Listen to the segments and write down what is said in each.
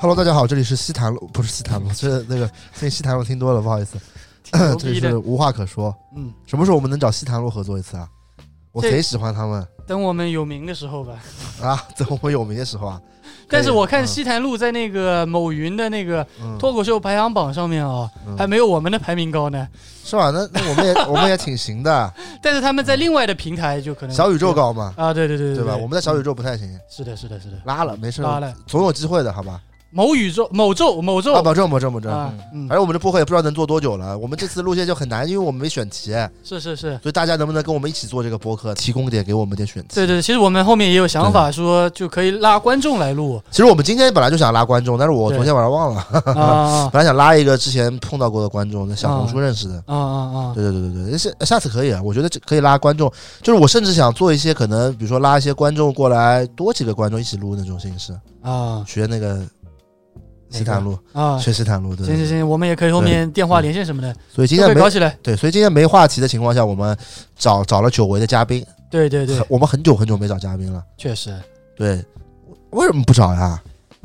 Hello，大家好，这里是西坛路，不是西坛路，是那个那西坛路听多了，不 好意思，牛这里逼是的。无话可说。嗯，什么时候我们能找西坛路合作一次啊？我这贼喜欢他们等我们有名的时候吧。啊！ 等我有名的时候啊。但是我看嗯西坛路在那个某云的那个嗯，脱口秀排行榜上面啊、嗯还没有我们的排名高呢。是吧？那那我 们也我们也挺行的，但是他们在另外的平台就可能小宇宙高嘛，啊，对对对对吧？我们在小宇宙宙不太行，是的，是的，是的，拉了没事，拉了总有机会的，好吧？某宇宙、某宙、某宙啊，保证保证保证。啊，嗯反，正我们这播客也不知道能做多久了，我们这次路线就很难，因为我们没选题，啊是是是，所以大家能不能跟我们一起做这个播客，提供点给我们点选题？对对，其实我们后面也有想法说就可以拉观众来 录其实我们今天本来就想拉观众，但是我对昨天晚上忘了，啊啊本来想拉一个之前碰到过的观众，在小红书认识的。啊啊啊！对对对对对，下下次可以啊，我觉得这可以拉观众，就是我甚至想做一些可能，比如说拉一些观众过来，多几个观众一起录那种形式，啊学那个西坦路，啊！学西坦路，对。行行对行，我们也可以后面电话连线什么的，所以今都可天以没搞起来。对，所以今天没话题的情况下，我们找找了久违的嘉宾，对对对很，我们很久很久没找嘉宾了，确实。对，为什么不找呀？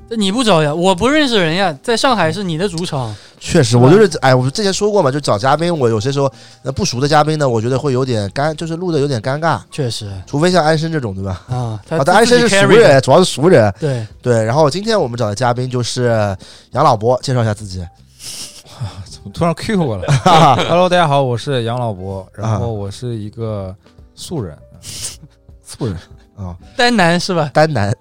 这你不找呀？我不认识人呀，在上海是你的主场。确实，对吧我就是哎，我们之前说过嘛，就找嘉宾，我有些时候呃不熟的嘉宾呢，我觉得会有点尴，就是录的有点尴尬，确实除非像安生这种，对吧？啊，他好的，他安自生己是 carry 熟的人，主要是熟人。对，对，然后今天我们找的嘉宾就是杨老伯，介绍一下自己。 啊突然 Q 我了。Hello，大 家好，我是杨老伯，然后我是一个素人，素 人啊、单男是吧？单男，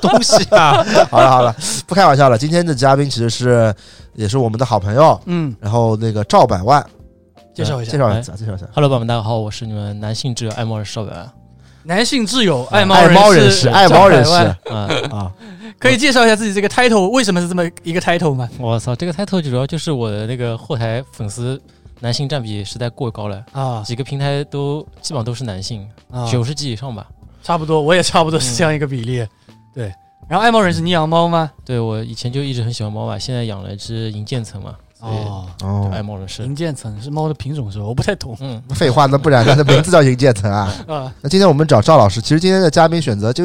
东西啊， 好了好了，不开玩笑了。今天的嘉宾其实是也是我们的好朋友，嗯，然后那个赵百万，介绍呃一下哎介，绍一下，介绍一下。 Hello，朋友们，大家好，我是你们男性挚友爱猫人邵远男性挚友，哎爱猫爱猫人士，士，爱猫人士赵百万啊！啊，可以介绍一下自己这个 title 为什么是这么一个 title 吗？我操，这个 title 主要就是我的那个后台粉丝男性占比实在过高了，啊几个平台都基本上都是男性，啊，九十级以上吧。差不多，我也差不多是这样一个比例。对，然后爱猫人士，你养猫吗？嗯对我以前就一直很喜欢猫嘛，现在养了一只银渐层嘛，所以哦，哦，爱猫人士。银渐层是猫的品种是吧？我不太懂嗯，废话，那不然他的名字叫银渐层啊。 啊。那今天我们找赵老师，其实今天的嘉宾选择就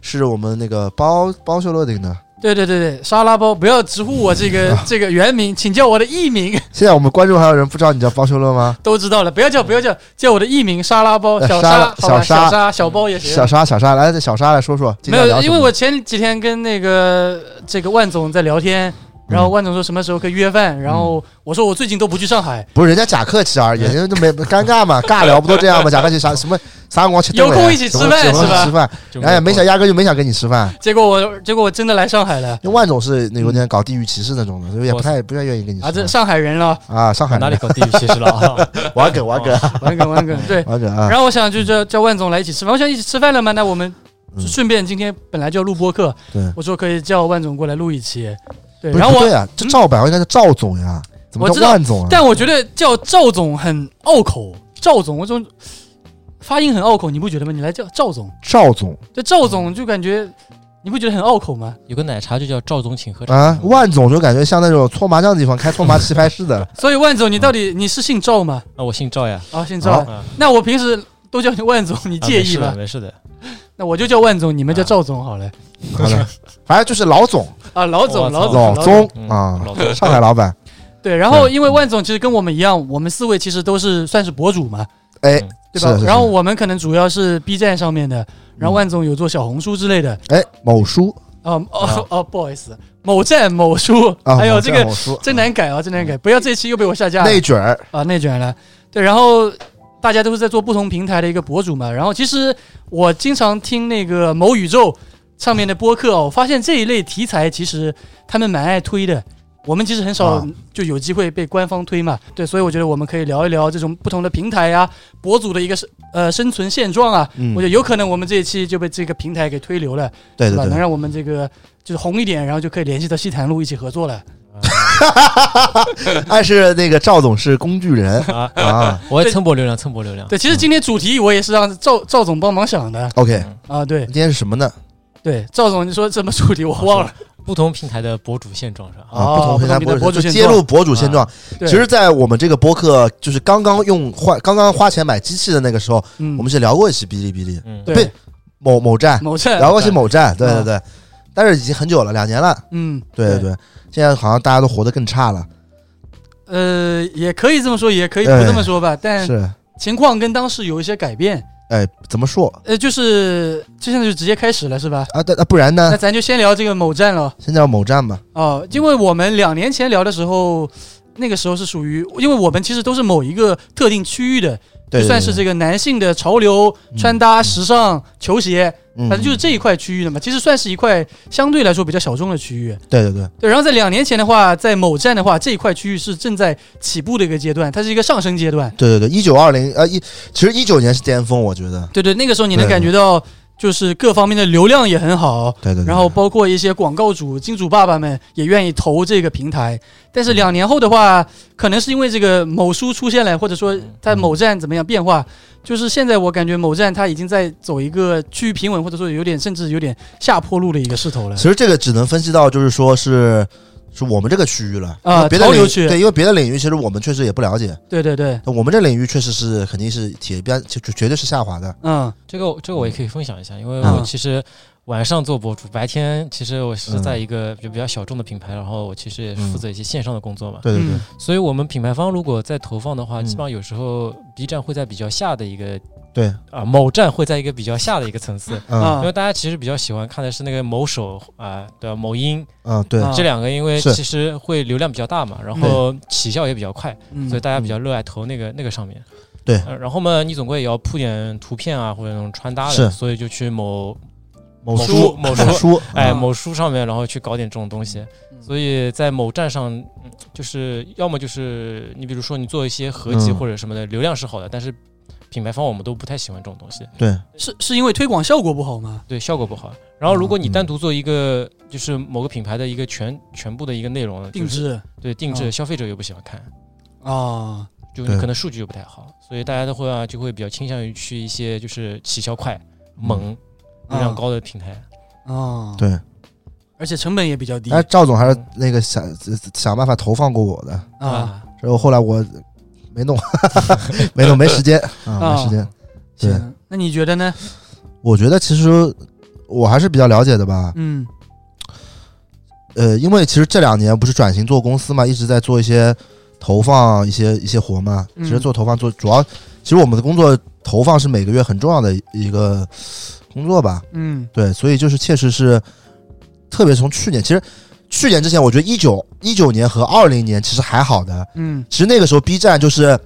是我们那个包包修罗顶的。对对对对，沙拉包，不要直呼我 这个这个原名，请叫我的艺名。现在我们观众还有人不知道你叫包修罗吗？都知道了，不要叫不要叫叫我的艺名沙拉包嗯呃小沙沙拉好吧小沙小沙小包也行。小沙，小沙，来，小沙来说说，今没天聊有，什因么为我前几天跟那个这个万总在聊天，然后嗯万总说什么时候可以约饭，然后我说我最近都不去上海，不是人家假客气啊，人家就 没尴尬嘛，尬聊不都这样吗？假客气啥什么啥光去有空一起吃饭有空一是起吧嗯吃饭，就哎呀，没想压根就没想跟你吃饭。结果我结果我真的来上海了因为万总是那有点搞地域歧视那种的，所以也不哇太不太愿意跟你啊，这吃饭。上海人了，啊，上海哪人里搞地域歧视了 啊？玩梗玩梗玩 梗玩梗对。玩梗啊然！后我想就叫叫万总来一起吃饭，我想一起吃饭了嘛，那我们嗯顺便今天本来就要录播客，对我说可以叫万总过来录一期，对，不是然后不我对啊，这赵百万应该是赵总呀，怎么我知叫道万总啊？但我觉得叫赵总很拗口，赵总我总发音很拗口，你不觉得吗？你来叫赵总，赵总这赵总就感觉你不觉得很拗口吗？有个奶茶就叫赵总请喝茶 啊，万总就感觉像那种搓麻将的地方开搓麻 棋牌室的，所以万总，你到底你是姓赵吗？啊，我姓赵呀。啊，姓赵。好啊，那我平时都叫你万总，你你介意吗？啊没事的，那我就叫万总，你们叫赵总好了。好的，反正就是老总、啊，老总，我操老总，老老宗嗯啊，老总上海老板，对，然后因为万总其实跟我们一样，我们四位其实都是算是博主嘛，哎，对吧是？是然后是我们可能主要是 B 站上面的，然后万总有做小红书之类的。哎，某书哦哦哦，不好意思，某站某书，啊，还有某这站个某书真难改啊，真难改！不要这一期又被我下架了内卷儿，啊，内卷了。对，然后大家都是在做不同平台的一个博主嘛。然后其实我经常听那个某宇宙上面的播客哦，我发现这一类题材其实他们蛮爱推的。我们其实很少啊就有机会被官方推嘛，对，所以我觉得我们可以聊一聊这种不同的平台呀、博主的一个生呃生存现状啊。嗯我觉得有可能我们这一期就被这个平台给推流了，对对吧？对能对，让我们这个就是红一点，然后就可以联系到西坛路一起合作了。啊但是那个赵总是工具人啊，啊我也蹭波流量，蹭波流量。对，其嗯实今天主题我也是让赵赵总帮忙想的，OK，啊，对今天是什么呢？对，赵总你说什么主题我忘了，不同平台的博主现状是吧？ 啊，不哦同平台不同平台博博主就主现揭状露博主现状。对，其实，在我们这个播客就是刚刚用花刚刚花钱买机器的那个时候，嗯我们是聊过一期哔哩哔哩嗯，对某某站某站 聊过一期某站，对对嗯对。但是已经很久了，两年了。嗯，对对对，现在好像大家都活得更差了。呃，也可以这么说，也可以不这么说吧，但是，情况跟当时有一些改变。哎，怎么说呃，就是这现在就直接开始了，是吧？啊？但啊，不然那呢？咱就先聊这个某站了先叫某站吧。哦，因为我们两年前聊的时候，那个时候是属于，因为我们其实都是某一个特定区域的，对，就算是这个，个男性的潮流、嗯穿搭、时尚、球鞋，反反正就是这一块区域的嘛，其实算是一块相对来说比较小众的区域。对对对，对，然后在两年前的话，在某站的话，这一块区域是正在起步的一个阶段，它是一个上升阶段。对对对，一九二零啊一，其实一九年是巅峰，我觉得。对对，那个时候你能对感觉到，就是各方面的流量也很好，对对对，然后包括一些广告主、金主爸爸们也愿意投这个平台。但是两年后的话，可能是因为这个某书出现了，或者说嗯它某站怎么样变化，就是现在我感觉某站它已经在走一个趋于平稳，或者说有点甚至有点下坡路的一个势头了。其实这个只能分析到，就是说是是我们这个区域了啊因为别的潮领流域区对，因为别的领域其实我们确实也不了解，对对对，我们这领域确实是肯定是铁边，就绝对是下滑的。嗯这个这个我也可以分享一下，因为啊嗯我其实晚上做博主，白天其实我是嗯在一个就比较小众的品牌，然后我其实也嗯负责一些线上的工作嘛。对对对，嗯所以我们品牌方如果在投放的话，嗯基本上有时候 B 站会在比较下的一个对，啊某站会在一个比较下的一个层次，因嗯啊为大家其实比较喜欢看的是那个某手啊，对吧？某音嗯，对啊这两个，因为是其实会流量比较大嘛，然后起效也比较快，嗯所以大家比较热爱投那个那个上面。对呃然后嘛，你总归也要铺点图片啊，或者那种穿搭是的，所以就去某某某书嗯书某 某书书，哎啊某书上面，然后去搞点这种东西。嗯所以在某站上，嗯就是要么就是你比如说你做一些合集嗯或者什么的，流量是好的，但是品牌方我们都不太喜欢这种东西，嗯对，是是因为推广效果不好吗？对效果不好。然后如果你嗯单独做一个就是某个品牌的一个全全部的一个内容，定就是制对定制，嗯消费者又不喜欢看。啊，就对可能数据又不太好，所以大家都会啊，就会比较倾向于去一些就是起效快、嗯猛、流量高的平台。啊，对，而且成本也比较低哎，赵总还是那个想想办法投放过我的，啊。然后后来我没弄， 没弄，没时间啊，没时间。对行，那你觉得呢？我觉得其实我还是比较了解的吧，嗯呃，因为其实这两年不是转型做公司嘛，一直在做一些投放一些一些活嘛。嗯其实做投放做主要，其实我们的工作投放是每个月很重要的一个工作吧。嗯对，所以就是确实是，特别从去年，其实去年之前，我觉得一九一九年和二零年其实还好的，嗯其实那个时候 B 站就是。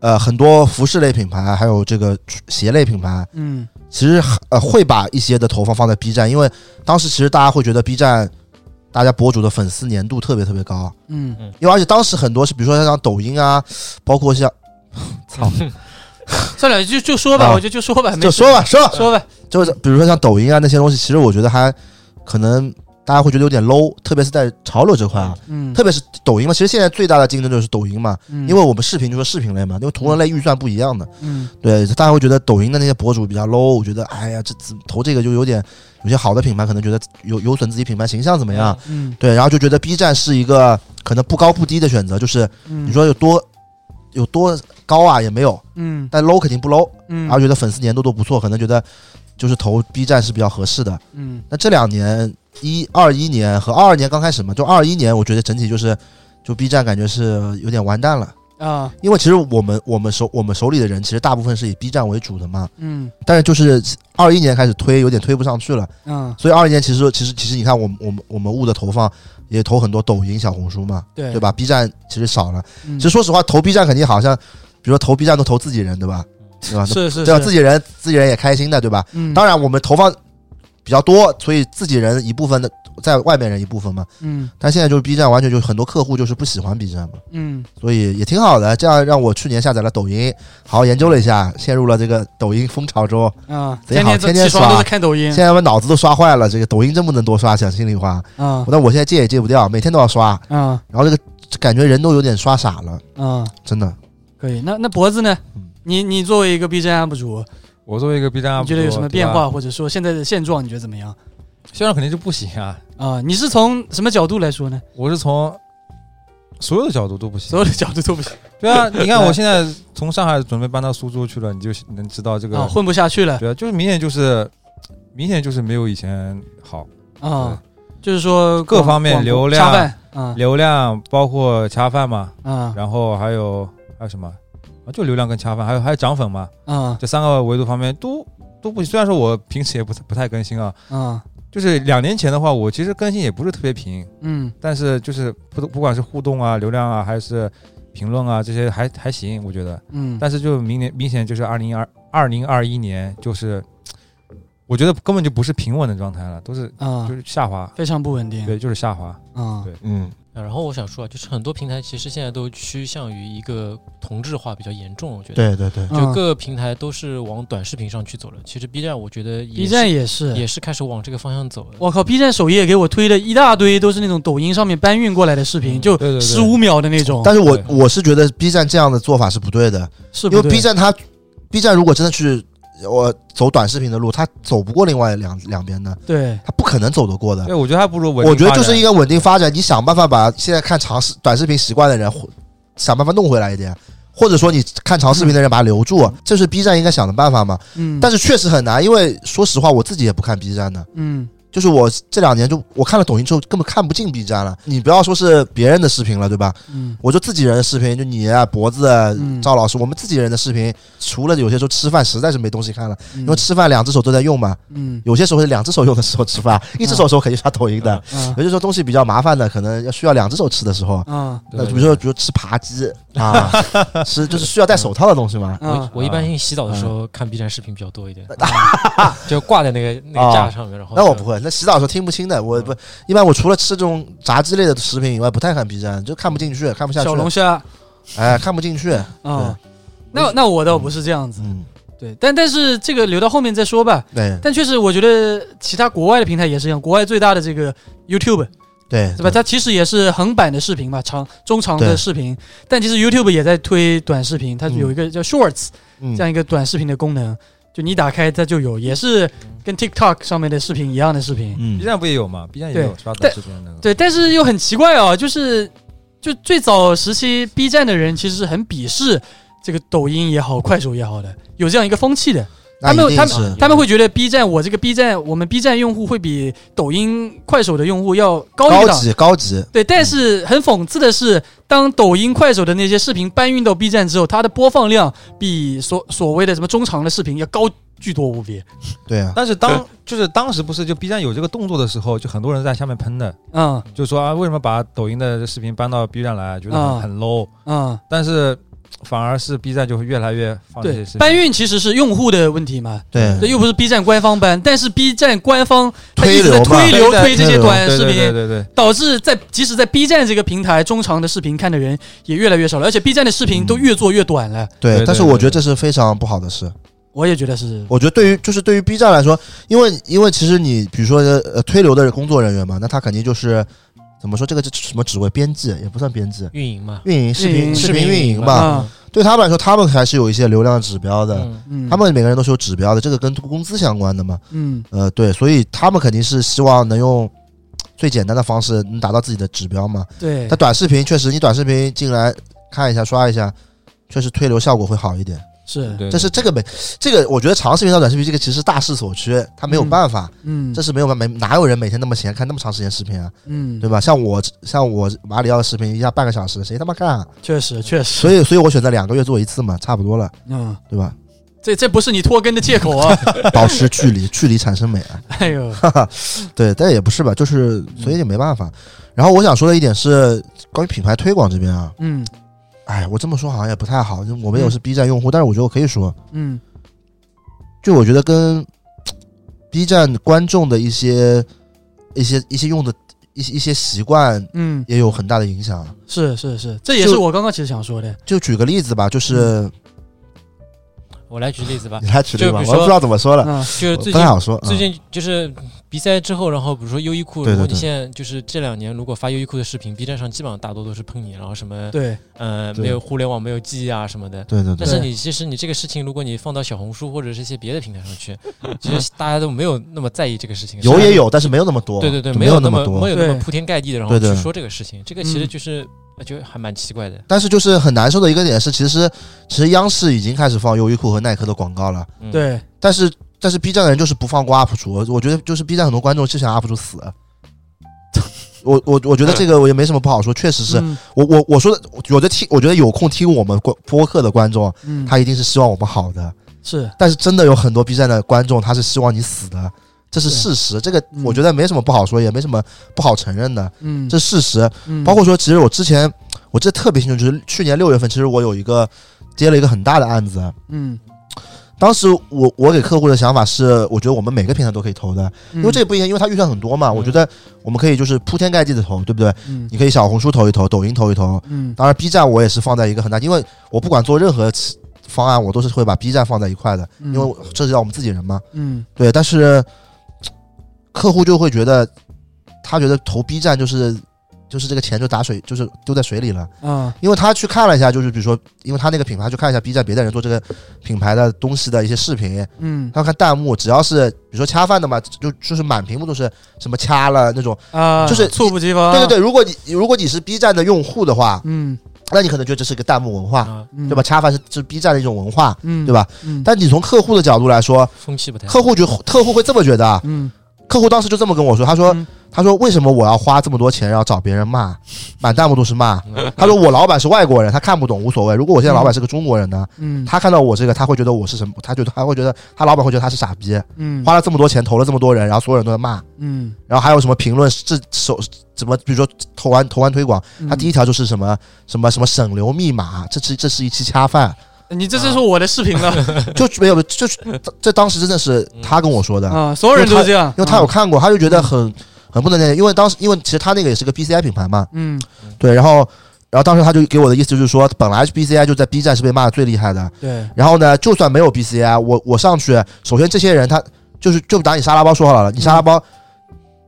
呃，很多服饰类品牌，还有这个鞋类品牌，嗯其实呃会把一些的投放放在 B 站，因为当时其实大家会觉得 B 站，大家博主的粉丝粘度特别特别高，嗯因为而且当时很多是比如说像抖音啊，包括像算了，就就说吧，啊我就就说吧，哎没就事说吧说吧，说吧。就是比如说像抖音啊那些东西，其实我觉得还可能大家会觉得有点 low，特别是在潮流这块啊，嗯，特别是抖音嘛，其实现在最大的竞争就是抖音嘛，因因为我们视频就是视频类嘛，因为图文类预算不一样的，嗯对，大家会觉得抖音的那些博主比较 low，我觉得哎呀这怎么投这个就有点。有些好的品牌可能觉得有有损自己品牌形象怎么样？嗯对，然后就觉得 B 站是一个可能不高不低的选择，就是嗯，你说有多有多高啊也没有，嗯但 low 肯定不 low，嗯然后觉得粉丝粘度都不错，可能觉得就是投 B 站是比较合适的。嗯那这两年一二一年和二二年刚开始嘛，就二一年我觉得整体就是就 B 站感觉是有点完蛋了，啊因为其实我们我们手我们手里的人其实大部分是以 B 站为主的嘛，嗯但是就是二一年开始推有点推不上去了。啊，所以二一年其实其实其实你看我们我们我们物的投放也投很多抖音、小红书嘛，对对？吧？B 站其实少了。嗯其实说实话，投 B 站肯定好像，比如说投 B 站都投自己人，对吧？对吧？嗯是是对吧？啊是自己人自己人也开心的，对吧？嗯当然我们投放比较多，所以自己人一部分的在外面人一部分嘛。嗯但现在就是 B 站完全就是很多客户就是不喜欢 B 站嘛，嗯所以也挺好的。这样让我去年下载了抖音，好好研究了一下，陷入了这个抖音风潮中。啊，贼天好天天天起床都刷是看抖音现在我脑子都刷坏了，这个抖音真不能多刷，讲心里话。嗯啊但我现在戒也戒不掉，每天都要刷，啊然后这个感觉人都有点刷傻了，啊，真的。可以。那那脖子呢嗯？你你作为一个 B 站 UP 主，我作为一个 B 站 UP 你主，觉得有什么对吧变化，？或者说现在的现状，你觉得怎么样？销量肯定是不行啊！啊，你是从什么角度来说呢？我是从所有的角度都不行所。有的角度都不行 对啊，你看来我现在从上海准备搬到苏州去了，你就能啊知道这个。啊，混不下去了对啊，就是明显就是明显就是没有以前好。啊，就是说各广方面广流恰量饭啊流量包括恰饭嘛，啊然后还有还有什么啊？就流量跟恰饭，还有还有涨粉嘛，啊这三个维度方面都都不。虽然说我平时也不不太更新啊，啊就是两年前的话，我其实更新也不是特别频，嗯但是就是不不管是互动啊、流量啊，还是评论啊，这些还还行，我觉得。嗯，但是就明年明显就是二零二二零二一年，就是我觉得根本就不是平稳的状态了，都是啊就是下滑，非常不稳定对，就是下滑。啊对嗯然后我想说啊，就是很多平台其实现在都趋向于一个同质化比较严重，我觉得。对对对，就啊各个平台都是往短视频上去走了。其实 B 站我觉得也 B 站是也是也是开始往这个方向走了。我靠！B 站首页给我推的一大堆都是那种抖音上面搬运过来的视频，嗯就对对对十五秒的那种，但是我对我是觉得 B 站这样的做法是不对的，是不因为对 B 站它 B 站如果真的去我走短视频的路，它走不过另外两两边的，对它不可能走得过的对，。我觉得还不如稳定我觉得就是发展应该稳定发展，你想办法把现在看长视短视频习惯的人，想办法弄回来一点，或者说你看长视频的人把他留住，这是 B 站应该想的办法嘛。嗯，但是确实很难，因为说实话，我自己也不看 B 站的。嗯就是我这两年就我看了抖音之后根本看不进 B 站了，你不要说是别人的视频了，对吧？嗯我就自己人的视频，就你啊、脖子、嗯赵老师，我们自己人的视频，除了有些时候吃饭实在是没东西看了，嗯因为吃饭两只手都在用嘛，嗯有些时候是两只手用的时候吃饭，一只手的时候肯定刷抖音的，啊有些时候东西比较麻烦的，可能要需要两只手吃的时候，啊那就比如说比如说吃扒鸡啊，吃就是需要戴手套的东西嘛，我啊！我一般性洗嗯澡的时候看 B 站视频比较多一点，啊嗯就挂在那个那个架上面，然后啊那我就不会，那洗澡的时候听不清的。嗯我不一般，我除了吃这种炸鸡类的食品以外，不太看 B 站，就看不进去，看不下去。小龙虾哎，看不进去。啊，那那我倒不是这样子，嗯，对，但但是这个留到后面再说吧。对但确实，我觉得其他国外的平台也是一样，国外最大的这个 YouTube 对，对吧？？它其实也是横版的视频嘛，长中长嗯的对视频，但其实 YouTube 也在推短视频，它有一个叫 Shorts。嗯这，样一个短视频的功能，就你打开它就有，也是跟 TikTok 上面的视频一样的视频。嗯 B 站不也有嘛？B 站也有对刷短视频的那个。对，但是又很奇怪哦，就是就最早时期 B 站的人其实是很鄙视这个抖音也好、快手也好的，有这样一个风气的。那他们一定他是们他们会觉得 B 站，我这个 B 站，我们 B 站用户会比抖音、快手的用户要高一高档。级高级。对，但是很讽刺的是，当抖音、快手的那些视频搬运到 B 站之后，它的播放量比所所谓的什么中长的视频要高巨多无比。对啊，但是当就是当时不是就 B 站有这个动作的时候，就很多人在下面喷的，嗯，就说啊为什么把抖音的视频搬到 B 站来，觉得啊很很 low。嗯，但是反而是 B 站就会越来越放这对些视，频。搬运其实是用户的问题嘛，对这又不是 B 站官方搬，但是 B 站官方它一推直在流嘛推流推这些短对视对对频，对对，导致在即使在 B 站这个平台，中长的视频看的人也越来越少了，而且 B 站的视频都嗯越做越短了，对对对，但是对我对觉得这是非常不好的事。我也觉得是，我觉得对于就是对于 B 站来说，因为因为其实你比如说呃推流的工作人员嘛，那他肯定就是怎么说这个是什么职位？编辑也不算编辑，运营嘛，运营视运营频视频运营吧。啊对他们来说，他们还是有一些流量指标的。嗯，嗯，他们每个人都是有指标的，这个跟工资相关的嘛。嗯呃，对，所以他们肯定是希望能用最简单的方式能达到自己的指标嘛。对但，短视频确实，你短视频进来看一下刷一下，确实推流效果会好一点。是，对但是这个没，这个我觉得长视频到短视频这个其实是大势所趋，他没有嗯办法，嗯这是没有办法，没哪有人每天那么闲看那么长时间视频啊，嗯对，吧？像我像我马里奥的视频一下半个小时，谁他妈看啊？确实确实，所以所以我选择两个月做一次嘛，差不多了，嗯，对吧？这这不是你拖更的借口 啊，保持距离，距离产生美啊。哎呦，嗯对，但也不是吧，就是所以也没办法。然后我想说的一点是关于品牌推广这边啊，嗯哎，我这么说好像也不太好，就我们也嗯是 B 站用户，但是我觉得我可以说，嗯就我觉得跟 B 站观众的一些一些一些用的一些一些习惯嗯，也有很大的影响。是是是，这也是我刚刚其实想说的，就举个例子吧，就是，我来举例子吧你来举例嗯就吧，比如我也不知道怎么说了，嗯就是我最不近太好说。最嗯近就是比赛之后，然后比如说优衣库，对对如果你对现在就是这两年如果发优衣库的视频，B 站上基本上大多都是喷你，然后什嗯么对，呃对没有互联网没有记忆啊什么的。对对对但是你其实你这个事情，如果你放到小红书或者是一些别的平台上去，其实大家都没有那么在意这个事情。有是吧也有，但是没有那么多。对对对，就没有那么么没多。有那么对嗯铺天盖地的，然后对对去说这个事情，这个其实就是呃就还蛮奇怪的。但是就是很难受的一个点是，其实其实央视已经开始放优衣库和耐克的广告了。嗯，对，但是但是 B 站的人就是不放过 UP 主，我觉得就是 B 站很多观众是想 UP 主死。 我我我觉得这个我也没什么不好说，确实是、嗯我我我说的，我的听我觉得有空听我们播播客的观众，嗯，他一定是希望我们好的，是但是真的有很多 B 站的观众他是希望你死的，这是事实，这个嗯我觉得没什么不好说，也没什么不好承认的，嗯，这是事实。嗯包括说，其实我之前我记得特别清楚，就是去年六月份，其实我有一个接了一个很大的案子，嗯，当时我我给客户的想法是，我觉得我们每个平台都可以投的，因因为这也不一样，因为它预算很多嘛。嗯我觉得我们可以就是铺天盖地的投，对不对？嗯你可以小红书投一投，抖音投一投。嗯当然，B 站我也是放在一个很大，因为我不管做任何其方案，我都是会把 B 站放在一块的，嗯因为我涉及到我们自己人嘛。嗯对，但是客户就会觉得，他觉得投 B 站就是就是这个钱就打水，就是丢在水里了。啊因为他去看了一下，就是比如说，因为他那个品牌去看一下 B 站别的人做这个品牌的东西的一些视频，嗯他要看弹幕，只要是比如说掐饭的嘛，就就是满屏幕都是什么掐了那种。啊，就是猝不及防，对对对，如果你如果你是 B 站的用户的话，嗯，那你可能觉得这是个弹幕文化，啊，嗯，对吧？掐饭是是 B 站的一种文化，嗯，对吧？嗯？但你从客户的角度来说，风气不太好。客户觉客户会这么觉得啊，嗯客户当时就这么跟我说，他说嗯他说为什么我要花这么多钱要找别人骂，满弹幕都是骂。嗯他说我老板是外国人，他看不懂无所谓。如果我现在老板是个中国人呢，嗯，他看到我这个，他会觉得我是什么？他觉得他会觉得他老板会觉得他是傻逼，嗯花了这么多钱投了这么多人，然后所有人都在骂，嗯，然后还有什么评论是手怎么，比如说投完投完推广，嗯他第一条就是什么什么什么省流密码，这是这是一期恰饭，嗯，你这就是我的视频了就没有就是这当时真的是他跟我说的，啊，所有人都这样，因为他有看过，他就觉得很很不能理解，因为当时因为其实他那个也是个 BCI 品牌嘛，嗯对，然后。然后当时他就给我的意思就是说，本来 BCI 就在 B 站是被骂的最厉害的，对，然后呢，就算没有 BCI，我我上去，首先这些人他就是就打你沙拉包说好了，你沙拉包嗯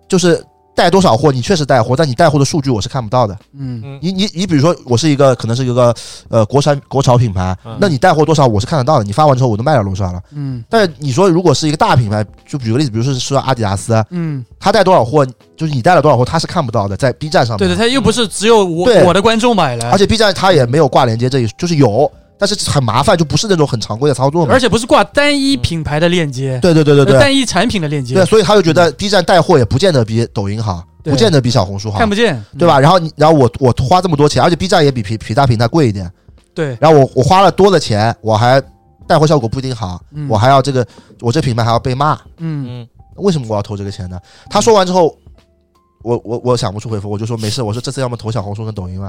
就是带多少货，你确实带货，但你带货的数据我是看不到的。嗯嗯你你你比如说，我是一个可能是一个呃国产国潮品牌嗯，那你带货多少我是看得到的，你发完之后我能卖到楼上了。嗯但是你说如果是一个大品牌，就举个例子，比如说说阿迪达斯，嗯，他带多少货，就是你带了多少货，他是看不到的，在 B 站上面。对对，他又不是只有啊我对我的观众买了而，且 B 站它也没有挂链接，这一就是有，但是很麻烦，就不是那种很常规的操作嘛而。且不是挂单一品牌的链接，呃对对对对对。单一产品的链接对，，所以他就觉得 B 站带货也不见得比抖音好，对不见得比小红书好看，不嗯见，对吧？然后你，然后我我花这么多钱，而且 B 站也比比比大平台贵一点，嗯对，然后我我花了多的钱，我还带货效果不一定好，嗯我还要这个我这品牌还要被骂，嗯嗯为什么我要投这个钱呢？他说完之后。我我我想不出回复，我就说没事，我说这次要么投小红书跟抖音 吧，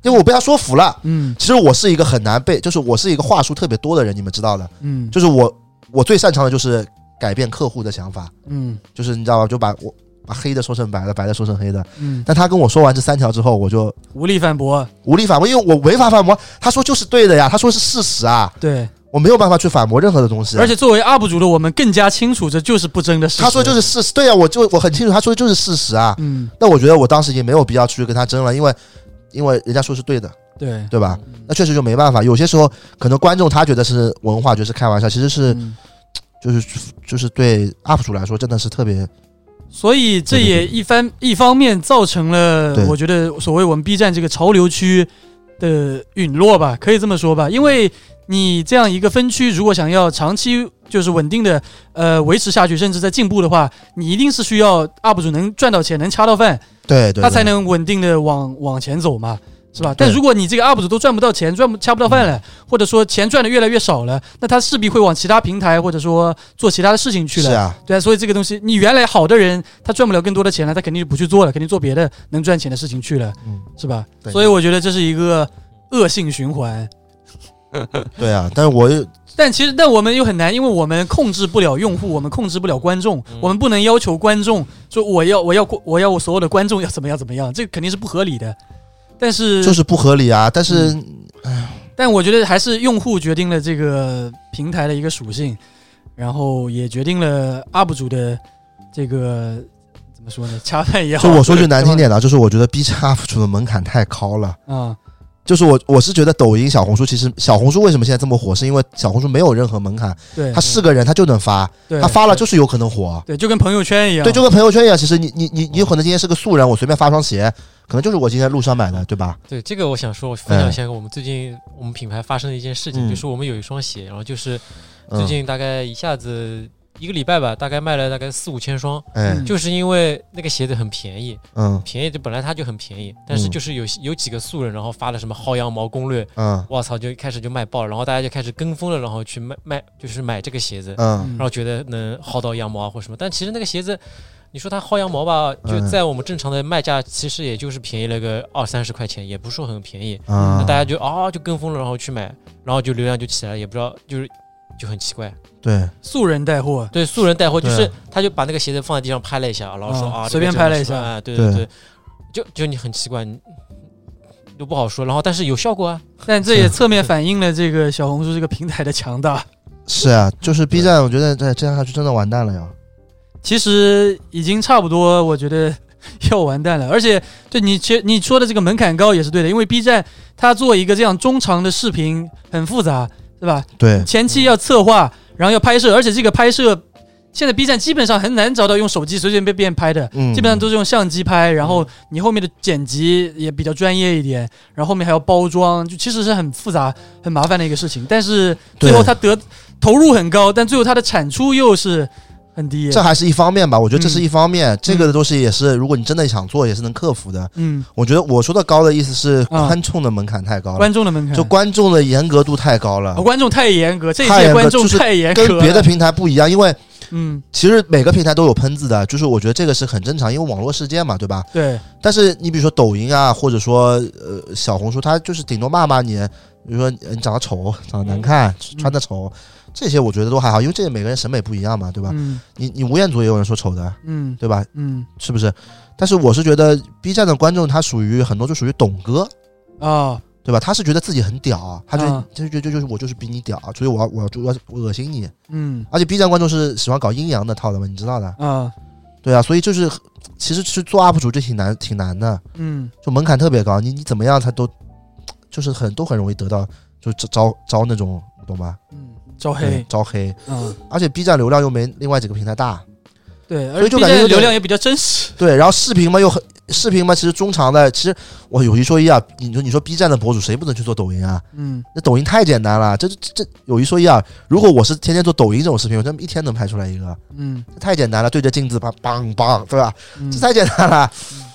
因为我被他说服了。嗯其实我是一个很难被，就是我是一个话术特别多的人，你们知道的，嗯就是我我最擅长的就是改变客户的想法，嗯就是你知道吧，就把我把黑的说成白的，白的说成黑的。嗯，但他跟我说完这三条之后，我就无力反驳，无力反驳，因为我没法反驳。他说就是对的呀，他说是事实啊，对，我没有办法去反驳任何的东西。啊而且作为 UP 主的我们更加清楚，这就是不争的事实。他说就是事实，对呀、我就我很清楚，他说的就是事实啊。嗯，那我觉得我当时也没有必要去跟他争了，因为因为人家说是对的，对，对吧？嗯那确实就没办法。有些时候可能观众他觉得是文化，觉得是开玩笑，其实是嗯就是就是对 UP 主来说真的是特别所以这也一方一方面造成了对，我觉得所谓我们 B 站这个潮流区的陨落吧，可以这么说吧。因为你这样一个分区，如果想要长期就是稳定的呃维持下去，甚至在进步的话，你一定是需要 UP 主能赚到钱，能掐到饭，对对，他才对能稳定的往往前走嘛，是吧？对啊嗯但如果你这个 UP 主都赚不到钱，赚不掐不到饭了，或者说钱赚的越来越少了，那他势必会往其他平台或者说做其他的事情去是了。啊，对啊，所以这个东西，你原来好的人，他赚不了更多的钱了，他肯定就不去做了，肯定做别的能赚钱的事情去了，嗯，是吧？对所以我觉得这是一个恶性循环。对啊。但是我又但其实，但我们又很难，因为我们控制不了用户，我们控制不了观众，我们不能要求观众说我要我要我要我所有的观众要怎么样怎么样，这肯定是不合理的。但是，就是不合理啊。但是但我觉得还是用户决定了这个平台的一个属性，然后也决定了 UP 主的这个怎么说呢？恰饭也好，就我说句难听对吧点的，啊就是我觉得 B 站 UP 主的门槛太高了。啊、就是我我是觉得抖音、小红书，其实小红书为什么现在这么火，是因为小红书没有任何门槛，对，他是个人他就能发，对他发了就是有可能火。对，就跟朋友圈一样，对，就跟朋友圈一样，其实你你你你有可能今天是个素人，我随便发双鞋，可能就是我今天路上买的，对吧？对这个我想说，我分享哎一下我们最近我们品牌发生的一件事情，嗯就是我们有一双鞋，然后就是最近大概一下子一个礼拜吧，大概卖了大概四五千双，哎嗯就是因为那个鞋子很便宜，嗯便宜就本来它就很便宜，但是嗯就是有有几个素人，然后发了什么薅羊毛攻略，嗯我操，就开始就卖爆了，然后大家就开始跟风了，然后去卖卖就是买这个鞋子，嗯然后觉得能薅到羊毛啊或什么，但其实那个鞋子。你说它薅羊毛吧，就嗯在我们正常的卖价，其实也就是便宜了个二三十块钱，也不是说很便宜。那嗯，大家就啊、就跟风了，然后去买，然后就流量就起来了，也不知道就是就很奇怪。对，素人带货， 对，素人带货就对是他就把那个鞋子放在地上拍了一下，然后说啊啊，随便这个拍了一什么下啊，对对对，就就你很奇怪，你都不好说。然后但是有效果啊，但这也侧面反映了这个小红书这个平台的强大。是啊，就是 B 站，我觉得这这样下去真的完蛋了呀。其实已经差不多，我觉得要完蛋了。而且，对你其实你说的这个门槛高也是对的，因为 B 站它做一个这样中长的视频很复杂，对吧？对，前期要策划，然后要拍摄，而且这个拍摄现在 B 站基本上很难找到用手机随随便便拍的，嗯，基本上都是用相机拍，然后你后面的剪辑也比较专业一点，然后后面还要包装，就其实是很复杂、很麻烦的一个事情。但是最后对它得投入很高，但最后它的产出又是很低。这还是一方面吧，我觉得这是一方面，这个嗯的东西也是，如果你真的想做，也是能克服的。嗯，我觉得我说的高的意思是啊观众的门槛太高了，观众的门槛就观众的严格度太高了哦，观众太严格，这一太严届格观众就是太严格了，跟别的平台不一样，因为嗯，其实每个平台都有喷子的，就是我觉得这个是很正常，因为网络世界嘛，对吧？对，但是你比如说抖音啊，或者说呃小红书，它就是顶多骂骂你，比如说呃你长得丑、长嗯得难看、穿的丑，这些我觉得都还好，因为这每个人审美不一样嘛，对吧？嗯你你吴彦祖也有人说丑的，嗯对吧？嗯是不是？但是我是觉得 B 站的观众他属于很多就属于懂哥，啊，对吧？他是觉得自己很屌啊，他就、啊他就觉得就就是我就是比你屌，啊所以我要我要就我要我恶心你。嗯而且 B 站观众是喜欢搞阴阳的套的嘛，你知道的。啊，对啊，所以就是其实去做 UP 主就挺难挺难的。嗯就门槛特别高，你你怎么样才都，就是很都很容易得到，就招招招那种，你懂吧？嗯，招对黑，招黑，嗯，而且 B 站流量又没另外几个平台大，对，而所以且就 B 感觉站有点流量也比较真实，对，然后视频嘛又很视频嘛，其实中长的，其实我有一说一啊，你说你说 B 站的博主谁不能去做抖音啊？嗯那抖音太简单了，这这这有一说一啊，如果我是天天做抖音这种视频，我真一天能拍出来一个，嗯，这太简单了，对着镜子吧，梆梆，对吧？嗯这太简单了。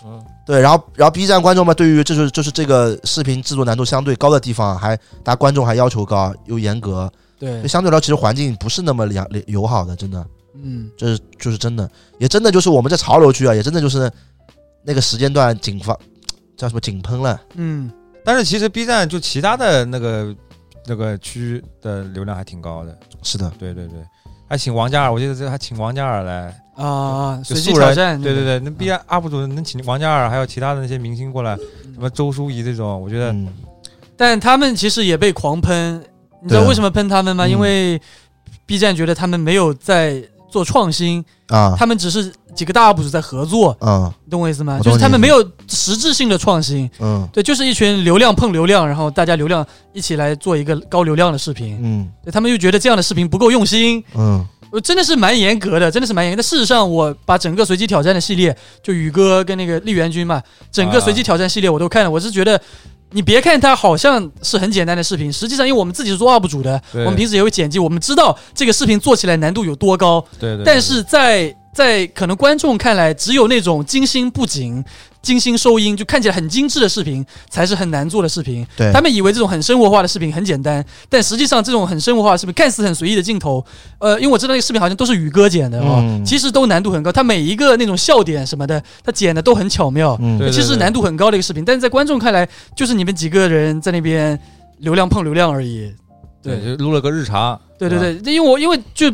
嗯，对，然后然后 B 站观众嘛，对于就是就是这个视频制作难度相对高的地方，还大家观众还要求高又严格，对就，相对来说其实环境不是那么良友好的，真的，嗯这、是就是真的，也真的就是我们这潮流区啊，也真的就是那个时间段井发叫什么井喷了，嗯但是其实 B 站就其他的那个那个区的流量还挺高的，是的，对对对，还请王嘉尔，我记得这还请王嘉尔来，啊，就随机素挑人战，嗯对对，对，那 B 站 UP 主能请王嘉尔，还有其他的那些明星过来，嗯什么周淑怡这种，我觉得嗯，但他们其实也被狂喷，你知道对啊为什么喷他们吗？嗯因为 B 站觉得他们没有在做创新，啊，他们只是几个大 UP 主在合作，嗯你懂我意思吗？我懂就是他们你没有实质性的创新，嗯对，就是一群流量碰流量，然后大家流量一起来做一个高流量的视频，嗯对他们又觉得这样的视频不够用心，嗯我呃真的是蛮严格的，真的是蛮严格的。事实上，我把整个随机挑战的系列，就宇哥跟那个丽媛君嘛，整个随机挑战系列我都看了。我是觉得，你别看它好像是很简单的视频，实际上因为我们自己是做 UP 主的，我对们平时也会剪辑，我们知道这个视频做起来难度有多高。对对，但是在在可能观众看来，只有那种精心布景、精心收音，就看起来很精致的视频，才是很难做的视频。对他们以为这种很生活化的视频很简单，但实际上这种很生活化的视频，看似很随意的镜头，呃，因为我知道那个视频好像都是宇哥剪的哦，嗯其实都难度很高。他每一个那种笑点什么的，他剪的都很巧妙，嗯对其实难度很高的一个视频，但是在观众看来，就是你们几个人在那边流量碰流量而已。对，就录了个日常，对对吧，对，因为我因为就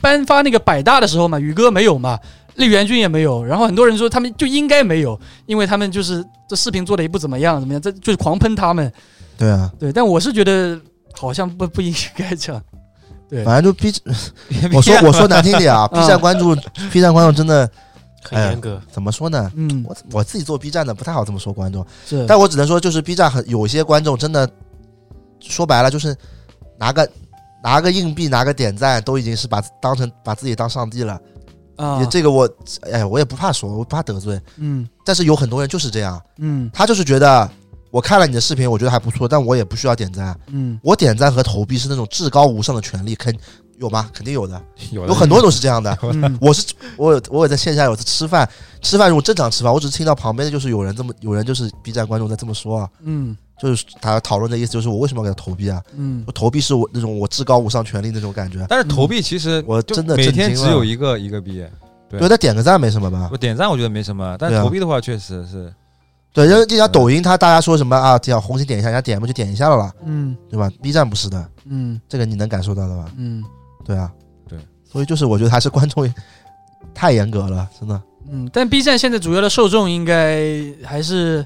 颁发那个百大的时候嘛，宇哥没有嘛，丽媛君也没有，然后很多人说他们就应该没有，因为他们就是这视频做的也不怎么样，怎么样，这就是狂喷他们。对啊，对，但我是觉得好像不不应该这样。对反正就 B，我 说我说难听点 啊，B 嗯站关注 B 站观众真的很哎呀严格。怎么说呢？嗯，我我自己做 B 站的不太好这么说观众。是，但我只能说，就是 B 站很有些观众真的，说白了就是拿个拿个硬币拿个点赞，都已经是把当成把自己当上帝了。啊也，这个我，哎，我也不怕说，我不怕得罪。嗯但是有很多人就是这样，嗯他就是觉得我看了你的视 频，我觉得还不错，但我也不需要点赞。嗯我点赞和投币是那种至高无上的权利，肯有吗？肯定有的，有有很多都是这样的。嗯我是我有我也在线下有次吃饭，吃饭是我正常吃饭，我只是听到旁边的就是有人这么有人就是 B 站观众在这么说啊，嗯就是他讨论的意思就是我为什么要给他投币啊？嗯我投币是我那种我至高无上权力那种感觉。但是投币其实我就真的每震天惊只有了一个一个币，对对，他点个赞没什么吧？我点赞我觉得没什么，但啊对啊投币的话确实是对，因为就像抖音，他大家说什么啊，这样红心点一下，人家点不就点一下了啦，嗯对吧？B 站不是的，嗯这个你能感受到的吧？嗯对啊，对，所以就是我觉得还是观众也太严格了，真的。嗯，但 B 站现在主要的受众应该还是，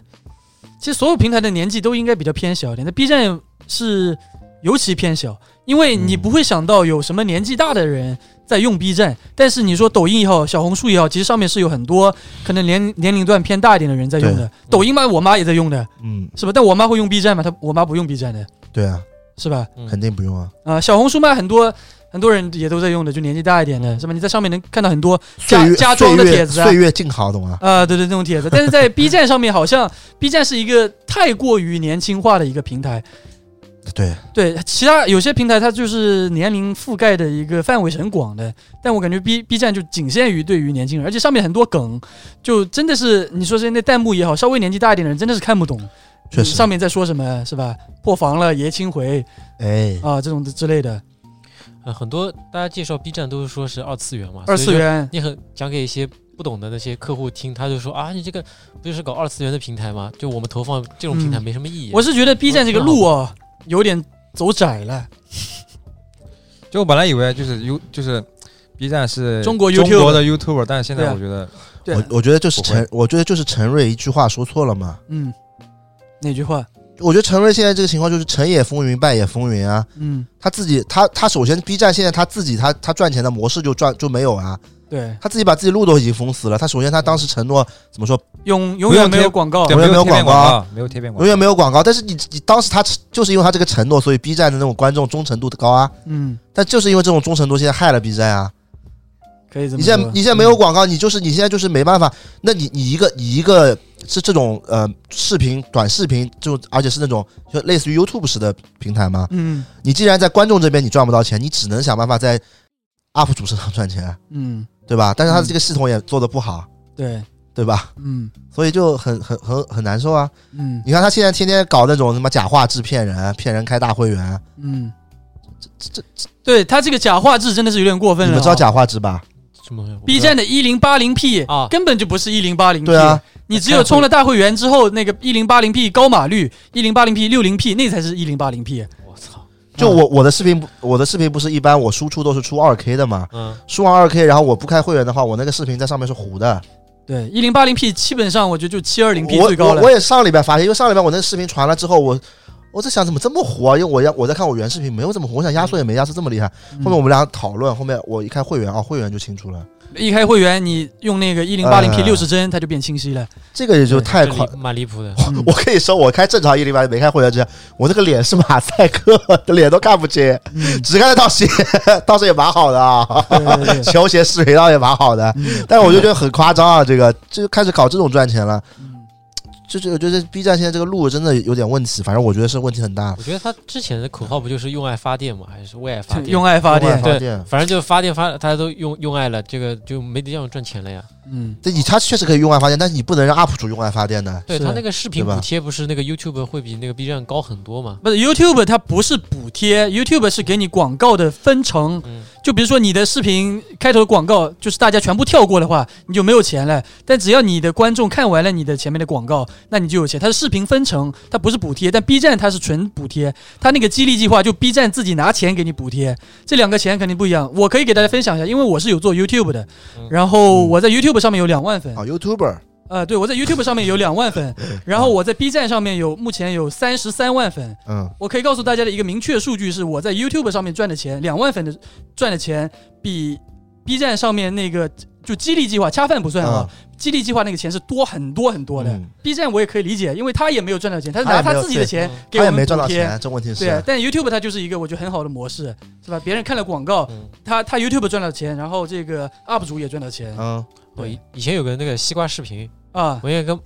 其实所有平台的年纪都应该比较偏小一点，但 B 站是尤其偏小，因为你嗯不会想到有什么年纪大的人在用 B 站，但是你说抖音也好，小红书也好，其实上面是有很多可能年年龄段偏大一点的人在用的。抖音嘛，我妈也在用的，嗯，是吧？但我妈会用 B 站吗？她我妈不用 B 站的，对啊，是吧？肯定不用啊。啊、小红书嘛，很多很多人也都在用的，就年纪大一点的，是吧？你在上面能看到很多岁家月家装的岁月帖子啊岁月静好，懂吗？啊、对对，那种帖子。但 是在 B 站上面，好像 B 站是一个太过于年轻化的一个平台。对，对，其他有些平台它就是年龄覆盖的一个范围是很广的，但我感觉 B B 站就仅限于对于年轻人，而且上面很多梗，就真的是你说是那弹幕也好，稍微年纪大一点的人真的是看不懂，确你实。上面在说什么是吧？破防了，爷青回哎，啊、这种的之类的，呃，很多大家介绍 B 站都是说是二次元嘛，二次，元，你很讲给一些不懂的那些客户听，他就说啊，你这个不就是搞二次元的平台吗？就我们投放这种平台嗯没什么意义。啊我是觉得 B 站这个路啊、有点走窄了，就我本来以为就是 U 就是 B 站是中国 YouTube 中国的 YouTuber，但是现对在啊我觉得对，我我觉得就是不会陈，我觉得就是陈瑞一句话说错了嘛。嗯，哪句话？我觉得陈瑞现在这个情况就是成也风云，败也风云啊。嗯，他自己，他他首先 B 站现在他自己他他赚钱的模式就赚就没有啊，对，他自己把自己路都已经封死了。他首先他当时承诺怎么说，永永远没有广告对，我哦也没有有贴片广告哎告，没有贴片广永告，远没有广告，但是你你当时他就是因为他这个承诺，所以 B 站的那种观众忠诚度高啊。嗯，但就是因为这种忠诚度，现在害了 B 站啊！可以这么你现在说嗯你现在没有广告，你就是你现在就是没办法。那你你一个你一个是这种呃视频短视频这种，而且是那种就类似于 YouTube 式的平台嘛？嗯你既然在观众这边你赚不到钱，你只能想办法在 UP 主身上赚钱，啊嗯，对吧？但是他的嗯这个系统也做的不好，对，对吧？嗯所以就很很很很难受啊！嗯你看他现在天天搞那种什么假画质骗人，骗人开大会员，嗯，这这对他这个假画质真的是有点过分你了啊。们知道假画质吧？什么我不知道 B 站的一零八零 P 啊根本就不是一零八零 P。对啊，你只有充了大会员之后，那个一零八零 P 高码率、一零八零 P 六零 P 那才是一零八零 P。啊我操，就我我的视频不，我的视频不是一般我输出都是出二 K 的嘛，嗯，输完二 K，然后我不开会员的话，我那个视频在上面是糊的。对，一零八零 P 基本上我觉得就七二零 P 我最高我了我。也上礼拜发现，因为上礼拜我那个视频传了之后，我我在想怎么这么糊啊？因为我要我在看我原视频，没有这么糊，我想压缩也没压缩这么厉害。嗯后面我们俩讨论，后面我一看会员啊，会员就清楚了，一开会员，你用那个一零八零 P 哎六十帧，它就变清晰了。这个也就对太这快离。蛮离谱的。嗯 我跟你说，我开正常一零八没开会员之前，我那个脸是马赛克， 脸都看不清，嗯，只看得 到鞋，倒是也蛮好的啊。 对对对，球鞋视频倒也蛮好的，嗯但是我就觉得很夸张啊，这个就开始搞这种赚钱了，嗯就是我觉得 B 站现在这个路真的有点问题，反正我觉得是问题很大我。觉得他之前的口号不就是用爱发电嘛，还是为爱发电？ 用爱发用爱电，发对电，反正就发电发，大家都用用爱了，这个就没地方赚钱了呀。嗯，这你他确实可以用爱发电，但是你不能让 UP 主用爱发电的。对是他那个视频对吧补贴不是那个 YouTube 会比那个 B 站高很多嘛？不是 YouTube 它不是补贴，YouTube 是给你广告的分成。嗯，就比如说你的视频开头的广告，就是大家全部跳过的话，你就没有钱了。但只要你的观众看完了你的前面的广告，那你就有钱。它是视频分成，它不是补贴，但 B 站它是纯补贴，它那个激励计划就 B 站自己拿钱给你补贴，这两个钱肯定不一样。我可以给大家分享一下，因为我是有做 YouTube 的嗯，然后我在 YouTube 上面有两万粉啊，，YouTuber 呃，对我在 YouTube 上面有两万粉，然后我在 B 站上面有目前有三十三万粉。嗯，我可以告诉大家的一个明确数据是，我在 YouTube 上面赚的钱，两万粉的赚的钱，比 B 站上面那个就激励计划恰饭不算啊，激励计划那个钱是多很多很多的。嗯 B 站我也可以理解，因为他也没有赚到钱，他是他也拿没有他自己的钱嗯给他我也们没赚补到贴钱，。这问题对啊是，。啊但 YouTube 它就是一个我觉得很好的模式，是吧？别人看了广告，嗯，他他 YouTube 赚到钱，然后这个 UP 主也赚到钱嗯，我以以前有个那个西瓜视频，啊。我也跟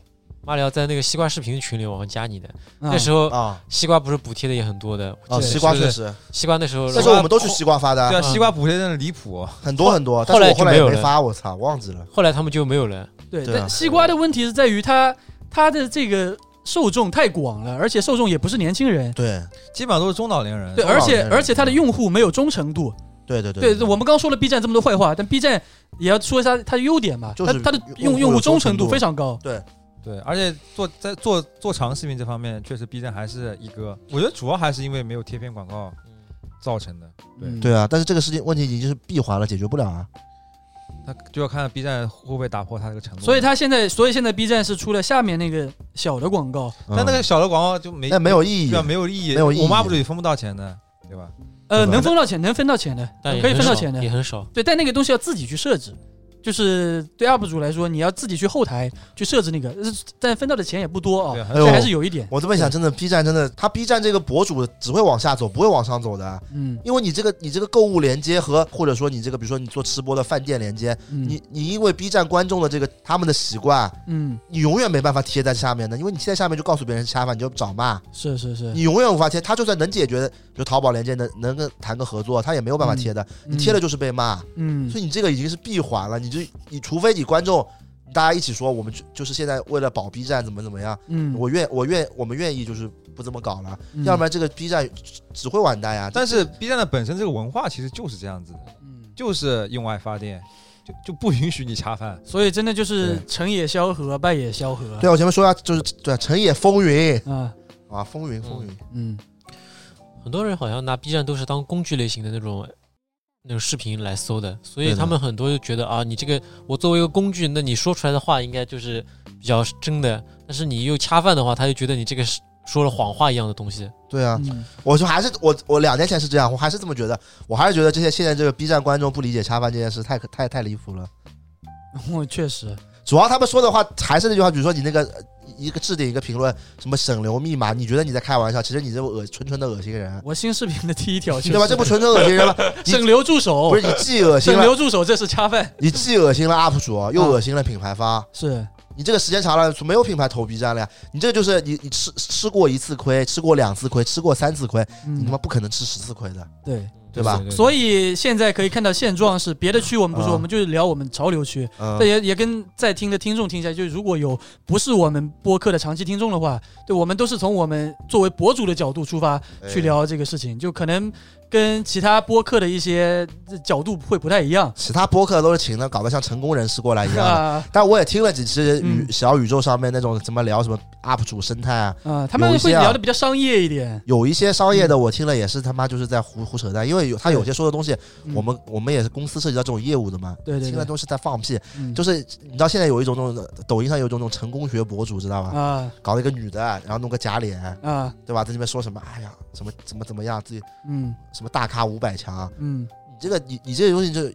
马里奥在那个西瓜视频群里，我们加你的。嗯那时候啊西瓜不是补贴的也很多的，啊！对西瓜哦是确实，西瓜那时候那时候我们都去西瓜发对的，啊，嗯西瓜补贴真的离谱，很多很多，但后是来我后来也就没有没了发，我操，忘记了。后来他们就没有了。对，对啊但西瓜的问题是在于它它的这个受众太广了，而且受众也不是年轻人。对基本上都是中老年人。对，中老而年且人而且它的用户没有忠诚度。对对对，我们刚说了 B 站这么多坏话，但 B 站也要说一下它的优点嘛，就是它它的用用户用有户忠忠诚诚度度非常高。对，而且做在做做长视频这方面，确实 B 站还是一个，我觉得主要还是因为没有贴片广告造成的。对嗯对啊！但是这个事情问题已经是闭环了，解决不了啊。他就要看 B 站会不会打破他这个承诺。所以它现在，所以现在 B 站是出了下面那个小的广告，嗯但那个小的广告就没那没有意义对啊，没有意义，没有意义我妈不是也分不到钱的，对吧？呃，对吧能分到钱，能分到钱的，但也可以分很到少钱的也，很少。对，但那个东西要自己去设置，就是对 UP 主来说，你要自己去后台去设置那个，呃但分到的钱也不多啊、对啊，哎这呦还是有一点，我这么一想，真的 B 站真的，他 B 站这个博主只会往下走，不会往上走的，啊嗯因为你这个你这个购物连接和或者说你这个比如说你做吃播的饭店连接，嗯，你你因为 B 站观众的这个他们的习惯，啊嗯你永远没办法贴在下面的，因为你贴在下面就告诉别人是恰饭，你就找骂，是是是，你永远无法贴。他就算能解决，比如淘宝连接能能跟谈个合作，他也没有办法贴的，你贴了就是被骂，嗯所以你这个已经是闭环了。你就你除非你观众大家一起说，我们就就是现在为了保 B 站怎么怎么样，嗯，我愿我愿我们愿意就是不这么搞了，嗯要不然这个 B 站只会啊完蛋呀。但是 B 站的本身这个文化其实就是这样子的，嗯就是用爱发电，就就不允许你恰饭。所以真的就是成也萧何，败也萧何，对啊，我前面说一下，就是对啊成也风云啊，啊，风云风云，嗯很多人好像拿 B 站都是当工具类型的那种那种视频来搜的，所对以的他们很多就觉得啊，你这个我作为一个工具，那你说出来的话应该就是比较真的，但是你又恰饭的话，他就觉得你这个是说了谎话一样的东西。对啊，嗯我就还是我我两年前是这样，我还是这么觉得，我还是觉得这些现在这个 B 站观众不理解恰饭这件事太可太太离谱了。我确实，主要他们说的话还是那句话，比如说你那个呃一个置顶一个评论，什么省流密码，你觉得你在开玩笑，其实你这恶纯纯的恶心人，我哦新视频的第一条就是对吧？这不纯纯恶心人吗？你省流助不手是，你既恶心省了，流助手，这是恰饭，你既恶心了 UP 主，又啊恶心了品牌方。是你这个时间长了，没有品牌投 B 站了呀。你这个就是你你吃吃过一次亏，吃过两次亏，吃过三次亏，你他妈嗯不可能吃十次亏的，对。对吧？所 以以现在可以看到现状是，别的区我们不说，啊我们就聊我们潮流区。嗯但，也也跟在听的听众听一下，就是如果有不是我们播客的长期听众的话，对我们都是从我们作为博主的角度出发去哎。聊这个事情，就可能跟其他播客的一些角度会不太一样其他播客都是请的，搞得像成功人士过来一样 的。啊但我也听了几期宇嗯小宇宙上面那种怎么聊什么 UP 主生态啊，啊，他们有一会些啊聊的比较商业一点。有一些商业的我听了也是他妈就是在胡胡扯淡，因为有他有些说的东西，嗯我们我们也是公司涉及到这种业务的嘛，对对对听了都是在放屁。嗯就是你知道现在有一种那种抖音上有一种那种成功学博主知道吧？啊搞了一个女的，然后弄个假脸，啊对吧？在那边说什么？哎呀，怎么怎么怎么样？自己嗯什么大咖五百强？啊嗯你这个你你这个东西就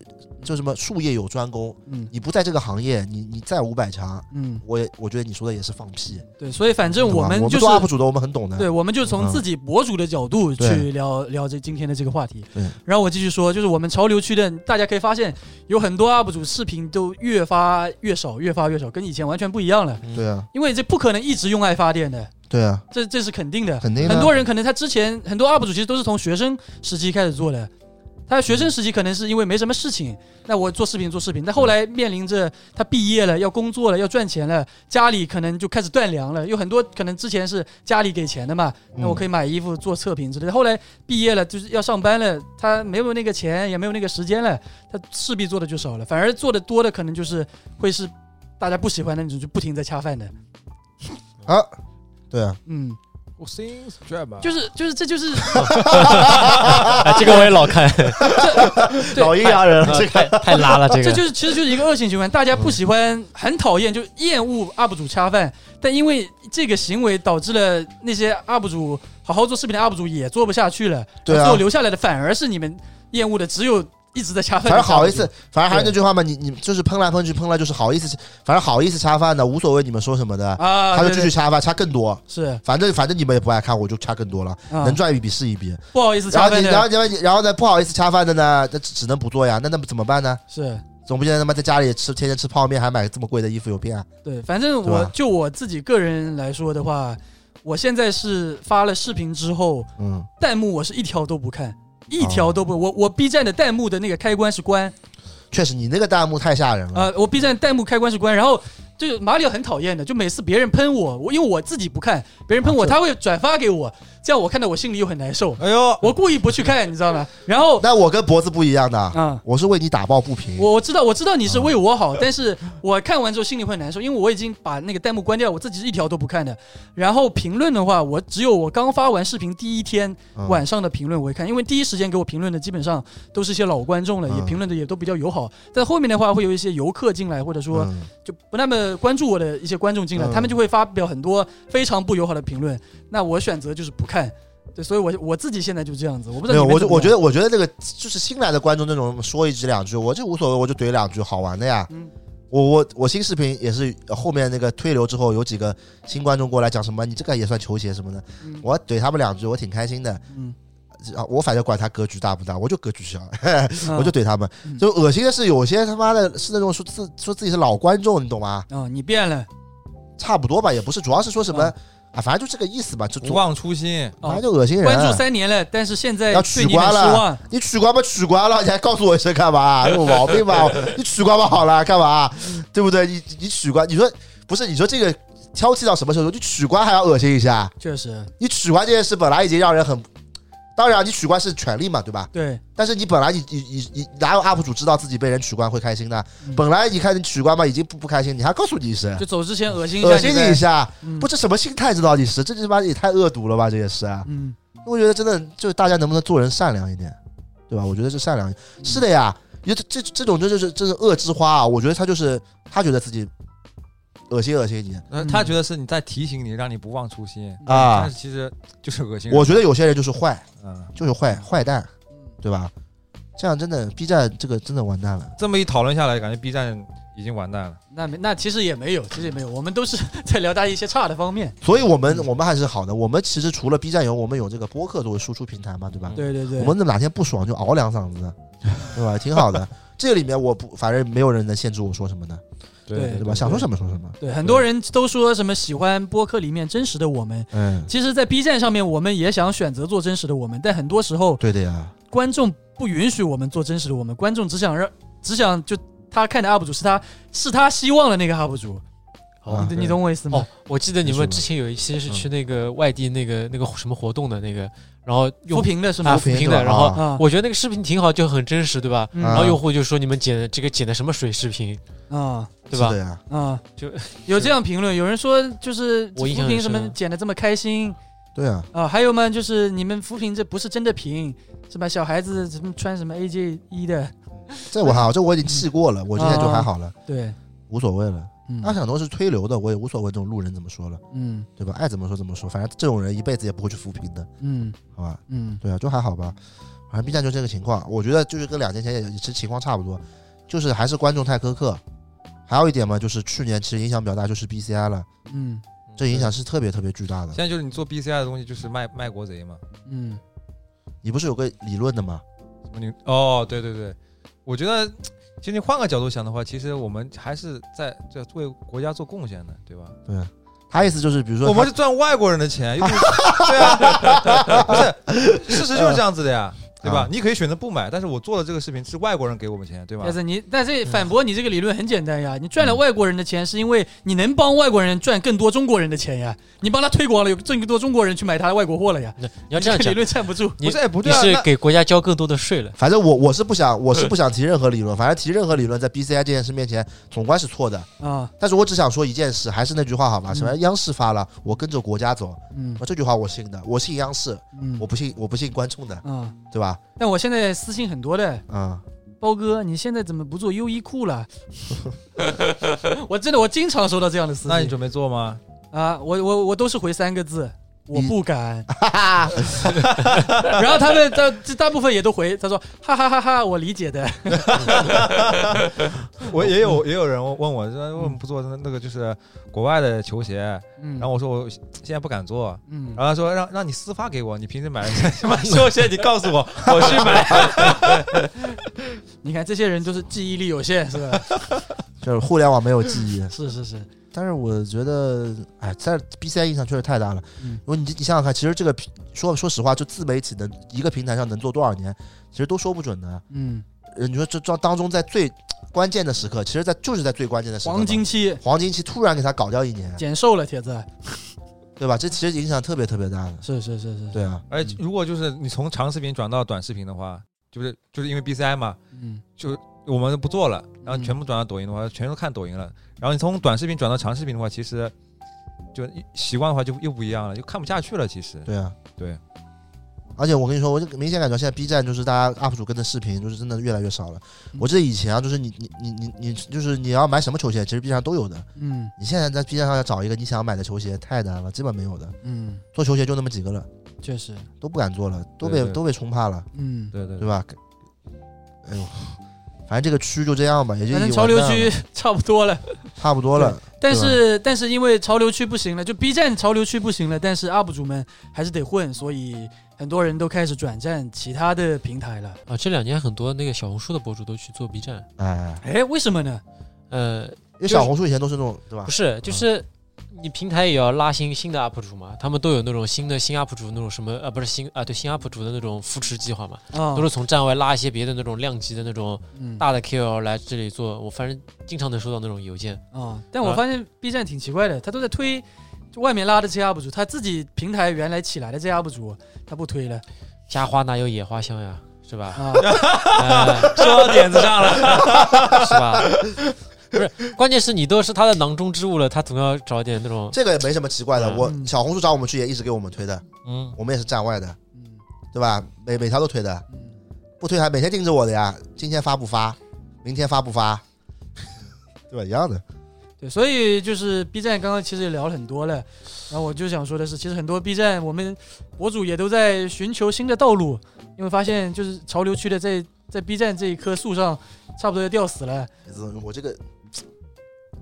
就什么术业有专攻，嗯你不在这个行业，你你再五百强，嗯，我也我觉得你说的也是放屁。对，所以反正懂我吗们我就是做 UP 主的，我们很懂的。对，我们就从嗯自己博主的角度去对聊聊这今天的这个话题对。然后我继续说，就是我们潮流区的，大家可以发现有很多 UP 主视频都越发越少，越发越少，跟以前完全不一样了。对啊，因为这不可能一直用爱发电的，对啊，这这是肯定的。肯定的。很多人可能他之前很多 UP 主其实都是从呃学生时期开始做的。他学生时期可能是因为没什么事情，那我做视频做视频，但后来面临着他毕业了，要工作了，要赚钱了，家里可能就开始断粮了。有很多可能之前是家里给钱的嘛，那我可以买衣服做测评之类的。后来毕业了就是要上班了，他没有那个钱，也没有那个时间了，他势必做的就少了。反而做的多的可能就是会是大家不喜欢的那种，就不停在恰饭的。啊，对啊，嗯，我 Things Drive 就是就是这就是哎，这个我也老看，哎对老阴阳 人了，这太太拉了这这个。嗯就是其实就是一个恶性循环，大家不喜欢，很讨厌，就厌恶 UP 主恰饭，但因为这个行为导致了那些 UP 主好好做视频的 UP 主也做不下去了，对啊最后留下来的反而是你们厌恶的，只有一直在恰饭，反正好意思，，反正还是那对句话嘛，你你就是喷来喷去，喷来就是好意思，反正好意思恰饭的，无所谓你们说什么的，啊，他就对继对续恰饭，恰更多。是反正反正你们也不爱看，我就恰更多了，啊能赚一笔是一笔。不好意思然恰后饭你，然后的，你们，然后呢，不好意思恰饭的呢，那只只能不做呀。那那么怎么办呢？是总不见得他妈在家里吃，天天吃泡面，还买这么贵的衣服，有病啊！对，反正对我吧就我自己个人来说的话，我现在是发了视频之后，嗯，弹幕我是一条都不看，一哦条都不。我我 B 站的弹幕的那个开关是关，确实，你那个弹幕太吓人了。呃，我 B 站弹幕开关是关，然后。就马里奥很讨厌的，就每次别人喷我，我因为我自己不看，别人喷我，啊这他会转发给我，这样我看到我心里又很难受，哎呦，我故意不去看，你知道吗？然后，那我跟脖子不一样的，嗯，我是为你打抱不平。我我知道我知道你是为我好，但是我看完之后心里会很难受，因为我已经把那个弹幕关掉，我自己是一条都不看的。然后评论的话，我只有我刚发完视频第一天嗯晚上的评论我会看，因为第一时间给我评论的基本上都是一些老观众了，也嗯评论的也都比较友好。但后面的话会有一些游客进来，或者说嗯就不那么关注我的一些观众进来，嗯他们就会发表很多非常不友好的评论。那我选择就是不看，对，所以我我自己现在就这样子，我不知没道有，你们我怎就么我觉样得，我觉得这个就是新来的观众那种说一句两句，我这无所谓，我就怼两句，好玩的呀。嗯我我我新视频也是呃后面那个推流之后，有几个新观众过来讲什么，你这个也算球鞋什么的，嗯我怼他们两句，我挺开心的。嗯，啊我反正管他格局大不大，我就格局小，嗯 哎我就怼他们嗯。就恶心的是，有些他妈的是那种说自说自己是老观众，你懂吗？啊、你变了。差不多吧，也不是，主要是说什么嗯啊，反正就这个意思吧，就不总忘初心，反正就恶心人。关注三年了，但是现在要对取你很关失了望。你取关吧，取关了，你还告诉我一声干嘛？啊有毛病 吧？你取关吧，好了，干嘛？啊对不对？你你取关，你说不是？你说这个挑剔到什么时候？你取关还要恶心一下？确实，你取关这件事本来已经让人很……当然，你取关是权利嘛，对吧？对，但是你本来你你你你哪有 UP 主知道自己被人取关会开心呢？嗯本来你看你取关嘛，已经不不开心，你还告诉你一声，就走之前恶心一下，恶心你一呗，下，嗯不，知什么心态知道你是？这他妈也太恶毒了吧？这也是啊。嗯，我觉得真的就是大家能不能做人善良一点，对吧？我觉得是善良，嗯是的呀。因为这这这种这就是这是恶之花啊！我觉得他就是他觉得自己恶心恶心你呃嗯他觉得是你在提醒你，让你不忘初心，但啊是！其实就是恶嗯心人。我觉得有些人就是坏，嗯，就是坏坏蛋，对吧？这样真的 B 站这个真的完蛋了。这么一讨论下来，感觉 B 站已经完蛋了。那没，那其实也没有，其实也没有，我们都是 在聊大家一些差的方面。所以我们我们还是好的，我们其实除了 B 站有我们有这个播客作为输出平台嘛，对吧？对对对，我们哪天不爽就嗷两嗓子，对吧？挺好的。这个里面我不，反正没有人能限制我说什么的，对对吧？想说什么说什么。对很多人都说什么喜欢播客里面真实的我们，嗯，其实，在 B 站上面，我们也想选择做真实的我们，但很多时候对的呀。观众不允许我们做真实的我们，观众只想让，只想就他看的 UP 主是他是他希望的那个 UP 主，啊你对你懂我意思吗哦？，我记得你是吧们之前有一期是去那个外地那个那个什么活动的那个，然后扶用贫的是啊吗？扶贫是吧的，然后啊啊，我觉得那个视频挺好，就很真实，对吧？嗯啊然后用户就说你们剪这个剪的什么水视频，啊对吧是？的呀。啊，就有这样评论，有人说就是我印象扶很贫什么深剪的这么开心对啊，啊，还有嘛就是你们扶贫这不是真的贫是吧？小孩子什么穿什么 AJ 一的，这我还好，这我已经气过了，我现在就还好了，对，无所谓了。嗯阿想多是推流的，我也无所谓这种路人怎么说了，嗯对吧？爱怎么说怎么说，反正这种人一辈子也不会去扶贫的，嗯好吧？嗯对啊，就还好吧。反正 B 站就这个情况，我觉得就是跟两年前也也是情况差不多，就是还是观众太苛刻。还有一点嘛，就是去年其实影响比较大，就是 BCI 了，嗯这影响是特别特别巨大的现。在就是你做 BCI 的东西就是卖卖国贼嘛。嗯你不是有个理论的吗？什么你哦，对对对，我觉得其实你换个角度想的话，其实我们还是在在为国家做贡献的，对吧？对啊，他意思就是，比如说我们他是赚外国人的 钱，又不是对啊，不是，事实就是这样子的呀，对吧啊？你可以选择不买，但是我做的这个视频是外国人给我们钱，对吧但？是你但是反驳你这个理论很简单呀，你赚了外国人的钱是因为你能帮外国人赚更多中国人的钱呀，你帮他推广了，有更多中国人去买他的外国货了呀，那你要这样个讲理，论站不住，不是，哎，不你对啊，是那给国家交更多的税了。反正我我是不想我是不想提任何理论，反正提任何理论在 BCI 这件事面前总归是错的。啊但是我只想说一件事，还是那句话，好吧？嗯什么央视发了，我跟着国家走，嗯啊，这句话我信的，我信央视，嗯我不信我不信观众的，啊。对吧？但我现在私信很多的，啊、包哥，你现在怎么不做优衣库了？我真的，我经常收到这样的私那你信准备做 吗？啊！我我我都是回三个字，我你不敢。哈哈，然后他们大大部分也都回，他说哈哈哈哈，我理解的。我也有也有人问我，说为什么不做那那个就是国外的球鞋？嗯，然后我说我现在不敢做，嗯然，后他说让让你私 发给我，你平时买买球鞋你告诉我，我去买。你看这些人就是记忆力有限，是吧？就是互联网没有记忆。是是是，但是我觉得，哎，在 BCI 影响确实太大了。嗯因为你你想想看，其实这个平说说实话，就自媒体能一个平台上能做多少年，其实都说不准的。 嗯，呃你说这这当中在最关键的时刻，其实在就是在最关键的时刻嘛，黄金期黄金期突然给他搞掉一年，减寿了，铁子。对吧？这其实影响特别特别大的。是是是是，对，啊，而且如果就是你从长视频转到短视频的话，就是就是因为 BCI 嘛，嗯，我们不做了，然嗯后全部转到抖音的话，全都看抖音了。然后你从短视频转到长视频的话，其实就习惯的话就又不一样了，就看不下去了。其实对啊，对。而且我跟你说，我就明显感觉到现在 B 站就是大家 UP 主跟的视频就是真的越来越少了。嗯我记得以前啊，就是你你你你你就是你要买什么球鞋，其实 B 站上都有的。嗯你现在在 B 站上要找一个你想买的球鞋太难了，基本没有的。嗯，做球鞋就那么几个了，确实，都不敢做了，都被对对都被冲怕了，嗯，对对对吧？哎呦，反正这个区就这样吧，也就反正一潮碗流饭区了 差不多了。差不多了。但是但是因为潮流区不行了，就 B 站潮流区不行了，但是 UP 主们还是得混，所以很多人都开始转战其他的平台了。啊，这两年很多那个小红书的博主都去做 B 站，哎，哎，为什么呢？呃，因为小红书以前都是那种，对吧不？是，就是嗯你平台也要拉新新的 UP 主嘛，他们都有那种新的新 UP 主那种什么啊，不是新啊，对新 UP 主的那种扶持计划嘛，嗯啊都，是从站外拉一些别的那种量级的那种嗯大的 KOL 来这里做，我反正经常能收到那种邮件。啊，但我啊发现 B 站挺奇怪的，他都在推就外面拉的这些 UP 主，他自己平台原来起来的这些 UP 主，他不推了家花哪有野花香呀，是吧？ 啊。哎 说到点子上了。 是吧？不是，关键是你都是他的囊中之物了，他总要找点那种，这个也没什么奇怪的。嗯我嗯小红书找我们去也一直给我们推的，嗯，我们也是站外的，嗯对吧？每每条都推的，嗯，不推还每天盯着我的呀。今天发不发？明天发不发？ 对吧？一样的。对，所以就是 B 站刚刚其实也聊了很多了，然后我就想说的是，其实很多 B 站我们博主也都在寻求新的道路，因为发现就是潮流区的在在 B 站这一棵树上差不多要吊死了。我这个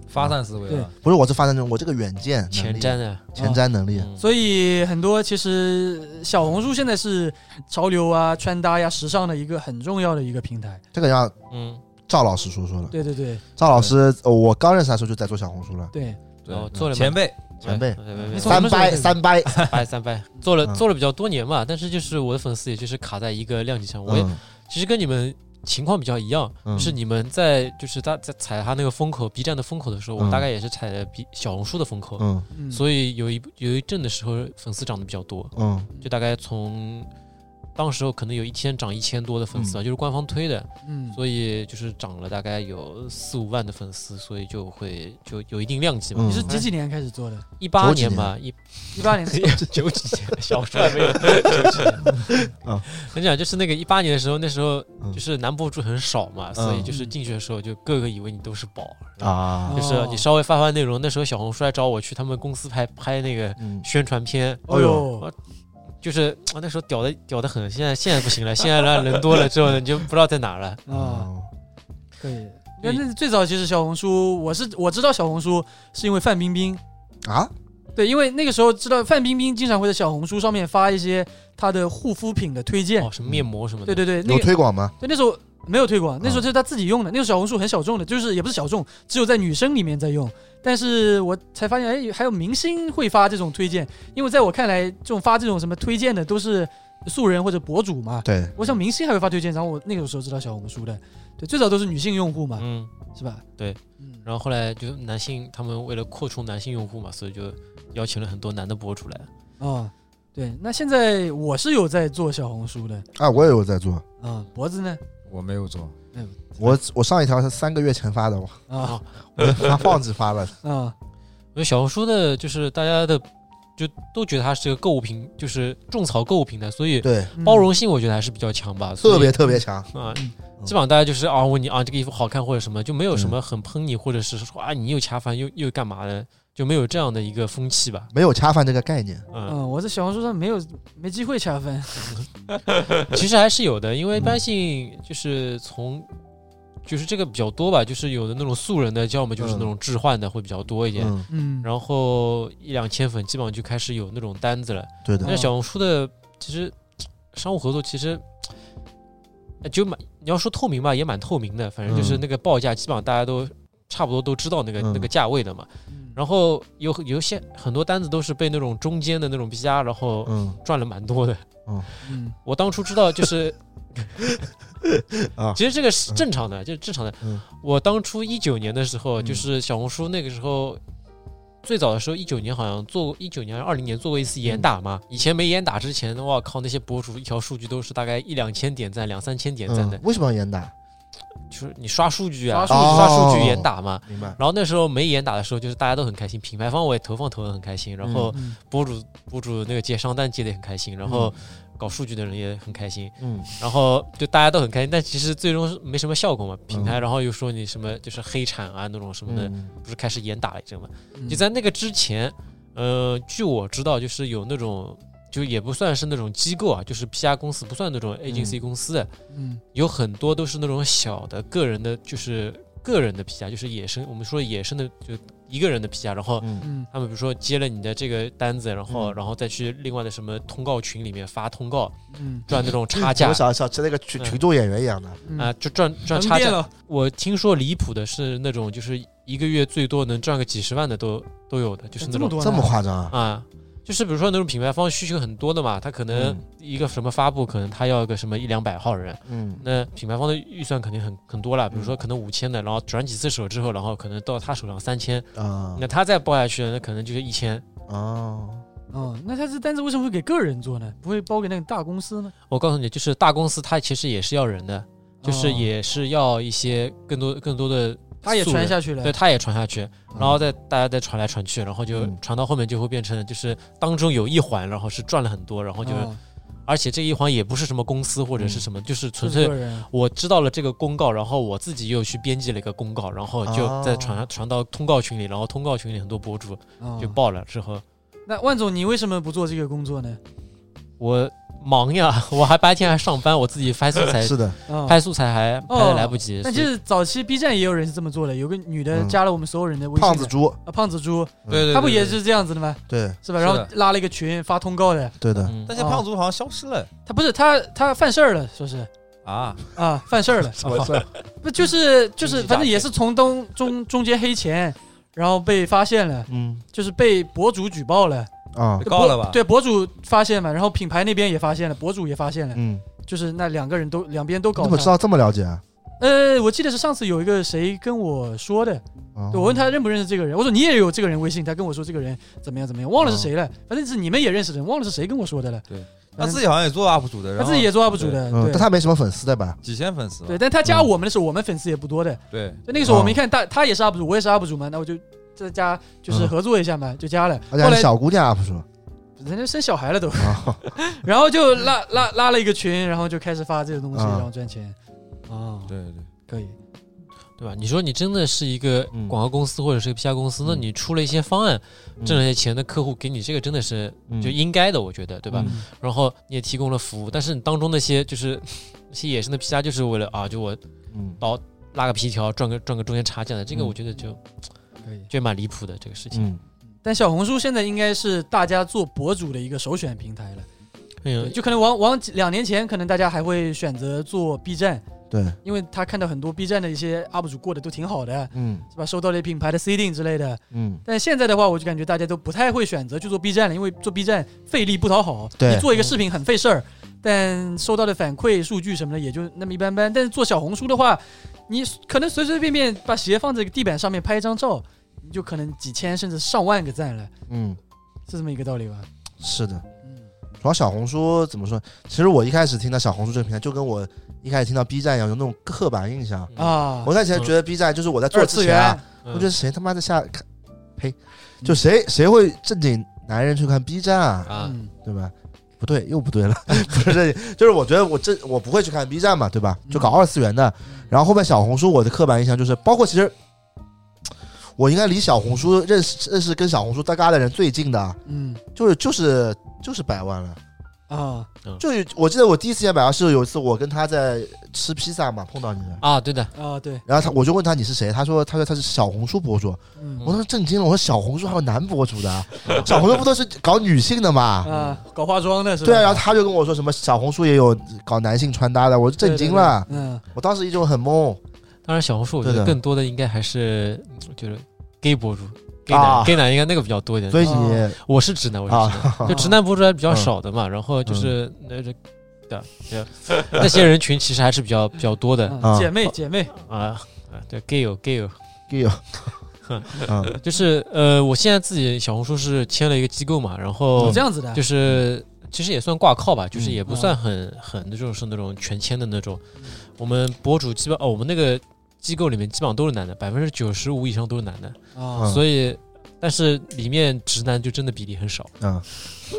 发散思维啊了，不是我这发展中，我这个远见能力前瞻啊的，前瞻能力，啊嗯所以很多其实小红书现在是潮流啊、穿搭呀、时尚的一个很重要的一个平台。这个让嗯，赵老师说说了。对对对赵老师，呃我刚认识他的时候就在做小红书了，对，对哦做了吗前辈，啊前辈对对对你对从什三么时候开掰始三掰，三拜三拜，做了嗯做了比较多年嘛，但是就是我的粉丝也就是卡在一个量级上，我也嗯其实跟你们情况比较一样，嗯就是你们在就是他在踩他那个风口，B 站的风口的时候，嗯我大概也是踩的比小红书的风口，嗯嗯，所以有一有一阵的时候粉丝涨得比较多，嗯就大概从当时候可能有一天涨一千多的粉丝吧，啊就是官方推的，嗯，所以就是涨了大概有四五万的粉丝，所以就会就有一定量级嘛嗯。你是几几年开始做的？一八九几 年吧，一一八年九几年，小说没有九几年。 嗯跟你讲，就是那个一八年的时候，那时候嗯就是男博主很少嘛，所以就是进去的时候就个个以为你都是宝，啊，就是你稍微发发内容。那时候小红书来找我去他们公司拍拍那个嗯宣传片，哦 哎呦，就是啊那时候屌的屌的很，现在现在不行了，现在让人多了之后呢，你就不知道在哪了。啊，嗯可以。那那最早其实小红书，我是我知道小红书是因为范冰冰，啊，对，因为那个时候知道范冰冰经常会在小红书上面发一些她的护肤品的推荐哦，，什么面膜什么对的，对对，有那个推广吗？对那时候没有推广，那时候啊嗯就是她自己用的，那时候小红书很小众的，就是也不是小众，只有在女生里面在用。但是我才发现，哎，还有明星会发这种推荐，因为在我看来，这种发这种什么推荐的都是素人或者博主嘛，对，我想明星还会发推荐，然后我那个时候知道小红书的，对，最早都是女性用户嘛，嗯。是吧？对嗯，然后后来就男性，他们为了扩充男性用户嘛，所以就邀请了很多男的博主来。后啊、对，那现在我是有在做小红书的啊，我也有在做，啊、脖子呢我没有做，我我上一条是三个月前发的，我啊他忘记发 了，啊我觉得小红书的，就是大家的，就都觉得它是个购物平，就是种草购物平台，所以对，嗯包容性我觉得还是比较强吧，所以特别特别强，啊。基本上大家就是啊，问你啊，这个衣服好看或者什么，就没有嗯什么很喷你，或者是说啊，你又恰饭又又干嘛的，就没有这样的一个风气吧。没有恰饭这个概念，嗯，嗯，我在小红书上没有没机会恰分， 其实还是有的，因为一般性就是从，就是这个比较多吧，就是有的那种素人的，要么就是那种置换的会比较多一点，嗯，嗯，然后一两千粉基本上就开始有那种嗯单子了。对的但，是小红书的其实商务合作其实呃就蛮你要说透明吧，也蛮透明的，反正就是嗯那个报价基本上大家都差不多都知道那个、那嗯个价位的嘛。嗯然后有有些很多单子都是被那种中间的那种 BCR，然后嗯赚了蛮多的。嗯我当初知道就是啊其实这个是正常的，就是正常的。嗯我当初一九年的时候，嗯就是小红书那个时候。最早的时候，一九年好像做过，一九年、二零年做过一次严打嘛。嗯以前没严打之前，我靠，那些博主一条数据都是大概一两千点赞、两三千点赞的嗯，，为什么要严打？就是你刷数据啊，刷数据刷数据严打嘛。明白？然后那时候没严打的时候，就是大家都很开心，品牌方我也投放投的很开心，然后嗯博主博主那个接商单接的很开心，然后搞数据的人也很开心，嗯然后就大家都很开心，但其实最终是没什么效果嘛。品牌然后又说你什么就是黑产啊那种什么的，嗯不是开始严打了一阵嘛？嗯就在那个之前，呃，据我知道，就是有那种就也不算是那种机构啊，就是 PR 公司不算那种 agency 公司的，嗯有很多都是那种小的个人的，就是个人的 PR，就是野生，我们说野生的就一个人的 PR，然后嗯嗯他们比如说接了你的这个单子，然后嗯然后再去另外的什么通告群里面发通 告，嗯赚那种差价我想想，像那个群嗯群众演员一样的，嗯啊，就赚赚门差变价。了，我听说离谱的是那种就是一个月最多能赚个几十万的都都有的，就是那哎这么种多呢这么夸张啊？啊。就是比如说那种品牌方需求很多的嘛，他可能嗯一个什么发布，可能他要个什么一两百号人，嗯那品牌方的预算肯定很很多了，比如嗯说可能五千的，然后转几次手之后，然后可能到他手上三千，嗯啊那他再报下去，那可能就是一千。哦，哦，那他这单子为什么会给个人做呢？不会包给那个大公司呢？我告诉你，就是大公司它其实也是要人的，就是哦也是要一些更多更多的，他也传下去了，对，它也传下去，然后再大家再传来传去，然后就嗯传到后面就会变成就是当中有一环，然后是赚了很多，然后就哦而且这一环也不是什么公司或者是什么，就是纯粹是个人我知道了这个公告，然后我自己又去编辑了一个公告，然后就再传、传到通告群里，然后通告群里很多博主哦就爆了之后，那万总，你为什么不做这个工作呢？我忙呀， 我还白天还上班，我自己拍素材， 是的，啊、拍素材还拍的来不及，哦那所以就是早期 B 站也有人是这么做的，有个女的嗯加了我们所有人的微信的，胖子猪，啊，胖子猪，嗯对对对，她不也对？是这样子的吗？对是吧？是然的后拉了一个群发通告的，对的，嗯但是胖子好像消失了她不是她她犯事儿了，说是啊，啊犯事儿了，什 么事儿？ 不就是就是经济诈骗反正也是从东中中间黑钱，然后被发现了，嗯就是被博主举报了，啊被，告了吧？博对，博主发现嘛，然后品牌那边也发现了，博主也发现了，嗯，就是那两个人都两边都你搞怎么知上。道这么了解啊？呃，我记得是上次有一个谁跟我说的，啊对我问他认不认识这个人，我说你也有这个人微信，他跟我说这个人怎么样怎么哦样，忘了是谁了，反正是你们也认识的人，忘了是谁跟我说的了。对反他正自己好像也做 UP 主的，他然后自己也做 UP 主的，嗯，对但他嗯没什么粉丝的吧？几千粉丝吧，对，但他加我们的时候，我们粉丝也不多的，对就那个时候哦我们一看大他也是 UP 主，我也是 UP 主嘛，那我就再加就是嗯合作一下嘛，就加了。而且还后来是小姑娘 UP 主人家生小孩了都， 啊，然后就拉拉拉了一个群，然后就开始发这些东西，啊然后赚钱。哦，对对，可以，对吧？你说你真的是一个嗯广告公司或者是一个 PR 公司，那嗯你出了一些方案，挣了一些钱，那客户给你这个真的是嗯就应该的，我觉得，对吧？嗯然后你也提供了服务，但是你当中那些就是 那些野生的 PR 就是为了啊，就我嗯倒拉个皮条赚个赚个中间差价的，这个嗯我觉得就可以。就蛮离谱的这个事情。嗯但小红书现在应该是大家做博主的一个首选平台了，嗯，就可能往往两年前，可能大家还会选择做 B 站， 对，因为他看到很多 B 站的一些 UP 主过得都挺好的，嗯是吧？收到了品牌的 C 定之类的。嗯，但现在的话，我就感觉大家都不太会选择去做 B 站了，因为做 B 站费力不讨好，对嗯你做一个视频很费事儿，但收到的反馈数据什么的也就那么一般般。但是做小红书的话，你可能随随便便把鞋放在地板上面拍一张照，你就可能几千甚至上万个赞了，嗯，是这么一个道理吧？是的。嗯主要小红书怎么说？其实我一开始听到小红书这个平台，就跟我一开始听到 B 站一样，有那种刻板印象。嗯啊，我以前觉得 B 站就是我在做二之次前元嗯啊，，嗯我觉得谁他妈在下看，呸，就谁谁会正经男人去看 B 站啊？啊，嗯对吧？不对，又不对了， 不是这，就是我觉得我这我不会去看 B 站嘛，对嗯吧？就搞二次元的，然后后面小红书，我的刻板印象就是，包括其实我应该离小红书啊认识认识跟小红书搭嘎的人最近的，嗯就是就是就是百万了，啊，就有我记得我第一次见百合是有一次我跟他在吃披萨嘛，碰到你了。啊，对的，啊，对，然后他我就问他你是谁，他说他说他是小红书博主，嗯我当时震惊了，我说小红书还有男博主的啊，小红书不都是搞女性的嘛？啊，搞化妆的是吧？对啊，然后他就跟我说什么小红书也有搞男性穿搭的，我就震惊了，对，对对嗯，我当时一种很懵，当然小红书我觉对得的更多的应该还是嗯我觉得 gay 博主，gay 啊男，gay 男应该那个比较多一点。所以哦你我是直男，我是直啊嗯男， 就直男博主还比较少的嘛，然后就是那这。对对，那些人群其实还是比较比较多的嗯姐哦妹姐妹，啊啊，对，gay 有 gay 有， gay，嗯就是呃，我现在自己小红书是签了一个机构嘛，然哦后这样子的，就是其实也算挂靠吧，就是嗯也不算很很那种是那种全签的那种。我们博主基本哦，我们那个机构里面基本上都是男的，百分之九十五以上都是男的，啊，嗯所以但是里面直男就真的比例很少，嗯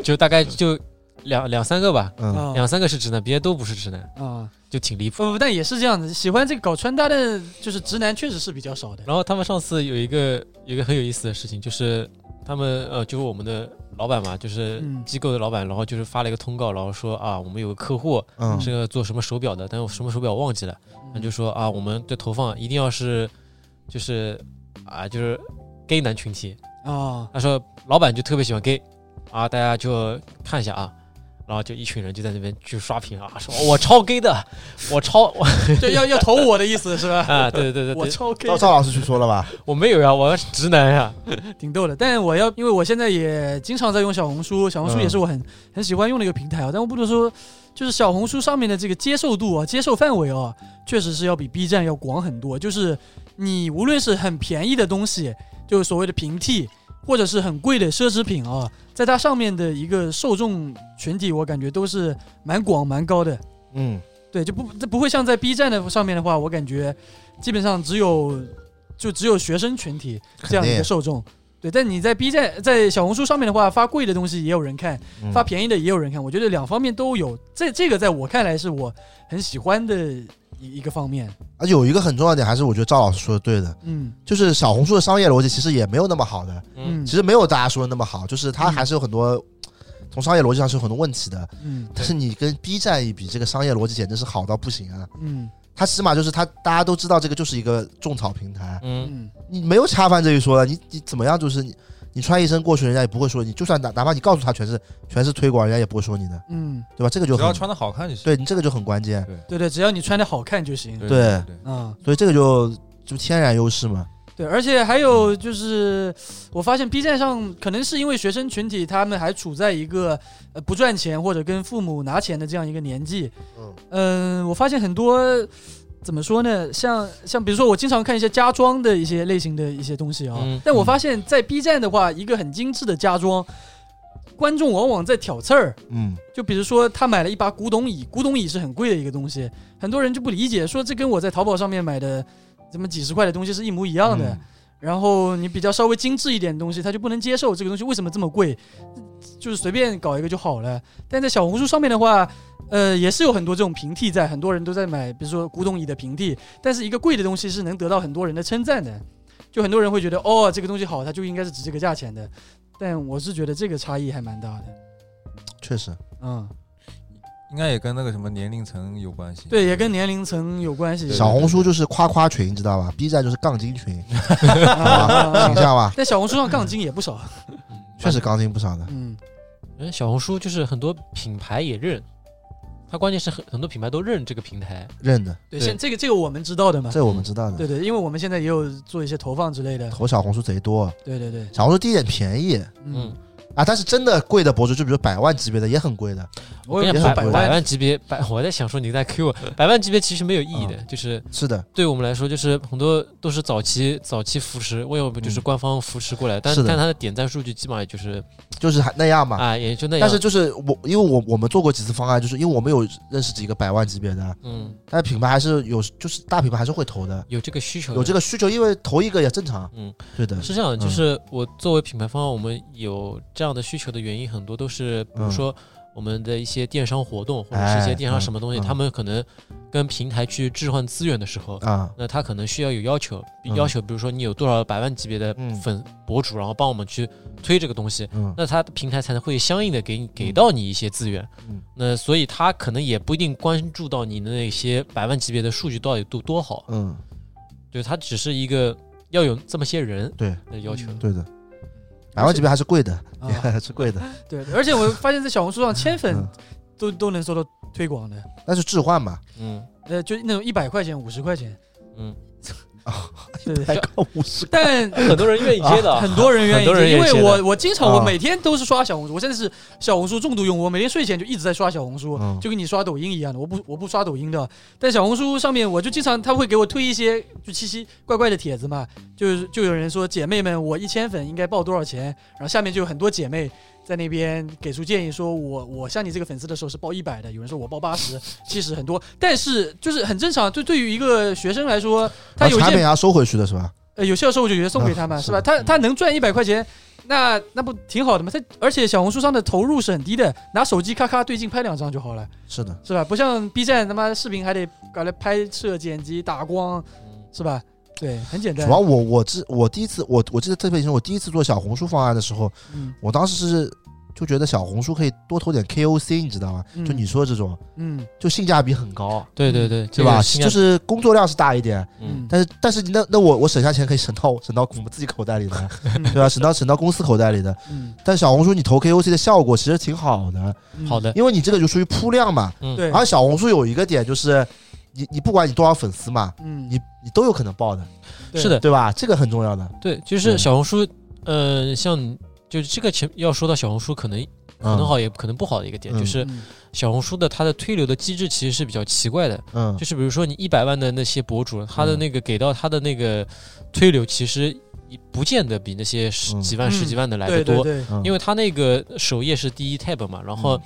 就大概就两两三个吧，嗯，啊两三个是直男，别的都不是直男，啊，就挺离谱。不不，但也是这样子，喜欢这个搞穿搭的，就是直男确实是比较少的。然后他们上次有一个有一个很有意思的事情，就是他们呃，就是我们的老板嘛，就是嗯机构的老板，然后就是发了一个通告，然后说啊，我们有个客户，嗯是个做什么手表的，但我什么手表忘记了，那就说啊，我们的投放一定要是，就是啊，就是 gay 男群体。啊，他说老板就特别喜欢 gay，啊，大家就看一下啊。然后就一群人就在那边去刷屏啊，说我超 gay 的，我超 我就要要投我的意思是吧？啊，对对对对我对，超 K 赵赵老师去说了吧？我没有呀，我是直男呀，挺逗的。但我要，因为我现在也经常在用小红书，小红书嗯也是我很、很喜欢用的一个平台啊。但我不得说，就是小红书上面的这个接受度啊、接受范围啊，确实是要比 B 站要广很多。就是你无论是很便宜的东西，就是所谓的平替，或者是很贵的奢侈品啊，在它上面的一个受众群体，我感觉都是蛮广蛮高的。嗯对，就不这不会像在 B 站的上面的话，我感觉基本上只有就只有学生群体这样的一肯定个受众。对，但你在 B 站在小红书上面的话，发贵的东西也有人看，嗯发便宜的也有人看，我觉得两方面都有。这这个在我看来是我很喜欢的一一个方面。而且有一个很重要的点，还是我觉得赵老师说的对的，嗯就是小红书的商业逻辑其实也没有那么好的，嗯其实没有大家说的那么好，就是它还是有很多从商业逻辑上是有很多问题的。嗯但是你跟 B 站一比，这个商业逻辑简直是好到不行啊！嗯它起码就是它，大家都知道这个就是一个种草平台，嗯，嗯你没有恰饭这一说了，你你怎么样就是你你穿一身过去，人家也不会说你，就算哪哪怕你告诉他全是全是推广，人家也不会说你的，嗯，对吧？这个就只要很穿的好看就行。对你这个就很关键，对对，只要你穿的好看就行。对对对，啊、所以这个就就天然优势嘛。对，而且还有就是，我发现 B 站上可能是因为学生群体他们还处在一个呃不赚钱或者跟父母拿钱的这样一个年纪，嗯嗯、我发现很多怎么说呢，像像比如说我经常看一些家装的一些类型的一些东西啊，嗯但我发现在 B 站的话，一个很精致的家装，观众往往在挑刺儿，嗯就比如说他买了一把古董椅，古董椅是很贵的一个东西，很多人就不理解，说这跟我在淘宝上面买的怎么几十块的东西是一模一样嗯嗯的。然后你比较稍微精致一点的东西，他就不能接受这个东西为什么这么贵，就是随便搞一个就好了。但在小红书上面的话，呃，也是有很多这种平替在，很多人都在买，比如说古董椅的平替，但是一个贵的东西是能得到很多人的称赞的，就很多人会觉得哦，这个东西好，它就应该是值这个价钱的。但我是觉得这个差异还蛮大的，确实，嗯。应该也跟那个什么年龄层有关系。对，也跟年龄层有关系。对小红书就是夸夸群，你知道吧？B 站就是杠精 群，啊形象吧，但小红书上杠精也不少。嗯确实杠精不 少的。嗯嗯，小红书就是很多品牌也认，它关键是很很多品牌都认这个平台，认的，对，对现这个这个我们知道的嘛。这我们知道的。对对，因为我们现在也有做一些投放之类的。投小红书贼多，对对对，小红书第一点便宜嗯，啊，但是真的贵的博主，就比如百万级别的也很贵的，我跟有你也讲很百贵百万级别百，我在想说你在 Q 我，百万级别其实没有意义嗯的，就是是的，对我们来说，就是很多都是早期早期扶持，为我们就是嗯官方扶持过来，但是的但它的点赞数据基本上也就是就是还那样嘛。啊，也就那样。但是就是我，因为我我们做过几次方案，就是因为我们有认识几个百万级别的，啊嗯，但是品牌还是有，就是大品牌还是会投的，有这个需求的，有这个需求，因为投一个也正常。嗯，对的，是这样的，就嗯是我作为品牌方，我们有这样的需求的原因，很多都是比如嗯说我们的一些电商活动，或者是一哎些电商嗯什么东西，嗯他们可能跟平台去置换资源的时候，啊，那他可能需要有要求，嗯要求比如说你有多少百万级别的嗯粉博主，然后帮我们去推这个东西，嗯那他平台才会相应的给你给到你一些资源。嗯那所以他可能也不一定关注到你的那些百万级别的数据到底多多好，嗯，对他只是一个要有这么些人对的要求。嗯对的，百万级别还是贵的，啊 还是贵的，对，而且我发现，在小红书上千粉嗯都都能搜到推广的，但是置换 嘛，嗯呃，就那种一百块钱、五十块钱，嗯，对对还 对。个五十，但很多人愿意接的， 很多人愿很意多人接，因愿意为接的我我经常啊我每天都是刷小红书，我现在是小红书重度用户，我每天睡前就一直在刷小红书，嗯就跟你刷抖音一样的。我不我不刷抖音的，但小红书上面我就经常他会给我推一些就奇奇怪怪的帖子嘛，就是就有人说姐妹们，我一千粉应该报多少钱，然后下面就有很多姐妹。在那边给出建议，说我我像你这个粉丝的时候是报一百的，有人说我报八十、七十很多，但是就是很正常。就对于一个学生来说，他啊然有后一产件品也要收回去的是吧？呃，有效的时候我就觉得送给他嘛，啊是是吧？的他他能赚一百块钱，那那不挺好的吗？他而且小红书上的投入是很低的，拿手机咔咔对镜拍两张就好了，是的，是吧？不像 B 站他妈视频还得搞来拍摄、剪辑、打光，嗯是吧？对，很简主单要。我我记我第一次我我记得特别清楚，我第一次做小红书方案的时候，嗯我当时是就觉得小红书可以多投点 KOC，你知道吗？嗯就你说这种，嗯就性价比很高，对对对，对吧？这个就新疆是工作量是大一点，嗯嗯，但是但是那那我我省下钱可以省到省到我们自己口袋里 的，对吧？省到省到公司口袋里的。嗯，但小红书你投 KOC 的效果其实挺好的，嗯好，的，因为你这个就属于铺量嘛。嗯对，而小红书有一个点就是，你你不管你多少粉丝嘛，嗯，你你都有可能爆的，对是的，对吧？这个很重要的。对，就对是小红书，呃，像你就这个前要说到小红书，可能可能嗯好也可能不好的一个点，嗯就是嗯小红书的它的推流的机制其实是比较奇怪的，嗯就是比如说你一百万的那些博主，他的嗯那个给到他的那个推流，其实也不见得比那些十嗯几万、十几万的来的对对多，对，嗯，因为他那个首页是第一 tab 嘛，然后。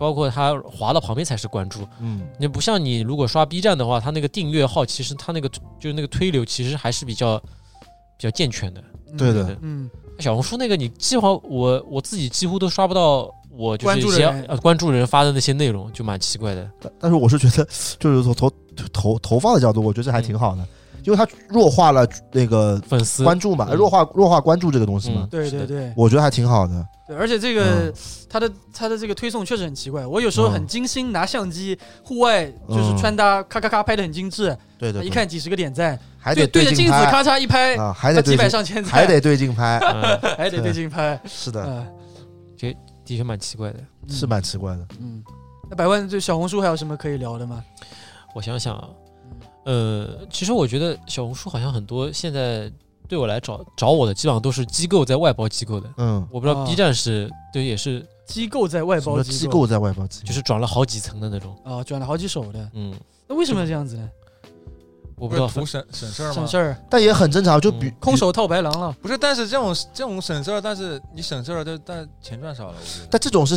包括他滑到旁边才是关注，嗯那不像你如果刷 B 站的话，它那个订阅号其实它那个就是那个推流其实还是比较比较健全的。对的，嗯，小红书那个你几乎我我自己几乎都刷不到我就是关注一的些人呃关注人发的那些内容，就蛮奇怪的。但但是我是觉得，就是从投投投放的角度，我觉得这还嗯挺好的，因为它弱化了那个粉丝关注嘛，嗯弱化弱化关注这个东西嘛嗯，，对是对 的，对。我觉得还挺好的。对，而且这个嗯它的它的这个推送确实很奇怪。我有时候很嗯精心拿相机，户外就是嗯穿搭，咔咔咔拍的很精致，对对，一对啊看几十个点赞，还对得对着镜镜子拍咔嚓一拍，啊，还那得几对百镜，上千赞，还得对镜 拍，嗯还得对镜拍，是的，嗯，的确蛮奇怪的。是蛮奇怪的。嗯。那百万对小红书还有什么可以聊的吗？我想想啊，呃，其实我觉得小红书好像很多现在对我来找找我的，基本上都是机构在外包机构的。嗯，我不知道啊 B 站是、对也是机构在外什包么机机构构在外包机构，就是转了好几层的那种。啊，转了好几手的，嗯，那为什么这样子呢？我不不知是道图分省省事儿省吗事？儿，但也很正常，就比嗯空。手套白狼了。不是，但是这种这种省事儿，但是你省事儿，但但钱赚少了，我觉得。但这种是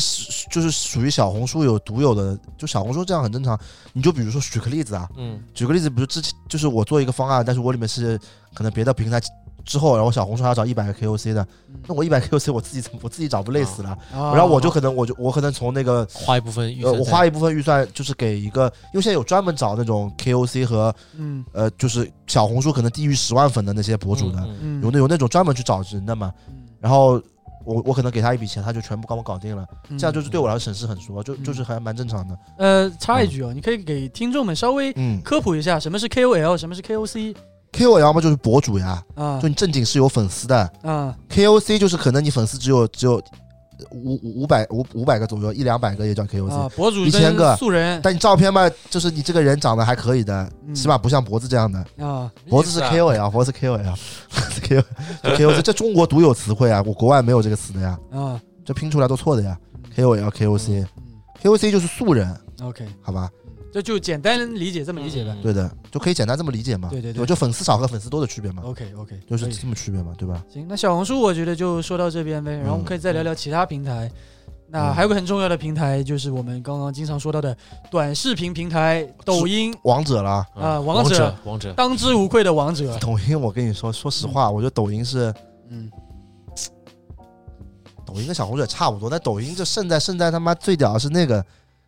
就是属于小红书有独有的，就小红书这样很正常。你就比如说举个例子啊，嗯举个例子，比如之前就是我做一个方案，但是我里面是可能别的平台之后，然后小红书还要找一百个 KOC 的，那我一百 KOC 我自己我自己找不累死了，嗯啊然后我就可能我就我可能从那个花一部分预呃算在，我花一部分预算就是给一个，因为现在有专门找那种 KOC 和嗯呃就是小红书可能低于十万粉的那些博主的，嗯嗯嗯有那有那种专门去找人的嘛，嗯然后。我我可能给他一笔钱，他就全部帮我搞定了，嗯这样就是对我来说嗯省事很多，就就是还蛮正常的。呃插一句哦，你可以给听众们稍微嗯科普一下什么是 KOL，什么是 KOC ，KOL 嘛就是博主呀，啊就你正经是有粉丝的，啊 KOC 就是可能你粉丝只有只有五五五百五五百个左右，一两百个也叫 KOC。啊！博主一千跟个素人但你照片嘛，就是你这个人长得还可以的，嗯起码不像脖子这样的。啊，脖子是 KOL，脖子是 KOL，KOL KOC 这中国独有词汇啊，我国外没有这个词的呀，啊这拼出来都错的呀。KOL KOC 嗯 KOC 就是素人， ，OK，好吧？这嗯就简单理解这么嗯理解呗。对的，就可以简单这么理解嘛。对对对哦就粉丝少和粉丝多的区别嘛， OK OK，嗯就是这么区别嘛，对吧？行。那小红书我觉得就说到这边呗，然后我们可以再聊聊其他平台。嗯那还有个很重要的平台，就是我们刚刚经常说到的短视频平台抖音，王者啦，嗯啊王王者王者，当之无愧的王者。抖音，我跟你说，说实话，我觉得抖音是嗯，抖音跟小红书也差不多，但抖音这胜在胜在他妈最屌的是那个，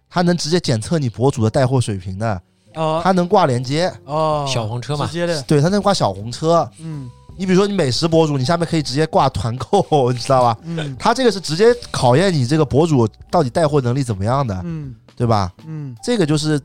它能直接检测你博主的带货水平的，哦它能挂链接，哦，小黄车嘛直，接的，对，它能挂小红车。嗯你比如说你美食博主，你下面可以直接挂团购， 你知道吧？嗯它这个是直接考验你这个博主到底带货能力怎么样的，嗯对吧？嗯，这个就是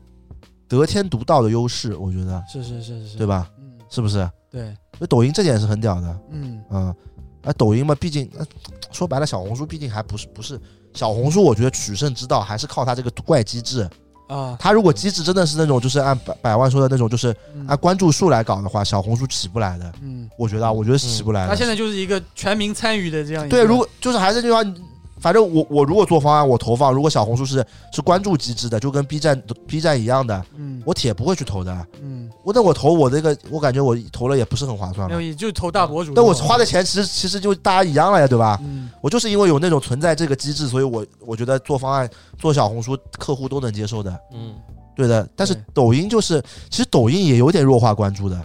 得天独厚的优势，我觉得，是是是是，对？吧？嗯，是不是？对，所以抖音这点是很屌的，嗯嗯，啊，抖音嘛，毕竟、呃说白了，小红书毕竟还不是不是小红书，我觉得取胜之道还是靠它这个怪机制。啊，它如果机制真的是那种就是按百百万说的那种，就是嗯按关注数来搞的话，小红书起不来的，嗯，我觉得，啊，我觉得是起不来他的。现在就是一个全民参与的这样一个，对，如果就是还是那句话，你反正我我如果做方案，我投放，如果小红书是是关注机制的，就跟 B 站 B 站一样的，嗯我铁不会去投的。啊嗯，我那我投我这个，我感觉我投了也不是很划算没有，了。也就投大博主，但我花的，钱其实其实就大家一样了呀，对吧？嗯我就是因为有那种存在这个机制，所以我我觉得做方案、做小红书，客户都能接受的，嗯，对的。但是对抖音就是，其实抖音也有点弱化关注的，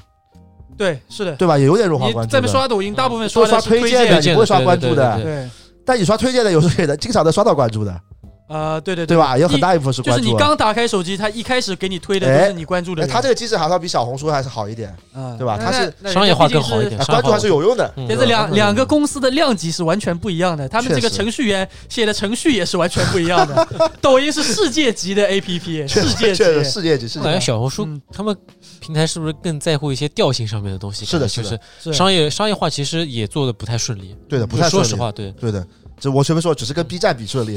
对，是的，对吧？也有点弱化关你注在的。那刷抖音，嗯大部分多的刷是推荐的，荐你不会刷对对关注对的。对对，但你刷推荐的，有时候也能经常能刷到关注的，啊，对对对吧？有很大一部分是就是关你注的。刚打开手机，它一开始给你推的哎都是你关注的哎，人，它这个机制好像比小红书还是好一点，嗯，对吧它是那商业化更好一。那人家毕竟点是哎，商业化关注还是有用的。嗯但是两两个公司的量级是完全不一样的，他们这确个实程序员写的程序也是完全不一样的。抖音是世界级的 APP，确世界 确实级世界级，世我界级感觉小红书嗯他们平台是不是更在乎一些调性上面的东西？是的感是觉就的是是商业商业化其实也做的不太顺利。对的，不太顺说利实，话，对，对的。这我前面说，只是嗯跟 B 站比顺 利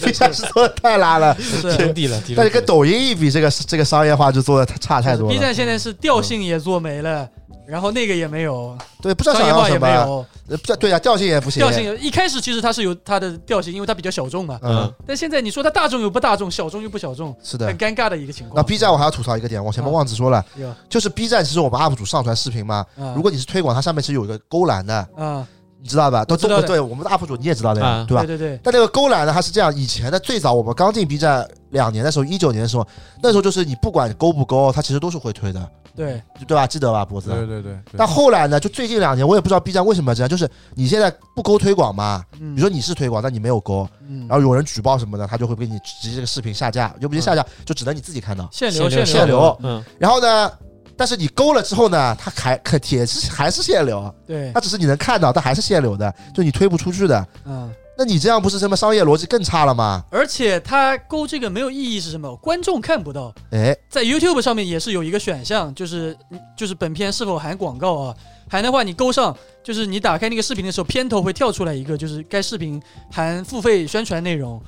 ，B 站是做的太拉了，是天地了，地但了是跟抖音一比，这个这个商业化就做的差太多 B 了。嗯站现在是调性也做没了，然后那个也没有，对，不知道商想业要化什也么没，有，呃不知道对呀，调性也不行，调性也一开始其实它是有它的调性，因为它比较小众嘛。嗯，但现在你说它大众又不大众，小众又不小众，是的很。尴尬的一个情那况。 B 站我还要吐槽一个点，我前面啊忘记说了，有就是 B 站其实我们 UP 主上传视频嘛，啊如果你是推广，它上面是有一个勾栏的，啊，你知道吧？都知都道的嗯对，我们的 UP 主你也知道的呀啊，对吧对？对对，但那个勾栏呢，它是这样，以前的最早我们刚进 B 站两年的时候，一九年的时候，那时候就是你不管勾不勾，它其实都是会推的，对，对吧？记得吧，脖子？对对对对，但后来呢，就最近两年，我也不知道 B 站为什么要这样，就是你现在不勾推广嘛，嗯，比如说你是推广，但你没有勾，嗯，然后有人举报什么的，他就会给你直接这个视频下架，又不是下架，就只能你自己看到。限流限限限流，流嗯，然后呢，但是你勾了之后呢，它还可也是还是限流，啊对它，只是你能看到，但还是限流的，就你推不出去的。嗯。那你这样不是什么商业逻辑更差了吗？而且它勾这个没有意义是什么？观众看不到，哎，在 YouTube 上面也是有一个选项，就是就是本片是否含广告啊？含的话，你勾上，就是你打开那个视频的时候，片头会跳出来一个，就是该视频含付费宣传内容。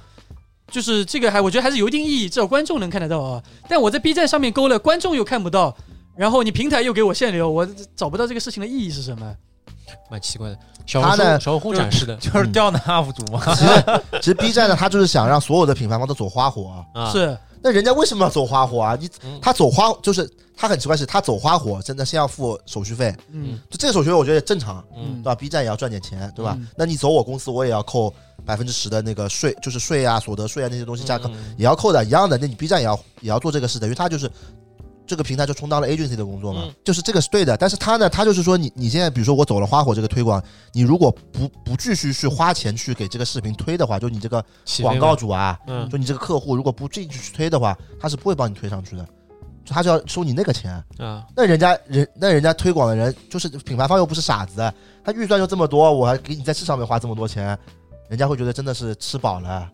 就是这个还我觉得还是有一定意义，至少观众能看得到啊。但我在 B 站上面勾了，观众又看不到，然后你平台又给我限流，我找不到这个事情的意义是什么。蛮奇怪的。小红他呢书小红书展示的就是嗯刁难 UP 主嘛。其实 其实 B 站呢，它就是想让所有的品牌方都走花火。啊，是，那人家为什么要走花火啊？你嗯他走花就是他很奇怪，是他走花火，真的先要付手续费，嗯就这个手续费我觉得也正常，嗯对吧？B 站也要赚点钱，对吧？嗯那你走我公司，我也要扣百分之十的那个税，就是税啊、所得税啊那些东西加扣、嗯也要扣的，一样的。那你 B 站也要也要做这个事，等于他就是这个平台就充当了 agency 的工作嘛，嗯就是这个是对的。但是他呢，他就是说你你现在比如说我走了花火这个推广，你如果不不继续去花钱去给这个视频推的话，就你这个起飞广告了主啊，嗯就你这个客户如果不进去去推的话，他是不会帮你推上去的，就他就要收你那个钱。啊，那人家人那人家推广的人就是品牌方又不是傻子，他预算就这么多，我还给你在这上面花这么多钱，人家会觉得真的是吃饱了，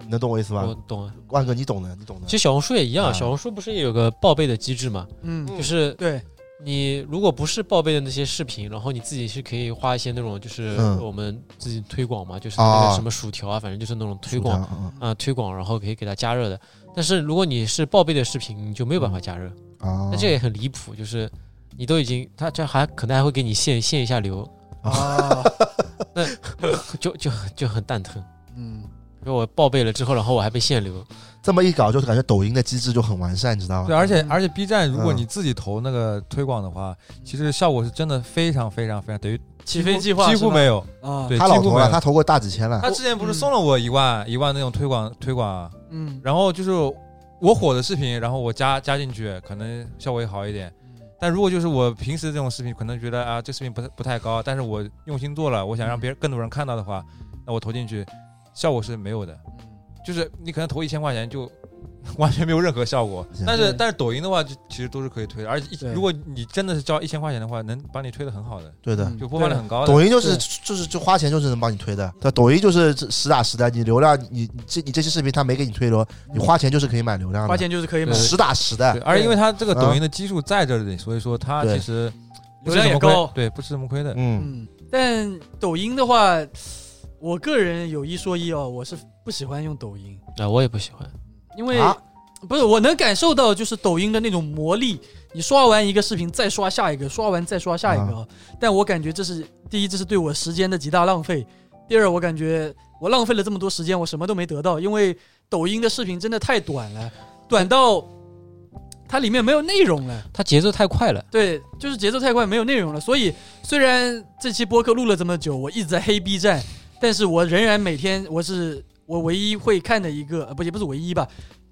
你能懂我意思吗？我懂了。万哥，你懂的，你懂的其。实小红书也一啊样，小红书不是也有个报备的机制嘛？嗯，就是对，你如果不是报备的那些视频，然后你自己是可以画一些那种，就是嗯我们自己推广嘛，就是啊那个什么薯条啊，反正就是那种推广薯条嗯啊，推广，然后可以给它加热的。但是如果你是报备的视频，你就没有办法加热，嗯啊，那这也很离谱，就是。你都已经，他这还可能还会给你限限一下流， 啊， 就就就很蛋疼。嗯，因为我报备了之后，然后我还被限流，这么一搞，就感觉抖音的机制就很完善，你知道对，啊吗？而且而且 B 站如果嗯你自己投那个推广的话，其实效果是真的非常非常非常等于起飞计划几是乎吧没有。啊，对，他几老乎投没了，有。他投过大几千了。他之前不是嗯送了我一万一万那种推广推广啊，嗯，然后就是我火的视频，然后我加加进去，可能效果也好一点。嗯但如果就是我平时这种视频，可能觉得啊，这视频不太不太高，但是我用心做了，我想让别人更多人看到的嗯话，那我投进去，效果是没有的。就是你可能投一千块钱就 完全没有任何效果行。但是对但是抖音的话，就其实都是可以推的，而且一对如果你真的是交一千块钱的话，能把你推的很好的，对的。嗯就播放量很高的。抖音就是对就是就花钱就是能帮你推的，对，抖音就是实打实的，你流量你你这你这些视频他没给你推流，你花钱就是可以买流量花的，钱就是可以买对，实打实的对，。而且因为它这个嗯抖音的基数在这里，所以说它对其实不流是量怎也么亏高，。对，不是怎么亏的。嗯，嗯，但抖音的话，我个人有一说一哦，我是不喜欢用抖音，啊，我也不喜欢。因为、啊不是我能感受到就是抖音的那种魔力。你刷完一个视频，再刷下一个，刷完再刷下一个哦。但我感觉这是第一，这是对我时间的极大浪费；第二，我感觉我浪费了这么多时间，我什么都没得到，因为抖音的视频真的太短了，短到它里面没有内容了。它节奏太快了，对，就是节奏太快，没有内容了。所以虽然这期播客录了这么久，我一直在黑 B 站，但是我仍然每天我是我唯一会看的一个，呃不也不是唯一吧，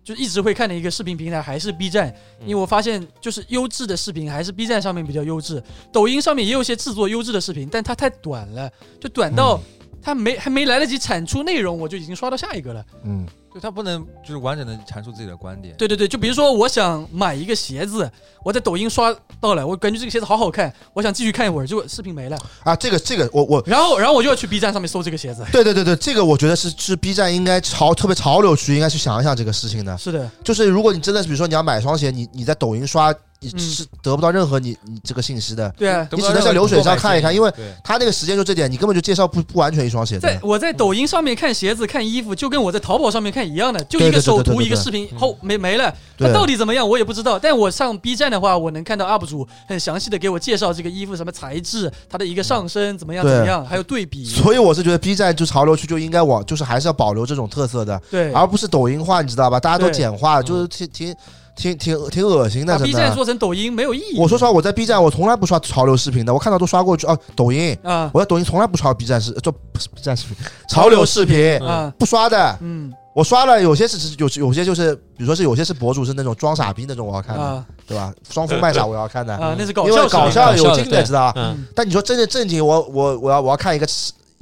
就一直会看的一个视频平台还是 B 站，因为我发现就是优质的视频还是 B 站上面比较优质，抖音上面也有些制作优质的视频，但它太短了，就短到它没还没来得及产出内容，我就已经刷到下一个了。嗯，就它不能就是完整的阐述自己的观点。对对对，就比如说我想买一个鞋子，我在抖音刷到了，我感觉这个鞋子好好看，我想继续看一会儿，结果视频没了。啊，这个这个我我然后，然后我就要去 B 站上面搜这个鞋子。对对对对，这个我觉得是是 B 站应该潮特别潮流区应该去想一想这个事情的，是的，就是如果你真的是比如说你要买双鞋，你你在抖音刷，你嗯是得不到任何你你这个信息的。对啊，得你只不到能在任何流水购买上看一看建议因为对他那个时间就这点，你根本就介绍不不完全一双鞋在的。我在抖音上面看鞋子、看衣服，就跟我在淘宝上面看一样的，就一个手对对对对图、对对一个视频，后没没了。对它到底怎么样，我也不知道。但我上 B 站的话，我能看到 UP 主很详细的给我介绍这个衣服什么材质，它的一个上身怎么样对怎么样，还有对比。所以我是觉得 B 站就潮流区就应该往，就是还是要保留这种特色的，对，而不是抖音化，你知道吧？大家都对简化，就是挺挺挺挺挺恶心的，把 B 真站的。做成抖音没有意义。我说实话，我在 B 站我从来不刷潮流视频的，我看到都刷过去哦、抖音，啊我在抖音从来不刷 B 站视，就不是 B 站视频，潮流视频嗯啊不刷的。嗯我刷了，有些是有有些就是，比如说是有些是博主是那种装傻逼那种，我要看的，啊对吧？装疯卖傻我要看的，啊，那是搞因为笑搞视频笑搞笑有的劲的，对知道吧？嗯，但你说真正正经，我我我要我要看一个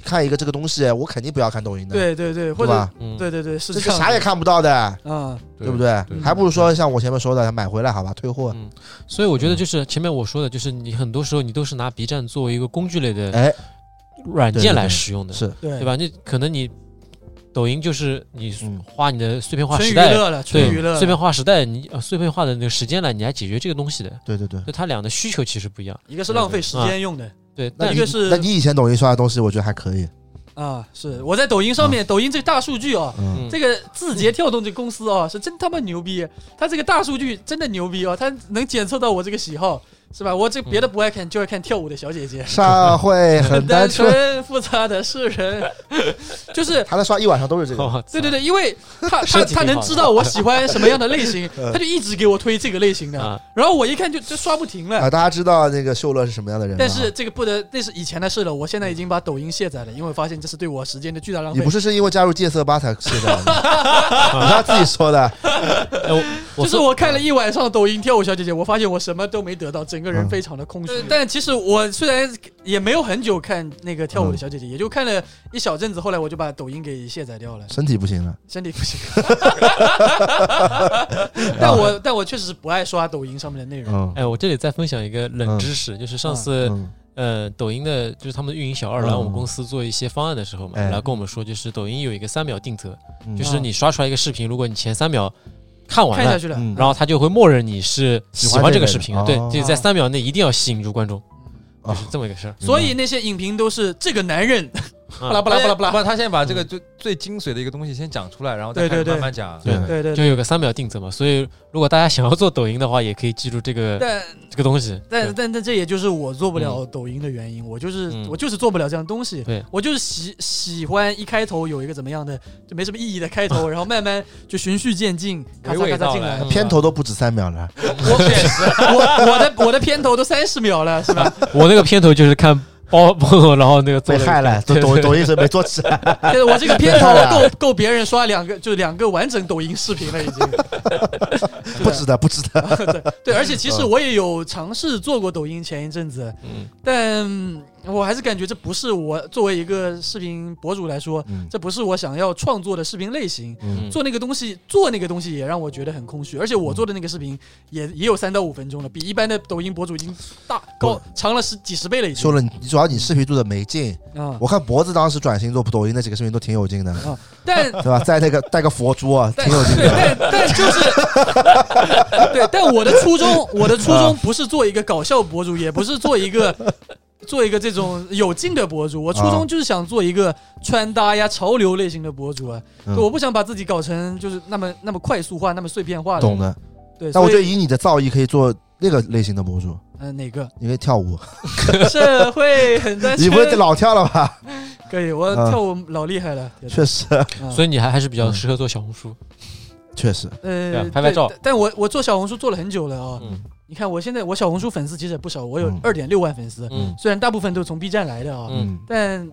看一个这个东西，我肯定不要看抖音的，嗯对对对，或对者吧？嗯对对对是这这是样啥也看不到的，的啊，对不？对？对还不如说像我前面说的，买回来好吧，退货。嗯，所以我觉得就是前面我说的，就是你很多时候你都是拿 B 站作为一个工具类的哎，软对对件来对使用的，是对对？吧？你可能你抖音就是你嗯花你的碎片化纯时娱代，乐了，纯对娱乐了，碎片化时代，你呃碎片化的那个时间来，你来解决这个东西的，对对对。就它俩的需求其实不一样。一个是浪费时嗯间用的，对，那但一个那是你以前抖音刷的东西，我觉得还可 以。啊，是我在抖音上面，抖音这个大数据啊，嗯，嗯这个字节跳动这个公司啊，是真他妈牛逼，它这个大数据真的牛逼啊，它能检测到我这个喜好，是吧？我这嗯别的不爱看，就爱看跳舞的小姐姐，社会很单单纯。纯复杂的是人， 就是。他在刷一晚上都是 这个。对对对，因为他他身体他挺能好的知道我喜欢什么样的类型，嗯他就一直给我推这个类型的，啊，然后我一看就就刷不停了。啊，大家知道那个秀乐是什么样的人吗？但是这个不能，那是以前的事了。我现在已经把抖音卸载了，因为我发现这是对我时间的巨大浪你费不。是是因为加入戒色吧才卸载的吗？ 你他自己说的。哎 就我我是说我看了一晚上抖音跳舞小姐姐，我发现我什么都没得到，整个人嗯非常的空虚。但其实我虽然也没有很久看那个跳舞的小姐姐，也就看了一小阵子，后来我就把抖音给卸载掉了，身体不 行了，身体不 行。但我但我确实不爱刷抖音上面的内容。嗯哎，我这里再分享一个冷嗯知识，就是上啊次嗯呃，抖音的就是他们的运营小二来我们公司做一些方案的时候嘛，哎来跟我们说，就是抖音有一个三秒定责，嗯就是你刷出来一个视频，如果你前三秒看完看下了，去了，嗯然后他就会默认你是喜欢这个视频喜欢的，这对个人，就是在哦三秒内一定要吸引住观众，就啊是这么一个事儿。所以那些影评都是这个男人，巴拉啊巴拉巴拉巴拉。不，他先把这个最最精髓的一个东西先讲出来，然后对再开对始对慢慢讲。对对对就对，有个三秒定责嘛，所以如果大家想要做抖音的话，也可以记住这个但这个东西。但对但但这也就是我做不了抖音的原因，我就是、嗯我就是做不了这样的东西。对我就是喜喜欢一开头有一个怎么样的，就没什么意义的开头，然后慢慢就循序渐进，咔嚓娓咔娓道嚓进来嗯来。片头都不止三秒了。确实，我我的我的片头都三十秒了，是吧？我那个片头就是看包包，然后那个做被了一害个了，对抖对抖抖音是没做 起来。但是我这个片头太好了够够别人刷两个，就两个完整抖音视频了，已经。不值得，不值得。对对，而且其实我也有尝试做过抖音，前一阵子，嗯但我还是感觉这不是我作为一个视频博主来说，嗯这不是我想要创作的视频类型。嗯嗯做那个东西，做那个东西也让我觉得很空虚，而且我做的那个视频也也有三到五分钟了，比一般的抖音博主已经大高长了十几十倍了，已经说了你，你主要你视频做的没劲。嗯啊。我看脖子当时转型做抖音那几个视频都挺有劲的，但对吧？在那个带个佛珠啊，但挺 有劲对，的。但但就是对，但我的初衷，我的初啊衷不是做一个搞笑博主，也不是做一个。做一个这种有劲的博主，我初啊衷就是想做一个穿搭呀、潮流类型的博主啊。嗯对我不想把自己搞成就是那么那么快速化、那么碎片化的。懂的。对，但我觉所得以以你的造诣可以做那个类型的博主，呃哪个你可以跳舞， 社会很单你纯不，会老跳了吧？可以，我啊跳舞老厉害了。确实，嗯所以你还还是比较适合做小红书。确实，呃对，啊拍拍对照但但我我做小红书做了很久了啊。嗯你看我现在我小红书粉丝其实也不少，我有嗯二点六万粉丝，嗯，虽然大部分都是从 B 站来的啊，嗯嗯，但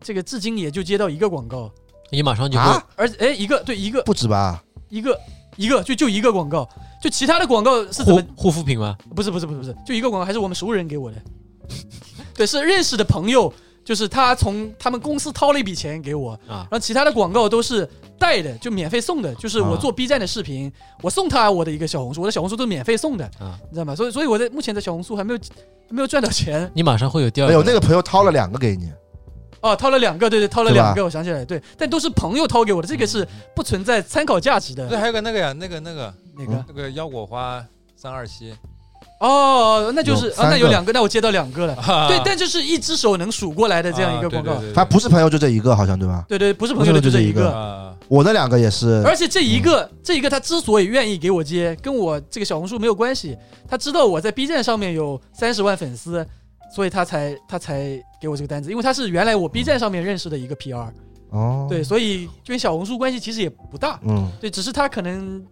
这个至今也就接到一个广告，你马上就啊会而哎一个对一个不止吧？一个一个就就一个广告，就其他的广告是怎护么？护肤品吗？不是不是不是不是，就一个广告还是我们熟人给我的， 对，是认识的朋友，就是他从他们公司掏了一笔钱给我，啊然后其他的广告都是带的，就免费送的，就是我啊做 B 站的视频，我送他我的一个小红书，我的小红书都是免费送的，啊！你知道吗？所以所以我在目前的小红书还没有还没有赚到钱。你马上会有第二没有，个。哎那个朋友掏了两个给你，哦，掏了两个，对对，掏了对吧嗯两个，我想起来，对，但都是朋友掏给我的，这个是不存在参考价值对，的。还有个那个呀，那个那个哪个？ 那个腰果花三二七，哦，那就是有啊，那三有个两个，那我接到两 个了。对对，但这是一只手能数过来的这样啊一个啊广告。反正不是朋友就这一个，好像对吧？对对，不是朋友的不是就就这这一一个嗯个。啊，我那两个也是，而且这一个，这一个他之所以愿意给我接，跟我这个小红书没有关系。他知道我在 B 站上面有三十万粉丝，所以他才他才给我这个单子，因为他是原来我 B 站上面认识的一个 PR，哦，对，，所以跟小红书关系其实也不大。嗯，对，只是他可能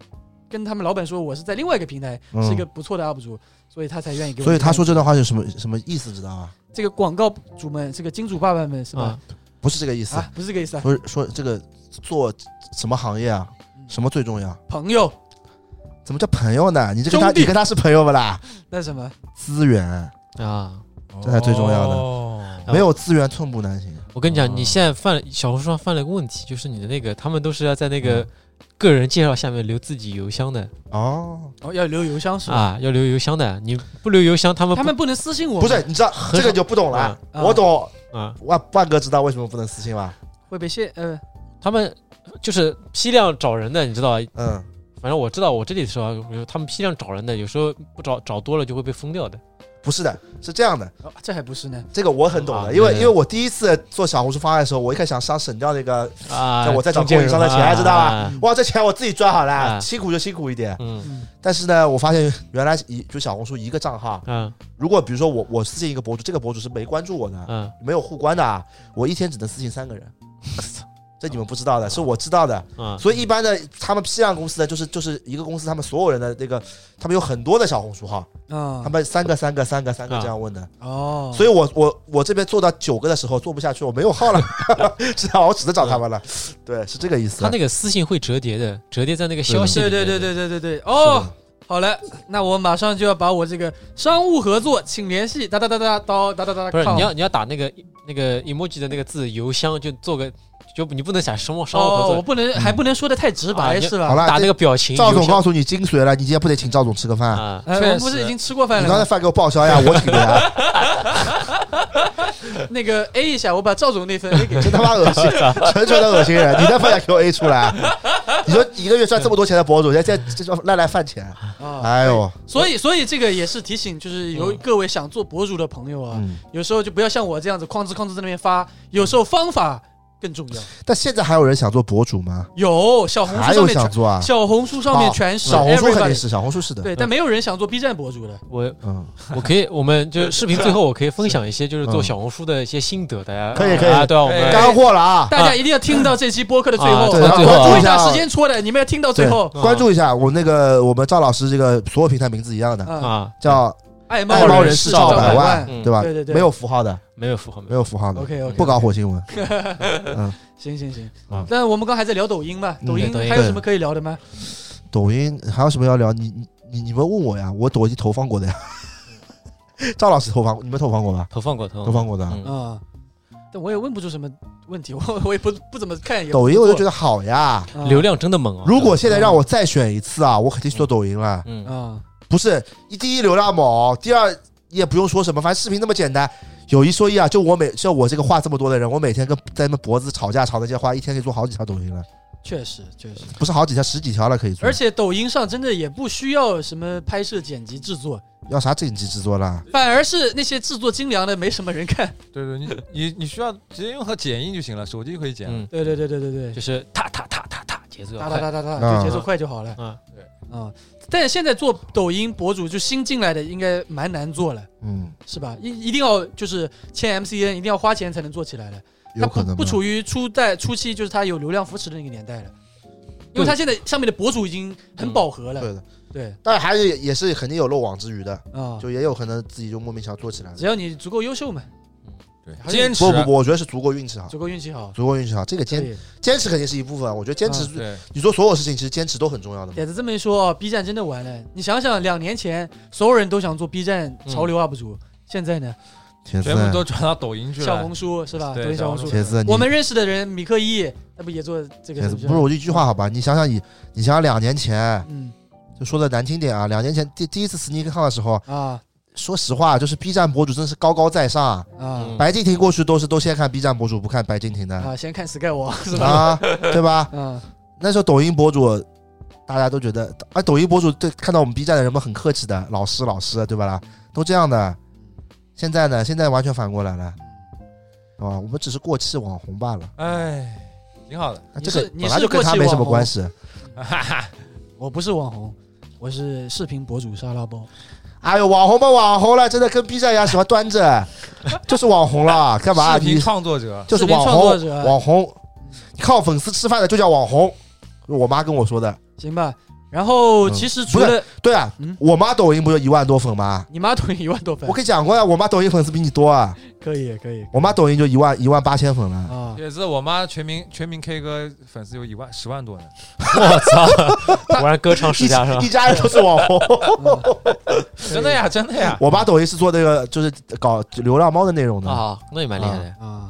跟他们老板说我是在另外一个平台，嗯是一个不错的 UP 主，所以他才愿意给我。所以他说这段话有什么什么意思，知道吗？这个广告主们，这个金主爸爸们是吧啊？不是这个意思，啊，不是这个意思啊，不是说这个做什么行业啊，嗯什么最重要？朋友怎么叫朋友呢？你这跟兄他弟你跟他是朋友不啦？那什么，资源啊！哦这才最重要的的没有资源寸步难行，我跟你讲，哦你现在犯小红书上犯了一个问题，就是你的那个，他们都是要在那嗯个个人介绍下面留自己邮箱的哦，哦，要留邮箱是吧？啊，要留邮箱的，你不留邮箱，他们他不们不能私信我，不是，你知道很这个你就不懂了啊。啊我懂，啊，万万哥知道为什么不能私信吧？会被限，呃，他们就是批量找人的，你知道吧？嗯，反正我知道，我这里是吧，他们批量找人的，有时候不找找多了就会被封掉的。不是的，是这样的，哦这还不是呢，这个我很懂啊的，因为对因为我第一次做小红书方案的时候，我一开始想想省掉那个，啊，像我在找中间供应商的人钱啊知道吧啊哇，这钱我自己赚好了，啊辛苦就辛苦一点。嗯嗯，但是呢，我发现原来一就小红书一个账号，嗯如果比如说我我私信一个博主，这个博主是没关注我的，嗯，没有互关的啊，我一天只能私信三个 人，这你们不知道的，是我知道的。嗯所以一般的他们批量公司呢，就是就是一个公司，他们所有人的那个，他们有很多的小红书号，嗯啊他，们三个三个三个三个这样问的。哦，所以以我我我这边做到九个的时候做不下去，我没有号了，知道我只能找他们了。对，是这个意思。啊他那个私信会折叠的，折叠在那个消息里对面的。对对对对对对，哦是的，好了，那我马上就要把我这个商务合作，请联系，哒哒哒哒叨哒哒哒哒，不是 com 你要你要打那个那个 emoji 的那个字邮箱，就做个就你不能想什么商务哦，合我作，不能还不能说的太直啊白你是吧？好了，打那这个表情。赵邮总箱告诉你精髓了，你今天不得请赵总吃个饭？啊，哎，我确们不是实已经吃过饭你了刚吗才？饭给我报销呀，我请的呀， 那个 A 一下，我把赵 总那份 A 给真他妈恶心，纯纯的恶心人！你的饭也给我 A 出来，啊你说一个月赚这么多钱的博主，人家现在这叫赖赖饭钱，啊。哎呦，所以，所以这个也是提醒，就是有各位想做博主的朋友啊，嗯。有时候就不要像我这样子哐哧哐哧在那边发，有时候方法更重要。但现在还有人想做博主吗？有小红还书上有面想全，做啊？小红书上面全是小红书肯定 everybody，是，小嗯红书是的。对，但没有人想做 B 站博主的。我嗯，我可以，我们就视频最后我可以分享一些就是做小红书的一些心得的呀。可以可以啊，对啊，我哎们干货了啊！大家一定要听到这期播客的最啊后，对然后最后啊关注注一意下时间戳的，你们要听到最对后。嗯关注一下我那个我们赵老师这个所有平台名字一样的，啊，啊，叫爱爱猫猫人士士赵赵百百万。嗯对吧？对对对没有符号的，没有符号，没没有有符号的， OK，OK，不搞火星文。行行行啊，但我们刚才在聊抖音嘛，嗯抖音对抖音还有什么可以聊的吗？抖音还有什么要聊？你你你你们问我呀，我抖音投放过的呀。 赵老师投放过，你们投放过吧？投放过投投放过的。嗯啊，但我也问不出什么问题， 我我也不不怎么看也不抖音我就觉做得好呀，啊流量真的猛啊！如果现在让我再选一次啊，我肯定去做抖音了。嗯，啊，不是，一第一流量猛，第二也不用说什么，反正视频那么简单。有一说一啊，就我每像我这个话这么多的人，我每天跟在他们脖子吵架吵那些话，一天可以做好几条抖音了，确实确实，不是好几条，十几条了可以做。而且抖音上真的也不需要什么拍摄、剪辑、制作，要啥剪辑制作啦？反而是那些制作精良的没什么人看。对对，你你你需要直接用它剪映就行了，手机就可以剪了。嗯，对对对对对对就，是踏踏踏踏踏，节奏哒要哒快。哒哒哒，啊就节奏快就好了嗯，啊。但现在做抖音博主就新进来的应该蛮难做了，嗯，是吧？一一定要就是签 MCN，一定要花钱才能做起来的。有它可能不不吗处于初代初期，就是它有流量扶持的那个年代了，因为它现在上面的博主已经很饱和了。对的，对但是还是也是肯定有漏网之鱼的，啊，就也有可能自己就莫名其妙做起来了只。要你足够优秀嘛，对，还是坚持不不不，我觉得是足够运气好，啊足够运气好，足够运气好。这个坚对坚持肯定是一部分，我觉得坚持啊对，你做所有事情，其实坚持都很重要的嘛。点子这么一说哦，B 站真的完了。你想想，两年前所有人都想做 B 站潮嗯流 UP 主，现在呢，铁全部都转到抖音去小了红。书是吧？对抖音小红书小红书。铁子，你我们认识的人，米克一，那不也做这个铁什子不么？是我就一句话好吧？你想想你，你想想两年前，嗯就说的难听点啊，两年前第第一次 sneak 看的时候，啊说实话，就是 B 站博主真是高高在上，啊嗯白敬亭过去都是都先看 B 站博主，不看白敬亭的啊！先看 Sky 王是吧？啊，对 吧？啊那时候抖音博主。大家都觉得啊，抖音博主对看到我们 B 站的人们很客气的，老师老师，对吧啦？都这样的。现在呢，现在完全反过来了，啊，我们只是过气网红罢了。哎，挺好的。那你这个是你本来是就跟过他气没什网么红关系我不是网红，我是视频博主沙拉包。哎呦，网红吧，网红了，真的跟 B 站一样，喜欢端着， 就是网红了，干嘛啊、视频你创作者，就是网视频创作红，者网红，靠粉丝吃饭的就叫网红。我妈跟我说的，行吧。然后嗯其实除不是了对啊，嗯我妈抖音不就一万多粉吗？你妈抖音一万多粉我，跟你讲过呀，我妈抖音粉丝比你多啊，可以可以我妈抖音就一万一万八千粉了， 啊！也是我妈全民全民 K 歌粉丝有一万十万多呢。我操！果然歌唱世一家是吧一？家人都是网 红。嗯 真的呀，真的呀。我妈抖音是做那个就是搞流浪猫的内容的，啊，那也蛮厉害的。啊，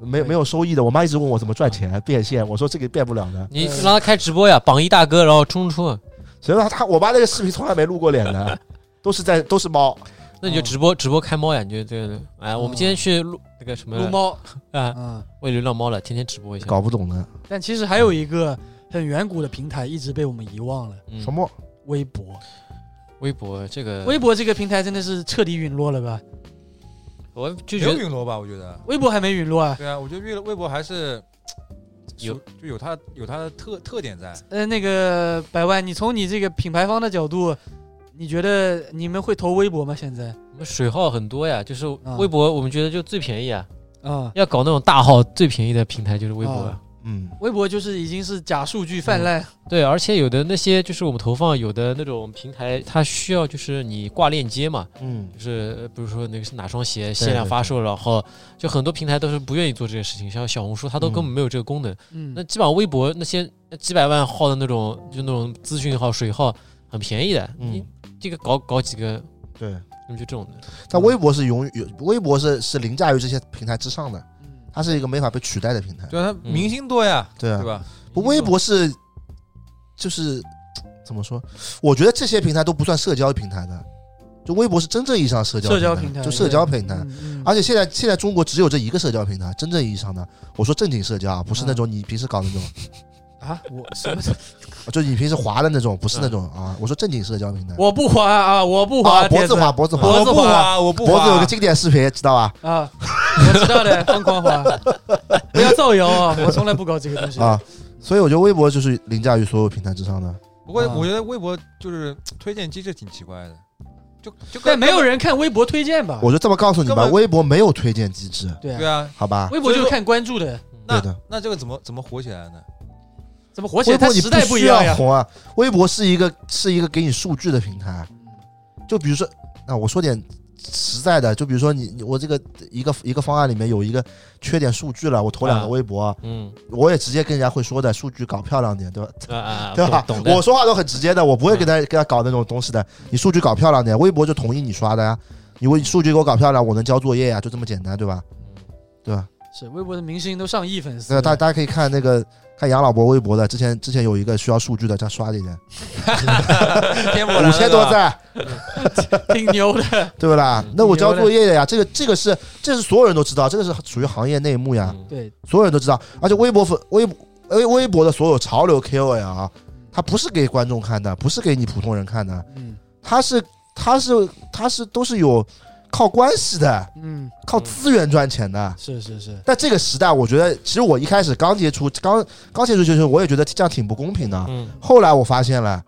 没没有收益的。我妈一直问我怎么赚钱变现，我说这个变不了的。你让他开直播呀，榜一大哥，然后冲出，所以说她我妈那个视频从来没露过脸 的，都是在都是猫。那你就直播直播开猫呀，你就对对。哎，嗯我们今天去录那个什么 撸猫啊，啊！喂流浪猫了，天天直播一下。搞不懂的，但其实还有一个很远古的平台一直被我们遗忘了，嗯什么微博。微博这个，微博这个平台真的是彻底陨落了吧？我就没觉有得陨落吧？我觉得。微博还没陨落啊？对啊，我觉得微微博还是有就有它有它的特特点在。呃，那个百万，你从你这个品牌方的角度，你觉得你们会投微博吗？现在我们水号很多呀，就是啊嗯微博我们觉得就最便宜啊，啊，要搞那种大号最便宜的平台就是微博啊啊。嗯，微博就是已经是假数据泛滥，对，而且有的那些就是我们投放有的那种平台，它需要就是你挂链接嘛，嗯就是呃比如说那个是哪双鞋限对量对发售，然后就很多平台都是不愿意做这个事情，像小红书它都根本没有这个功能。嗯，那基本上微博那些几百万号的那种就那种资讯号、水号很便宜的，你嗯，这个搞搞几个，对。那么就这种的。但微博是永远，微博是是凌驾于这些平台之上的，嗯它是一个没法被取代的平台。对啊，它明星多呀，对啊对，吧？不微博是就是怎么说？我觉得这些平台都不算社交平台的，就微博是真正意义上的社交社交平平台就社交平台。啊嗯嗯而且现在现在中国只有这一个社交平台，真正意义上的，我说正经社交啊，不是那种嗯你平时搞那种，啊啊，我什么？就你平时滑的那种，不是那种啊，我说正经社交平台。嗯我不滑啊，我不滑，啊，脖子滑，脖子滑，脖子我不滑，啊我不滑。脖子有个经典视频，知道吧？铁子啊，我知道的，疯 狂滑，不要造谣啊，我从来不搞这个东西啊，所以我觉得微博就是凌驾于所有平台之上的。不过啊我觉得微博就是推荐机制挺奇怪的，就就但根没有根人看微博推荐吧？我就这么告诉你吧，根本微博没有推荐机制，对本啊对，啊，好吧？微博就是看关注的，嗯那对的那这个怎么怎么火起来呢？怎么火起微来？它博你时代不一需样要呀。红啊，微博是一个是一个给你数据的平台。啊就比如说，啊，我说点实在的，就比如说你你我这个一个一个方案里面有一个缺点数据了，我投两个啊微博，嗯我也直接跟人家会说的，数据搞漂亮点，对吧？啊啊，对吧啊，懂我懂？嗯的。说话都很直接的，我不会给他给他搞那种东西的。你数据搞漂亮点，微博就同意你刷的呀、你为数据给我搞漂亮，我能交作业呀、就这么简单，对吧？对吧？是微博的明星都上亿粉丝那，大大家可以看那个看杨老伯微博的，之前之前有一个需要数据的，他刷了一点，天不蓝五千多赞，赞，挺牛的。 对不啦嗯？那我交有的作业的呀，这个这个是这是所有人都知道，这个是啊属于行业内幕呀，嗯对，所有人都知道，而且微博粉微微微博的所有潮流 KOL 啊，它不是给观众看的，不是给你普通人看的，嗯它是它是它是都是有靠关系的，嗯，靠资源赚钱的。是是是，但这个时代，我觉得其实我一开始刚接触刚刚接触就是，我也觉得这样挺不公平的。嗯后来我发现了，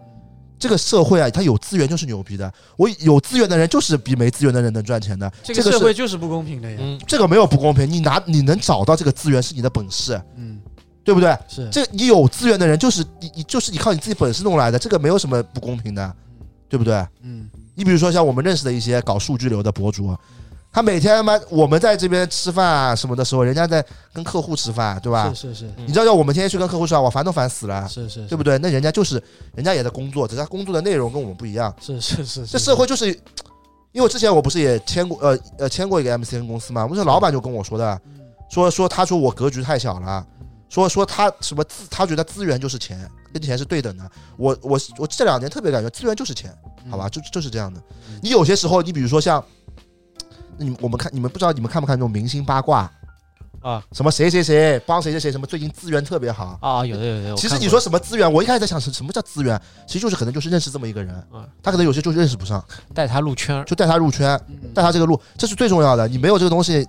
这个社会啊，它有资源就是牛逼的，我有资源的人就是比没资源的人能赚钱的，这这个个社是会就是不公平的呀。嗯这个没有不公平。你拿你能找到这个资源是你的本事，嗯，对不对？是这你有资源的人就是你，你就是你靠你自己本事弄来的，这个没有什么不公平的，对不对？嗯你比如说像我们认识的一些搞数据流的博主，他每天他妈我们在这边吃饭啊什么的时候，人家在跟客户吃饭，啊对吧是？是是你知道，要我们天天去跟客户吃饭，我烦都烦死了，嗯是是，对不对？对？那人家就是人家也在工作，只是他工作的内容跟我们不一样。是是是，这社会就是，因为我之前我不是也签过呃呃签过一个 MCN 公司嘛，嗯我这老板就跟我说的，说说他说我格局太小了，嗯说说他什么资，他觉得资源就是钱，跟钱是对等的。我我我这两年特别感觉资源就是钱，好嗯吧，就就是这样的。你有些时候，你比如说像，那你我们看你们不知道你们看不看这种明星八卦，啊什么谁谁谁帮谁谁谁，什么最近资源特别好。啊，有的有的。我其实看你过说什么资源，我一开始在想是什么叫资源，其实就是可能就是认识这么一个人嗯，他可能有些就是认识不上，带他入 圈儿，就带他入圈，嗯带他这个路，这是最重要的。你没有这个东西，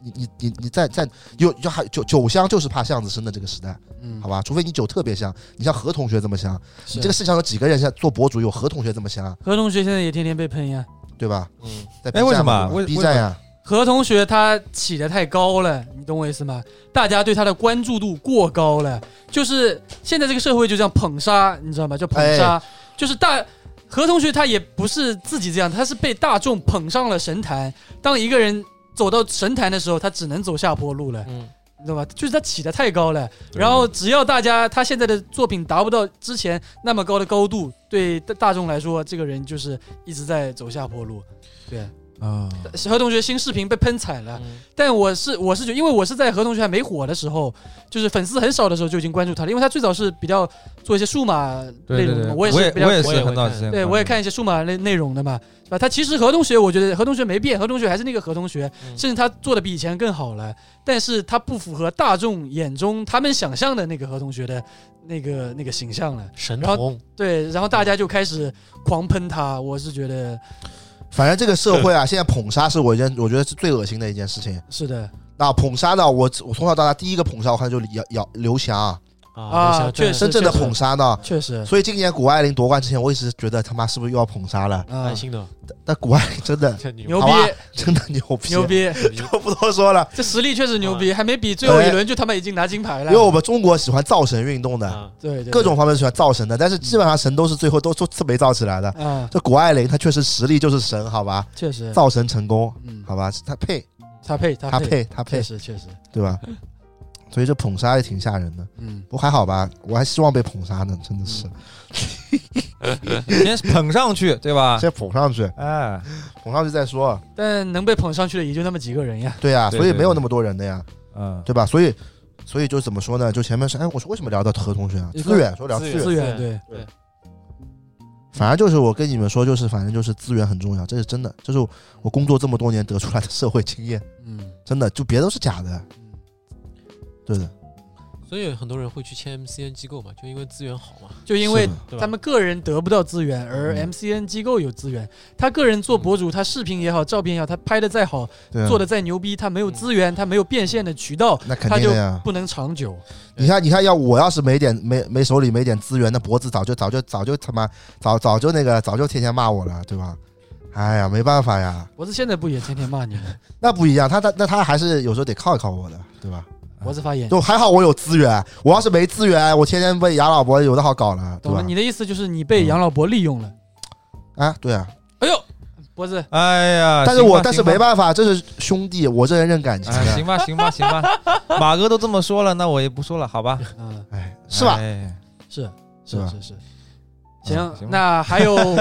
你你你你在在有就还酒酒香就是怕巷子深的这个时代，嗯，好吧？除非你酒特别香，你像何同学这么香，是你这个世界上有几个人像做博主有何同学这么香，何同学现在也天天被喷呀。对吧？嗯，在 B 哎为什站么嘛对吧为？B 站呀，何同学他起得太高了，你懂我意思吗？大家对他的关注度过高了，就是现在这个社会就这样捧杀，你知道吗？叫捧杀，就是大何同学他也不是自己这样，他是被大众捧上了神坛。当一个人走到神坛的时候，他只能走下坡路了。嗯你懂吧？就是他起得太高了，然后只要大家他现在的作品达不到之前那么高的高度，对大大众来说，这个人就是一直在走下坡路。对，啊，何同学新视频被喷惨了，嗯但我是我是觉得，因为我是在何同学还没火的时候，就是粉丝很少的时候就已经关注他了，因为他最早是比较做一些数码内对容的对对，嘛，我也是比较我也我也是会很早看之前，对我也，看一些数码内内容的嘛，是吧？他其实何同学，我觉得何同学没变，何同学还是那个何同学，嗯甚至他做的比以前更好了，但是他不符合大众眼中他们想象的那个何同学的那个那个形象了。神然后童，对，然后大家就开始狂喷他，我是觉得反正这个社会啊，现在捧杀是我一件我觉得是最恶心的一件事情。是的那捧杀呢，我我从小到大第一个捧杀，我看就是姚姚刘翔，啊啊，确实确实真正的捧杀呢。确实所以今年谷爱凌夺冠之前，我一直觉得他妈是不是又要捧杀了？啊安，心的，但谷爱凌真的这牛牛逼好吧真的牛逼，牛！逼。啊就不多说了，这实力确实牛啊逼，还没比最后一轮就他妈已经拿金牌因了为。我们中国喜欢造神运动的，啊，对对，各种方面喜欢造神的，但是基本上神都是最后都都是没造起来的。啊，这谷爱凌她确实实力就是神，好吧，确实，造神成功，嗯，好吧，她配，他配她他，配，她确配，实确实，对吧？所以这捧杀也挺吓人的，嗯，不过还好吧，我还希望被捧杀呢，真的是，先捧上去，对吧？先捧上去，哎，捧上去再说。但能被捧上去的也就那么几个人呀。对呀，对所以对没有对那么多人的呀，嗯，对吧？所以，所以就怎么说呢？就前面是，哎，我说为什么聊到何同学啊？一个资源，说聊资资源源，资源对，对，反正就是我跟你们说，就是反正就是资源很重要，这是真的，这是我工作这么多年得出来的社会经验，嗯，真的，就别都是假的。对的，所以很多人会去签 MCN 机构嘛，就因为资源好嘛，就因为是的对吧？他们个人得不到资源，而嗯 MCN 机构有资源。他个人做博主，他视频也好，照片也好，嗯他拍的再好，对啊做的再牛逼，他没有资嗯源，他没有变现的渠道，那肯定的呀。不能长久。你看，你看，要我要是没点没没手里没点资源，那脖子早就早就早就他妈早早就那个早就天天骂我了，对吧？哎呀，没办法呀，脖子现在不也天天骂你吗？那不一样，他他那他还是有时候得靠一靠我的，对吧？脖子发言。就还好我有资源，我要是没资源，我天天被杨老伯有的好搞了，对懂了，吧？嗯你的意思就是你被杨老伯利用了。啊，对啊，哎呦，脖子，哎呀，啊但是我行吧但是没办法，这是兄弟，我这人认感情啊的，哎，行吧，行吧，行 吧，马哥都这么说了，那我也不说了，好吧？嗯，哎，是吧？哎是是是吧是是。嗯行行，吧那还有人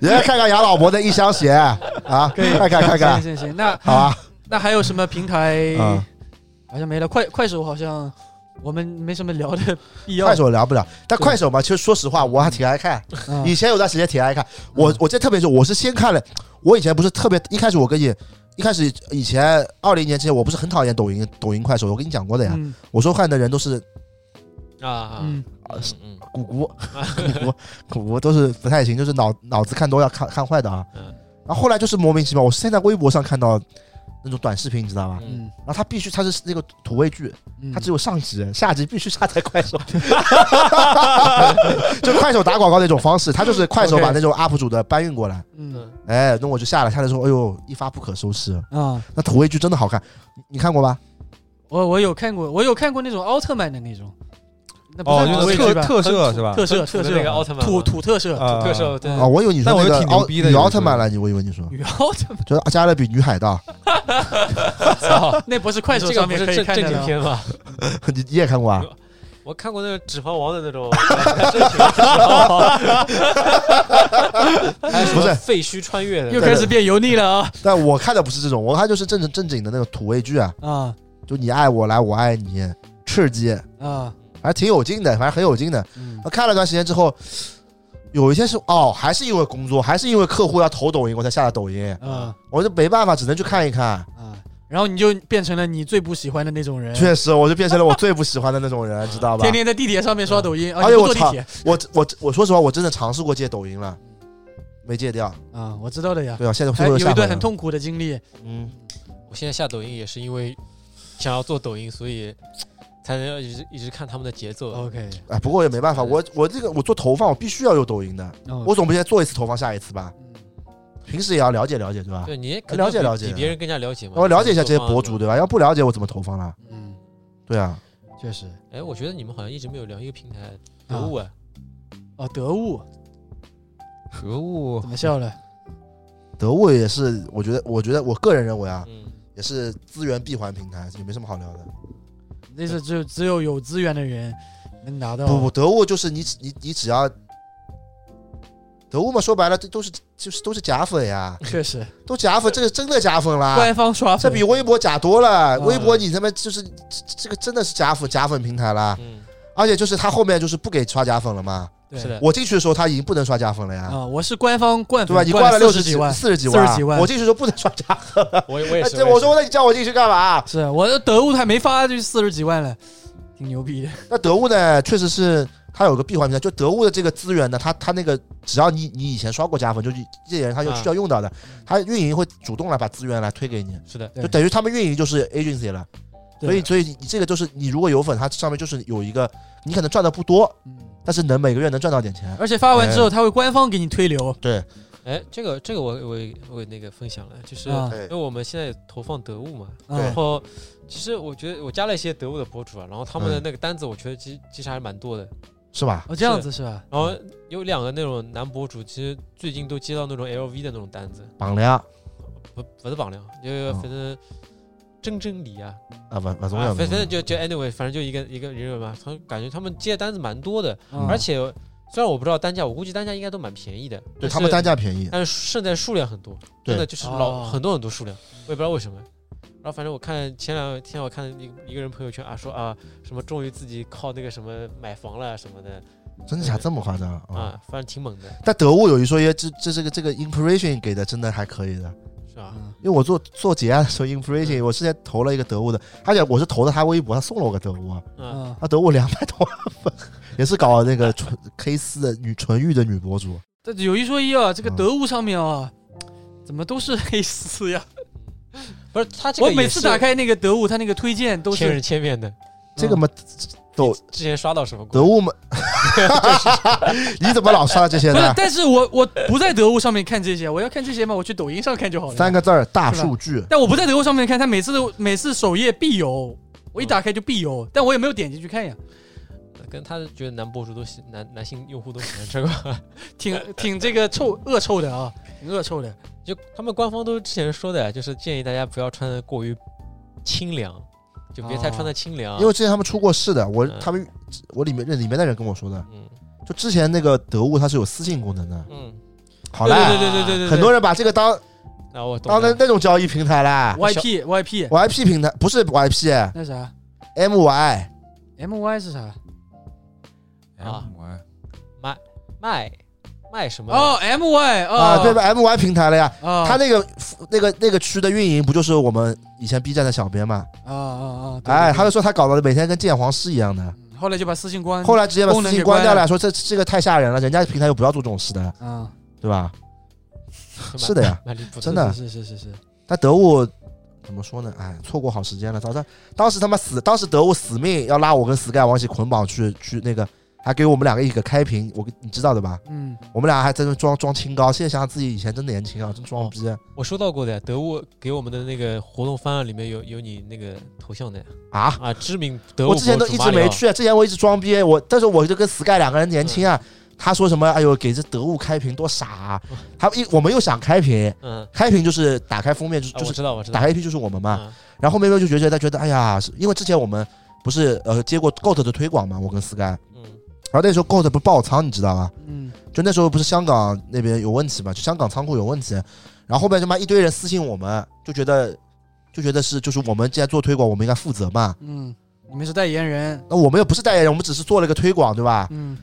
家看看杨老伯的一箱血啊，哎 可以看看看看行，行行，那好吧，那还有什么平台？嗯，好像没了。快快手好像我们没什么聊的必要。快手聊不了，但对快手嘛，其实说实话，我还挺爱看。嗯以前有段时间挺爱看，我我这特别是我是先看了，我以前不是特别一开始我跟你一开始以前二零年之前我不是很讨厌抖音抖音快手，我跟你讲过的呀，嗯我说看的人都是啊，嗯，嗯嗯古 古古古古古都是不太行，就是脑脑子看多要看看坏的啊。嗯然后后来就是莫名其妙，我是先在微博上看到那种短视频，你知道吧？嗯，然后它必须它是那个土味剧，嗯它只有上集，下集必须下载 快手，就快手打广告那种方式，它就是快手 OK 把那种 UP 主的搬运过来。嗯哎，那我就下了，下来之后，哎呦，一发不可收拾。嗯啊，那土味剧真的好看，你你看过吧？我我有看过，我有看过那种奥特曼的那种，那不哦，算就土味是剧特吧？特摄是吧？特摄土特的那个摄，奥特曼土嘛土特摄，啊特摄，对哦啊，我以为你说但我那就个挺奥牛逼的女有奥一次特曼了，你我以为你说女奥特 曼，就是加勒比女海盗，操那不是 快手这个上不面是可以正看正的经了。片吧？ 你你也看过啊？我看过那个《指环王》的 那种正经片指环王，还有什不是么废墟穿越的，又开始变油腻了啊但我看的不是这种，我看就是正正正经的那种土味剧啊，啊就你爱我来我爱你，刺激，啊！还挺有劲的，反正很有劲的。嗯那看了段时间之后，有一些是哦，还是因为工作，还是因为客户要投抖音，我才下的抖音，啊我就没办法，只能去看一哎看。啊！然后你就变成了你最不喜欢的那种人，确实，我就变成了我最不喜欢的那种人，知道吧天？天在地铁上面刷抖音，啊，哎你呦不坐我地操铁我我我说实话，我真的尝试过戒抖音了，没戒掉。啊，我知道的呀。对啊，现在还会哎有下一回段了很，痛苦的经历，嗯，我现在下抖音也是因为想要做抖音，所以才能一直一直看他们的节奏。 OK，哎，不过也没办法，嗯我我这个我做投放，我必须要有抖音嗯的，嗯我总不能做一次投放下一次吧？平时也要了解了解，对吧？对，你也肯定啊了解比了解比别人更加了解嘛。我了解一下这些做方案博主，嘛。对吧？要不了解我怎么投放啦？嗯，对啊，确实哎，我觉得你们好像一直没有聊一个平台，得物啊，哦，得物可恶怎，么笑了？得物也是，我觉得，我觉得我个人认为啊，嗯，也是资源闭环平台，也没什么好聊的。哦那是只有只有有资源的人能拿到。不不，得物就是你你你只要得物嘛，说白了，这都是就是都是假粉呀， 确实，都假粉，这是真的假粉啦。官方刷啊这粉比微博假多了，嗯微博你他妈就是这这个真的是假粉假粉平台啦， 嗯，而且就是他后面就是不给刷假粉了嘛。对是的，我进去的时候他已经不能刷假粉了呀，啊，我是官方冠对粉，吧？你挂了六六十几万。 四十几40几万我进去的时候不能刷假粉。我我哎也是。这也我是说那你叫我进去干嘛？啊是啊我的得物还没发就四十几万了，挺牛逼的。那得物呢，确实是它有个闭环平台，就得物的这个资源呢，它它那个只要你你以前刷过假粉，就是这些人他就需要用到的，他运营会主动来把资源来推给你，是的，对就等于他们运营就是 agency 了。对所以所以你这个就是你如果有粉，它上面就是有一个你可能赚的不多，嗯，但是能每个月能赚到点钱。啊而且发完哎之后他会官方给你推流。对，哎，这个这个我我我那个分享了，就是啊哎因为我们现在投放得物嘛，对然后其实我觉得我加了一些得物的博主啊，然后他们嗯的那个单子我觉得其实其实还是蛮多的，是吧？哦，这样子是吧？然后有两个那种男博主，其实最近都接到那种 LV 的那种单子，榜了呀，不不是榜样，就是哦反正蒸蒸里啊，啊，不不重啊要，反不重要正就就 anyway，反正就一个一个人嘛，他感觉他们接的单子蛮多的，嗯而且虽然我不知道单价，我估计单价应该都蛮便宜的，对但他们是单价便宜，但是胜在数量很多，对真的就是老、哦很多很多数量，我也不知道为什么。然后反正我看前两天我看一个一个人朋友圈啊说啊什么终于自己靠那个什么买房了什么的真的假这么夸张啊？啊，反正挺猛的，但得物有一说一，哎这这这个这个 inspiration 给的真的还可以的。是吧？嗯因为我做做结案的时候，Inspiration，我之嗯前投了一个得物的，而且我是投的他微博，他送了我个得物，啊，嗯，嗯，他得物两百多万粉， 也是搞那 个纯 K 四的女纯欲的女博主，但有一说一啊，这个嗯得物上面啊，怎么都是黑丝呀？不是他这个我每也次是打开那个得物，它那个推荐都千人是嗯千面的，这嗯个嘛抖之前刷到什么得鬼？物嘛， 你怎么老刷这些啊不是呢？？但是我我不在得物上面看这些，我要看这些嘛，我去抖音上看就好了。三 个，个字儿大数据，但我不在得物上面看，它每次都每次首页必有，我一打开就必有，但我也没有点进去看呀，跟他觉得男博主都喜男男性用户都喜欢这个，挺挺这个臭恶臭的啊，挺恶臭的。就他们官方都之前说的，就是建议大家不要穿的过于清凉，就别太穿的清凉，哦因为之前他们出过事的，我嗯他们我里面那里面的人跟我说的，嗯，就之前那个得物它是有私信功能的，嗯，好啦，对对对对对对，很多人把这个当那我懂当成了。那种交易平台啦，YP YP ，YP 平台不是 YP，MY 那啥，MY 是啥？啊哎啊，卖卖什么？哦，MY 哦啊，对吧？MY 平台了呀，啊，它那个那个那个区的运营不就是我们以前 B 站的小编嘛？啊啊啊，对哎，对他就说他搞得每天跟鉴黄师一样的，嗯后来就把私信关，后来直接把功私能信给关掉关了，说这这个太吓人了，人家平台又不要做这种事的，啊，对吧？蛮是的 呀，蛮离谱真的是是是是，但得物怎么说呢？哎，错过好时间了。早上当时他妈死，当时得物死命要拉我跟 Sky 王一起捆绑去去那个，还给我们两个一个开屏，我跟你知道的吧？嗯，我们俩还在那装装清高，现在想想自己以前真年轻啊，真装逼我收到过的呀，得物给我们的那个活动方案里面有有你那个头像的呀啊！啊，知名德物我之前都一直没博主马里奥，去啊，之前我一直装逼，我但是我就跟 Sky 两个人年轻啊。他说什么？哎呦，给这得物开屏多傻、啊！他一我们又想开屏，嗯，开屏就是打开封面，就啊就我是知道我知道打，开 APP 就是我们嘛。嗯然后后面就觉得他觉得，哎呀，是因为之前我们不是呃接过 GOT 的推广嘛，我跟 Sky，嗯然后那时候 GOT 不爆仓，你知道吧？嗯，就那时候不是香港那边有问题嘛，就香港仓库有问题，然后后面他妈一堆人私信我们，就觉得就觉得是就是我们既然做推广，我们应该负责嘛。嗯，你们是代言人，那我们又不是代言人，我们只是做了一个推广，对吧？嗯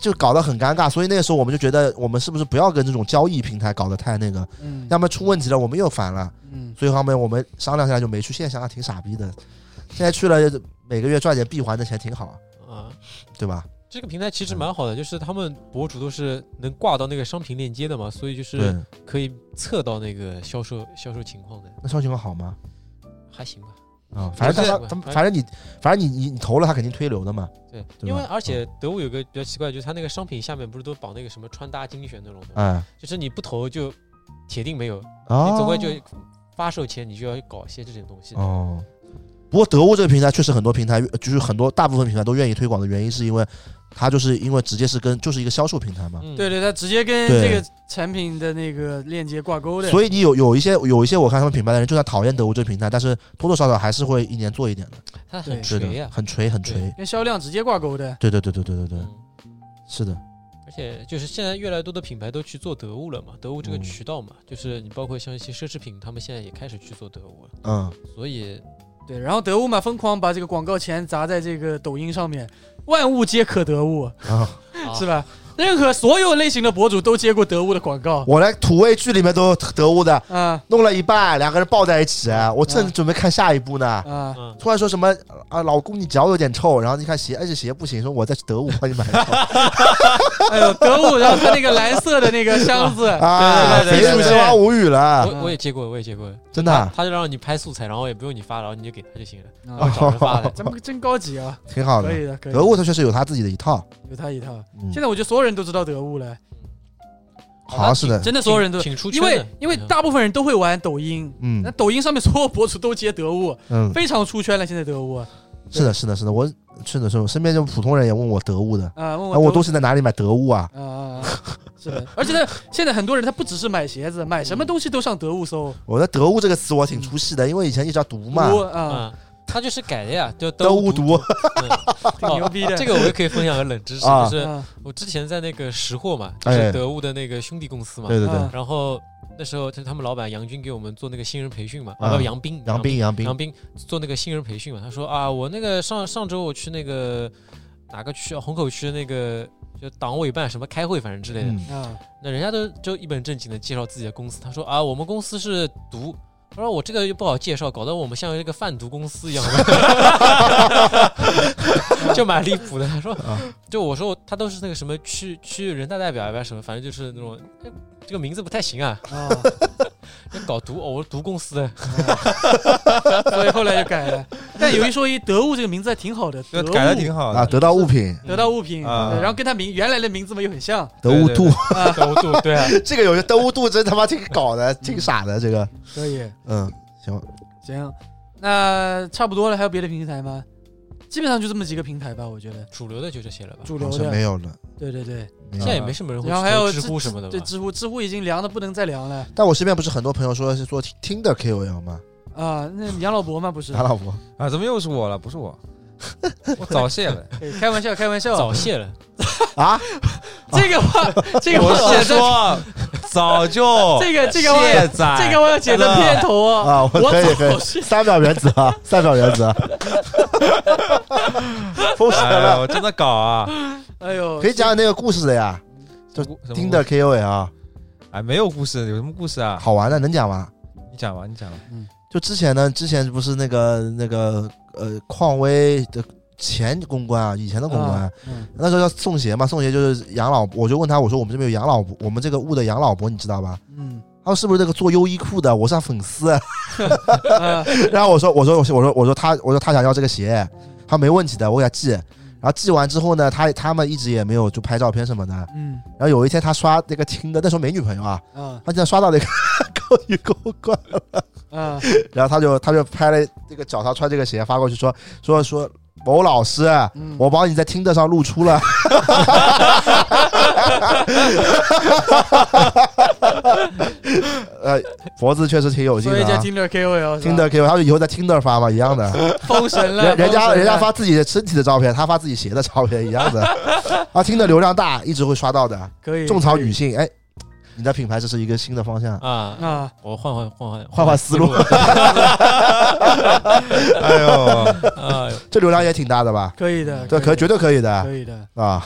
就搞得很尴尬，所以那个时候我们就觉得，我们是不是不要跟这种交易平台搞得太那个，嗯要么出问题了，我们又烦了。嗯，所以后面我们商量下来就没去。现在想想挺傻逼的，现在去了每个月赚点闭环的钱挺好，啊，对吧？这个平台其实蛮好的，就是他们博主都是能挂到那个商品链接的嘛，所以就是，可以测到那个销售销售情况的，那烧情况好吗？还行吧。啊、反正他不是他反正你反正你你你投了，他肯定推流的嘛。对，对因为吧嗯而且得物有个比较奇怪，就是它那个商品下面不是都绑那个什么穿搭精选那种的，哎、就是你不投就铁定没有，哦，你总归就发售前你就要搞一些这种东西。哦。不过得物这个平台确实很多平台呃就是很多大部分平台都愿意推广的原因，是因为它就是因为直接是跟就是一个销售平台嘛。嗯对，对，他直接跟对这个产品的那个链接挂钩的，所以你有有一些有一些我看他们品牌的人，就算讨厌得物这个平台，但是多多少少还是会一年做一点的，它对很啊是锤的，呀、很锤很锤。跟销量直接挂钩的，对对对对对对对，嗯是的，而且就是现在越来越多的品牌都去做得物了嘛，得物这个嗯渠道嘛，就是你包括像一些奢侈品，他们现在也开始去做得物了，啊嗯，所以对，然后得物嘛，疯狂把这个广告钱砸在这个抖音上面，万物皆可得物，啊，啊是吧？任何所有类型的博主都接过得物的广告，我来土味剧里面都有得物的，啊弄了一半，两个人抱在一起，我正准备看下一部呢。啊，嗯，突然说什么啊，老公你脚有点臭，然后你看鞋，哎这鞋不行，说我在得物帮你 买一双哎呦，得物，然后他那个蓝色的那个箱 子，啊，对肥对对对鼠对之王无语了，我我也接过，我也接过，真的他啊他就让你拍素材，然后也不用你发，然后你就给他就行了，啊。找人发的咱们真高级啊，挺好可的。以的，可以的得，物它确实有它自己的一套，有他一套。嗯现，在我觉得所有人都知道得物了，好像是的，真的所有人都，挺出圈因的为因为嗯大部分人都会玩抖音，那嗯抖音上面所有博主都接得物，嗯，非常出圈了。现在得物啊，是的，是的，是的，我是的是的，身边就普通人也问我得物的，呃问啊，我我得都物是在哪里买得物啊？啊啊，啊是的， 而且呢，现在很多人他不只是买鞋子，买什么东西都上得物搜，我的得物这个词我挺出戏的，因为以前一直要读嘛，毒啊，嗯，他就是改的呀，叫得物物读， 挺牛逼的。嗯啊这个我也可以分享个冷知识，啊就是啊我之前在那个识货嘛，就哎是得物的那个兄弟公司嘛，对对对啊，然后那时候就是他们老板杨军给我们做那个新人培训嘛，啊啊不杨斌，杨斌杨斌杨斌做那个新人培训嘛，他说啊，我那个上上周我去那个哪个区啊虹口区那个就党委办什么开会，反正之类的，嗯啊，那人家都就一本正经的介绍自己的公司，他说啊，我们公司是毒。他说我这个又不好介绍，搞得我们像这个贩毒公司一样， 就蛮离谱的。他说啊，就我说他都是那个什么区区人大代表呀，什么，反正就是那种哎这个名字不太行啊，啊，搞毒哦，我是毒公司嗯的，所以后来就改了。但有一说一，得物这个名字还挺好的，得这物改的挺好啊，的，得到物品，嗯得到物品，啊对然后跟他名原来的名字嘛又很像，得物对对度对，高度 对啊， 这个有些得物度真他妈挺搞的，挺傻的。这个，可以嗯，行，行。那差不多了，还有别的平台吗？基本上就这么几个平台吧，我觉得主流的就这些了吧。主流好像的没。有了。对对对，没有现在也没什么人会然后还有去投知乎什么的对吧？知乎，知乎已经凉的不能再凉 了但我身边不是很多朋友说是做 Tinder KOL 吗？啊！那杨老伯嘛不是他老婆 啊，怎么又是我了？不是我，我早泄了，哎开玩笑，开玩笑，早泄了，啊，这个 话，这个我话写是在说早就这个这个我卸载，这个我要剪在片头啊！ 啊，我可以可早以，泄，三秒原则 啊，三秒原则， 封神哎呀，了。我真的搞啊，哎呦，可以讲讲那个故事的呀，就什么故听的 KOL 啊，哎，没有故事，有什么故事啊？好玩的，能讲吗？你讲吧，你讲吧。就之前呢，之前不是那个那个呃，匡威的前公关啊，以前的公关，嗯那时候叫宋协嘛，宋协就是养老，我就问他，我说我们这边有养老，我们这个物的养老博，你知道吧？嗯，他说是不是这个做优衣库的？我是他粉丝。啊然后我说我说我说我说我说他我说他想要这个鞋，他没问题的，我给他寄。然后寄完之后呢，他他们一直也没有就拍照片什么的。嗯然后有一天他刷那个听的，那时候没女朋友啊，啊他竟然刷到那个 高女公关，啊！然后他就他就拍了这个脚上穿这个鞋发过去说说说某老师，嗯我帮你在听的上露出了，呃，脖子确实挺有劲所以的、叫啊。 Tinder KOL，听的 Q，他说以后在听的发嘛，一样的。封神人了，人封神家了人家发自己的身体的照片，他发自己鞋的照片一样的。啊，听的流量大，一直会刷到的。可以种草女性，哎，你的品牌这是一个新的方向。啊！啊，我换换换换换换思路 哎呦，啊！这流量也挺大的吧？可以的，对，可以绝对可以的可以的。啊！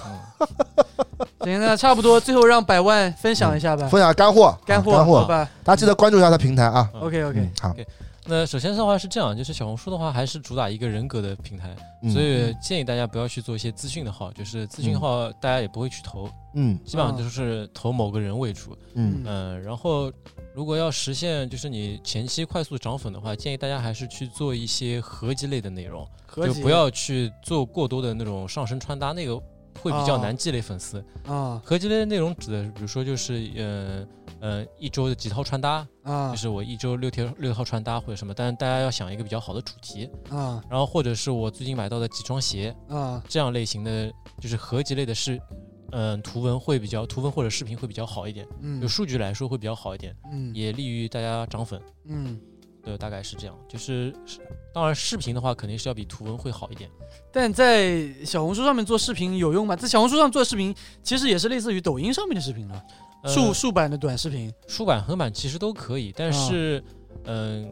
行，那差不多，最后让百万分享一下吧，嗯分享干货，干啊货，干好货，吧大家记得关注一下他平台啊。 ？OK 嗯 OK，，好，那首先的话是这样，就是小红书的话还是主打一个人格的平台，嗯所以建议大家不要去做一些资讯的号，就是资讯号大家也不会去投，嗯基本上就是投某个人为主。嗯嗯，然后如果要实现就是你前期快速涨粉的话，建议大家还是去做一些合集类的内容，合就集不要去做过多的那种上身穿搭，那个会比较啊难积累粉丝。啊合集类的内容指的，比如说就是呃呃一周的几套穿搭，啊就是我一周六天六套穿搭或者什么，但是大家要想一个比较好的主题，啊然后或者是我最近买到的几双鞋，啊这样类型的就是合集类的视，嗯、图文会比较图文或者视频会比较好一点，嗯有数据来说会比较好一点，嗯也利于大家涨粉。嗯，对，大概是这样。就是是当然视频的话，肯定是要比图文会好一点。但在小红书上面做视频有用吗？在小红书上做视频其实也是类似于抖音上面的视频了，呃竖竖版的短视频竖版、横版其实都可以，啊但是嗯、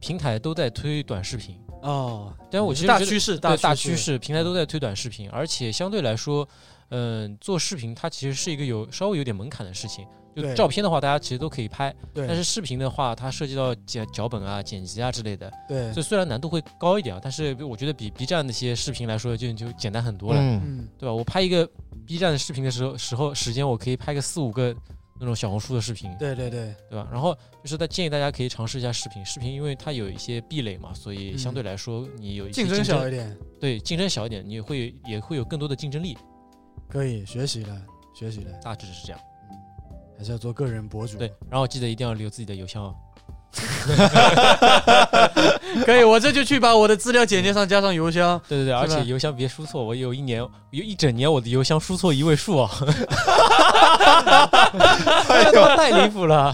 平台都在推短视频。哦，但我其实大觉得趋势，对大大趋，势，嗯平台都在推短视频，而且相对来说，嗯、做视频它其实是一个有稍微有点门槛的事情。就对照片的话，大家其实都可以拍，对，但是视频的话，它涉及到剪脚本啊、剪辑啊之类的，对所，以虽然难度会高一点啊，但是我觉得比 B 站那些视频来说就就简单很多了，嗯，嗯对吧？我拍一个 B 站的视频的时候时候时间，我可以拍个四五个那种小红书的视频，对对对，对吧？然后就是在建议大家可以尝试一下视频，视频因为它有一些壁垒嘛，所以嗯相对来说你有一些竞争小一点，对竞争小一点，你会也会有更多的竞争力，可以学习了，学习了，嗯大致是这样。还是要做个人博主。对，，然后记得一定要留自己的邮箱哦。可以，我这就去把我的资料简介上加上邮 箱。对对对，而是吧且邮箱别输错，我有一年有一整年我的邮箱输错一位 数啊，哎太离 谱了。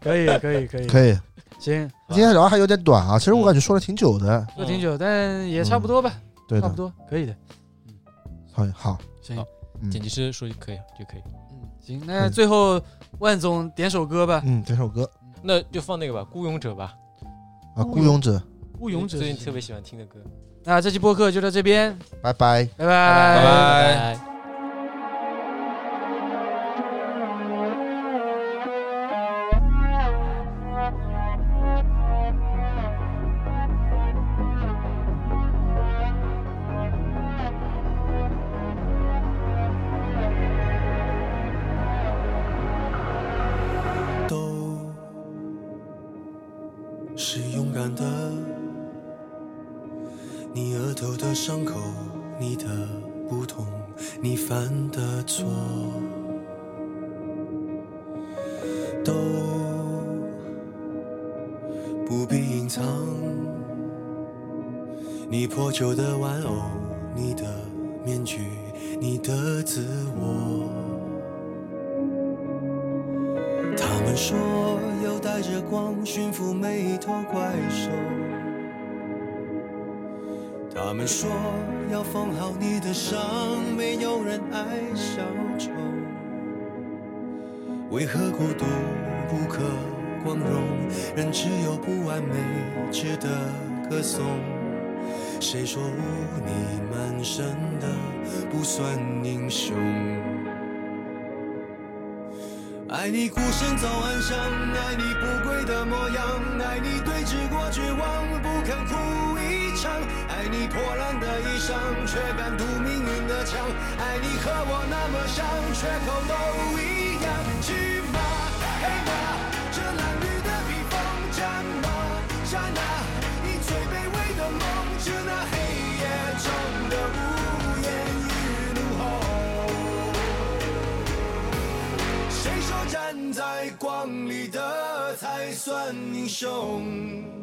可以，可以，可嗯以，可以。行，今天聊得还有点短啊，其实我感觉说了挺久的。说挺久，但也差不多吧，嗯对差不的，多，可以的。好，好，行，好嗯剪辑师说就可以就可以，嗯，行，那最后万总点首歌吧，嗯，这首歌那就放那个吧，《孤勇者》吧，哦啊，《孤勇者》， 《孤勇者》最近特别。喜欢听的歌。那这期播客就到这边，拜拜。拜拜拜拜都是勇敢的。你额头的伤口，你的不同，你犯的错，都不必隐藏。你破旧的玩偶，你的面具，你的自我。他们说要带着光驯服每头怪兽，他他们说要缝好你的伤，没有人爱小丑。为何孤独不可光荣？人只有不完美值得歌颂。谁说污泥满身的不算英雄？爱你孤身走暗巷，爱你不跪的模样，爱你对峙过绝望，不肯哭一场，爱你破烂的衣裳，却敢堵命运的枪，爱你和我那么像，缺口都一样。去吧，黑吧，这褴褛的披风，战吧，刹那，你最卑微的梦，是那黑夜中的无言与怒吼。谁说站在光里的才算英雄？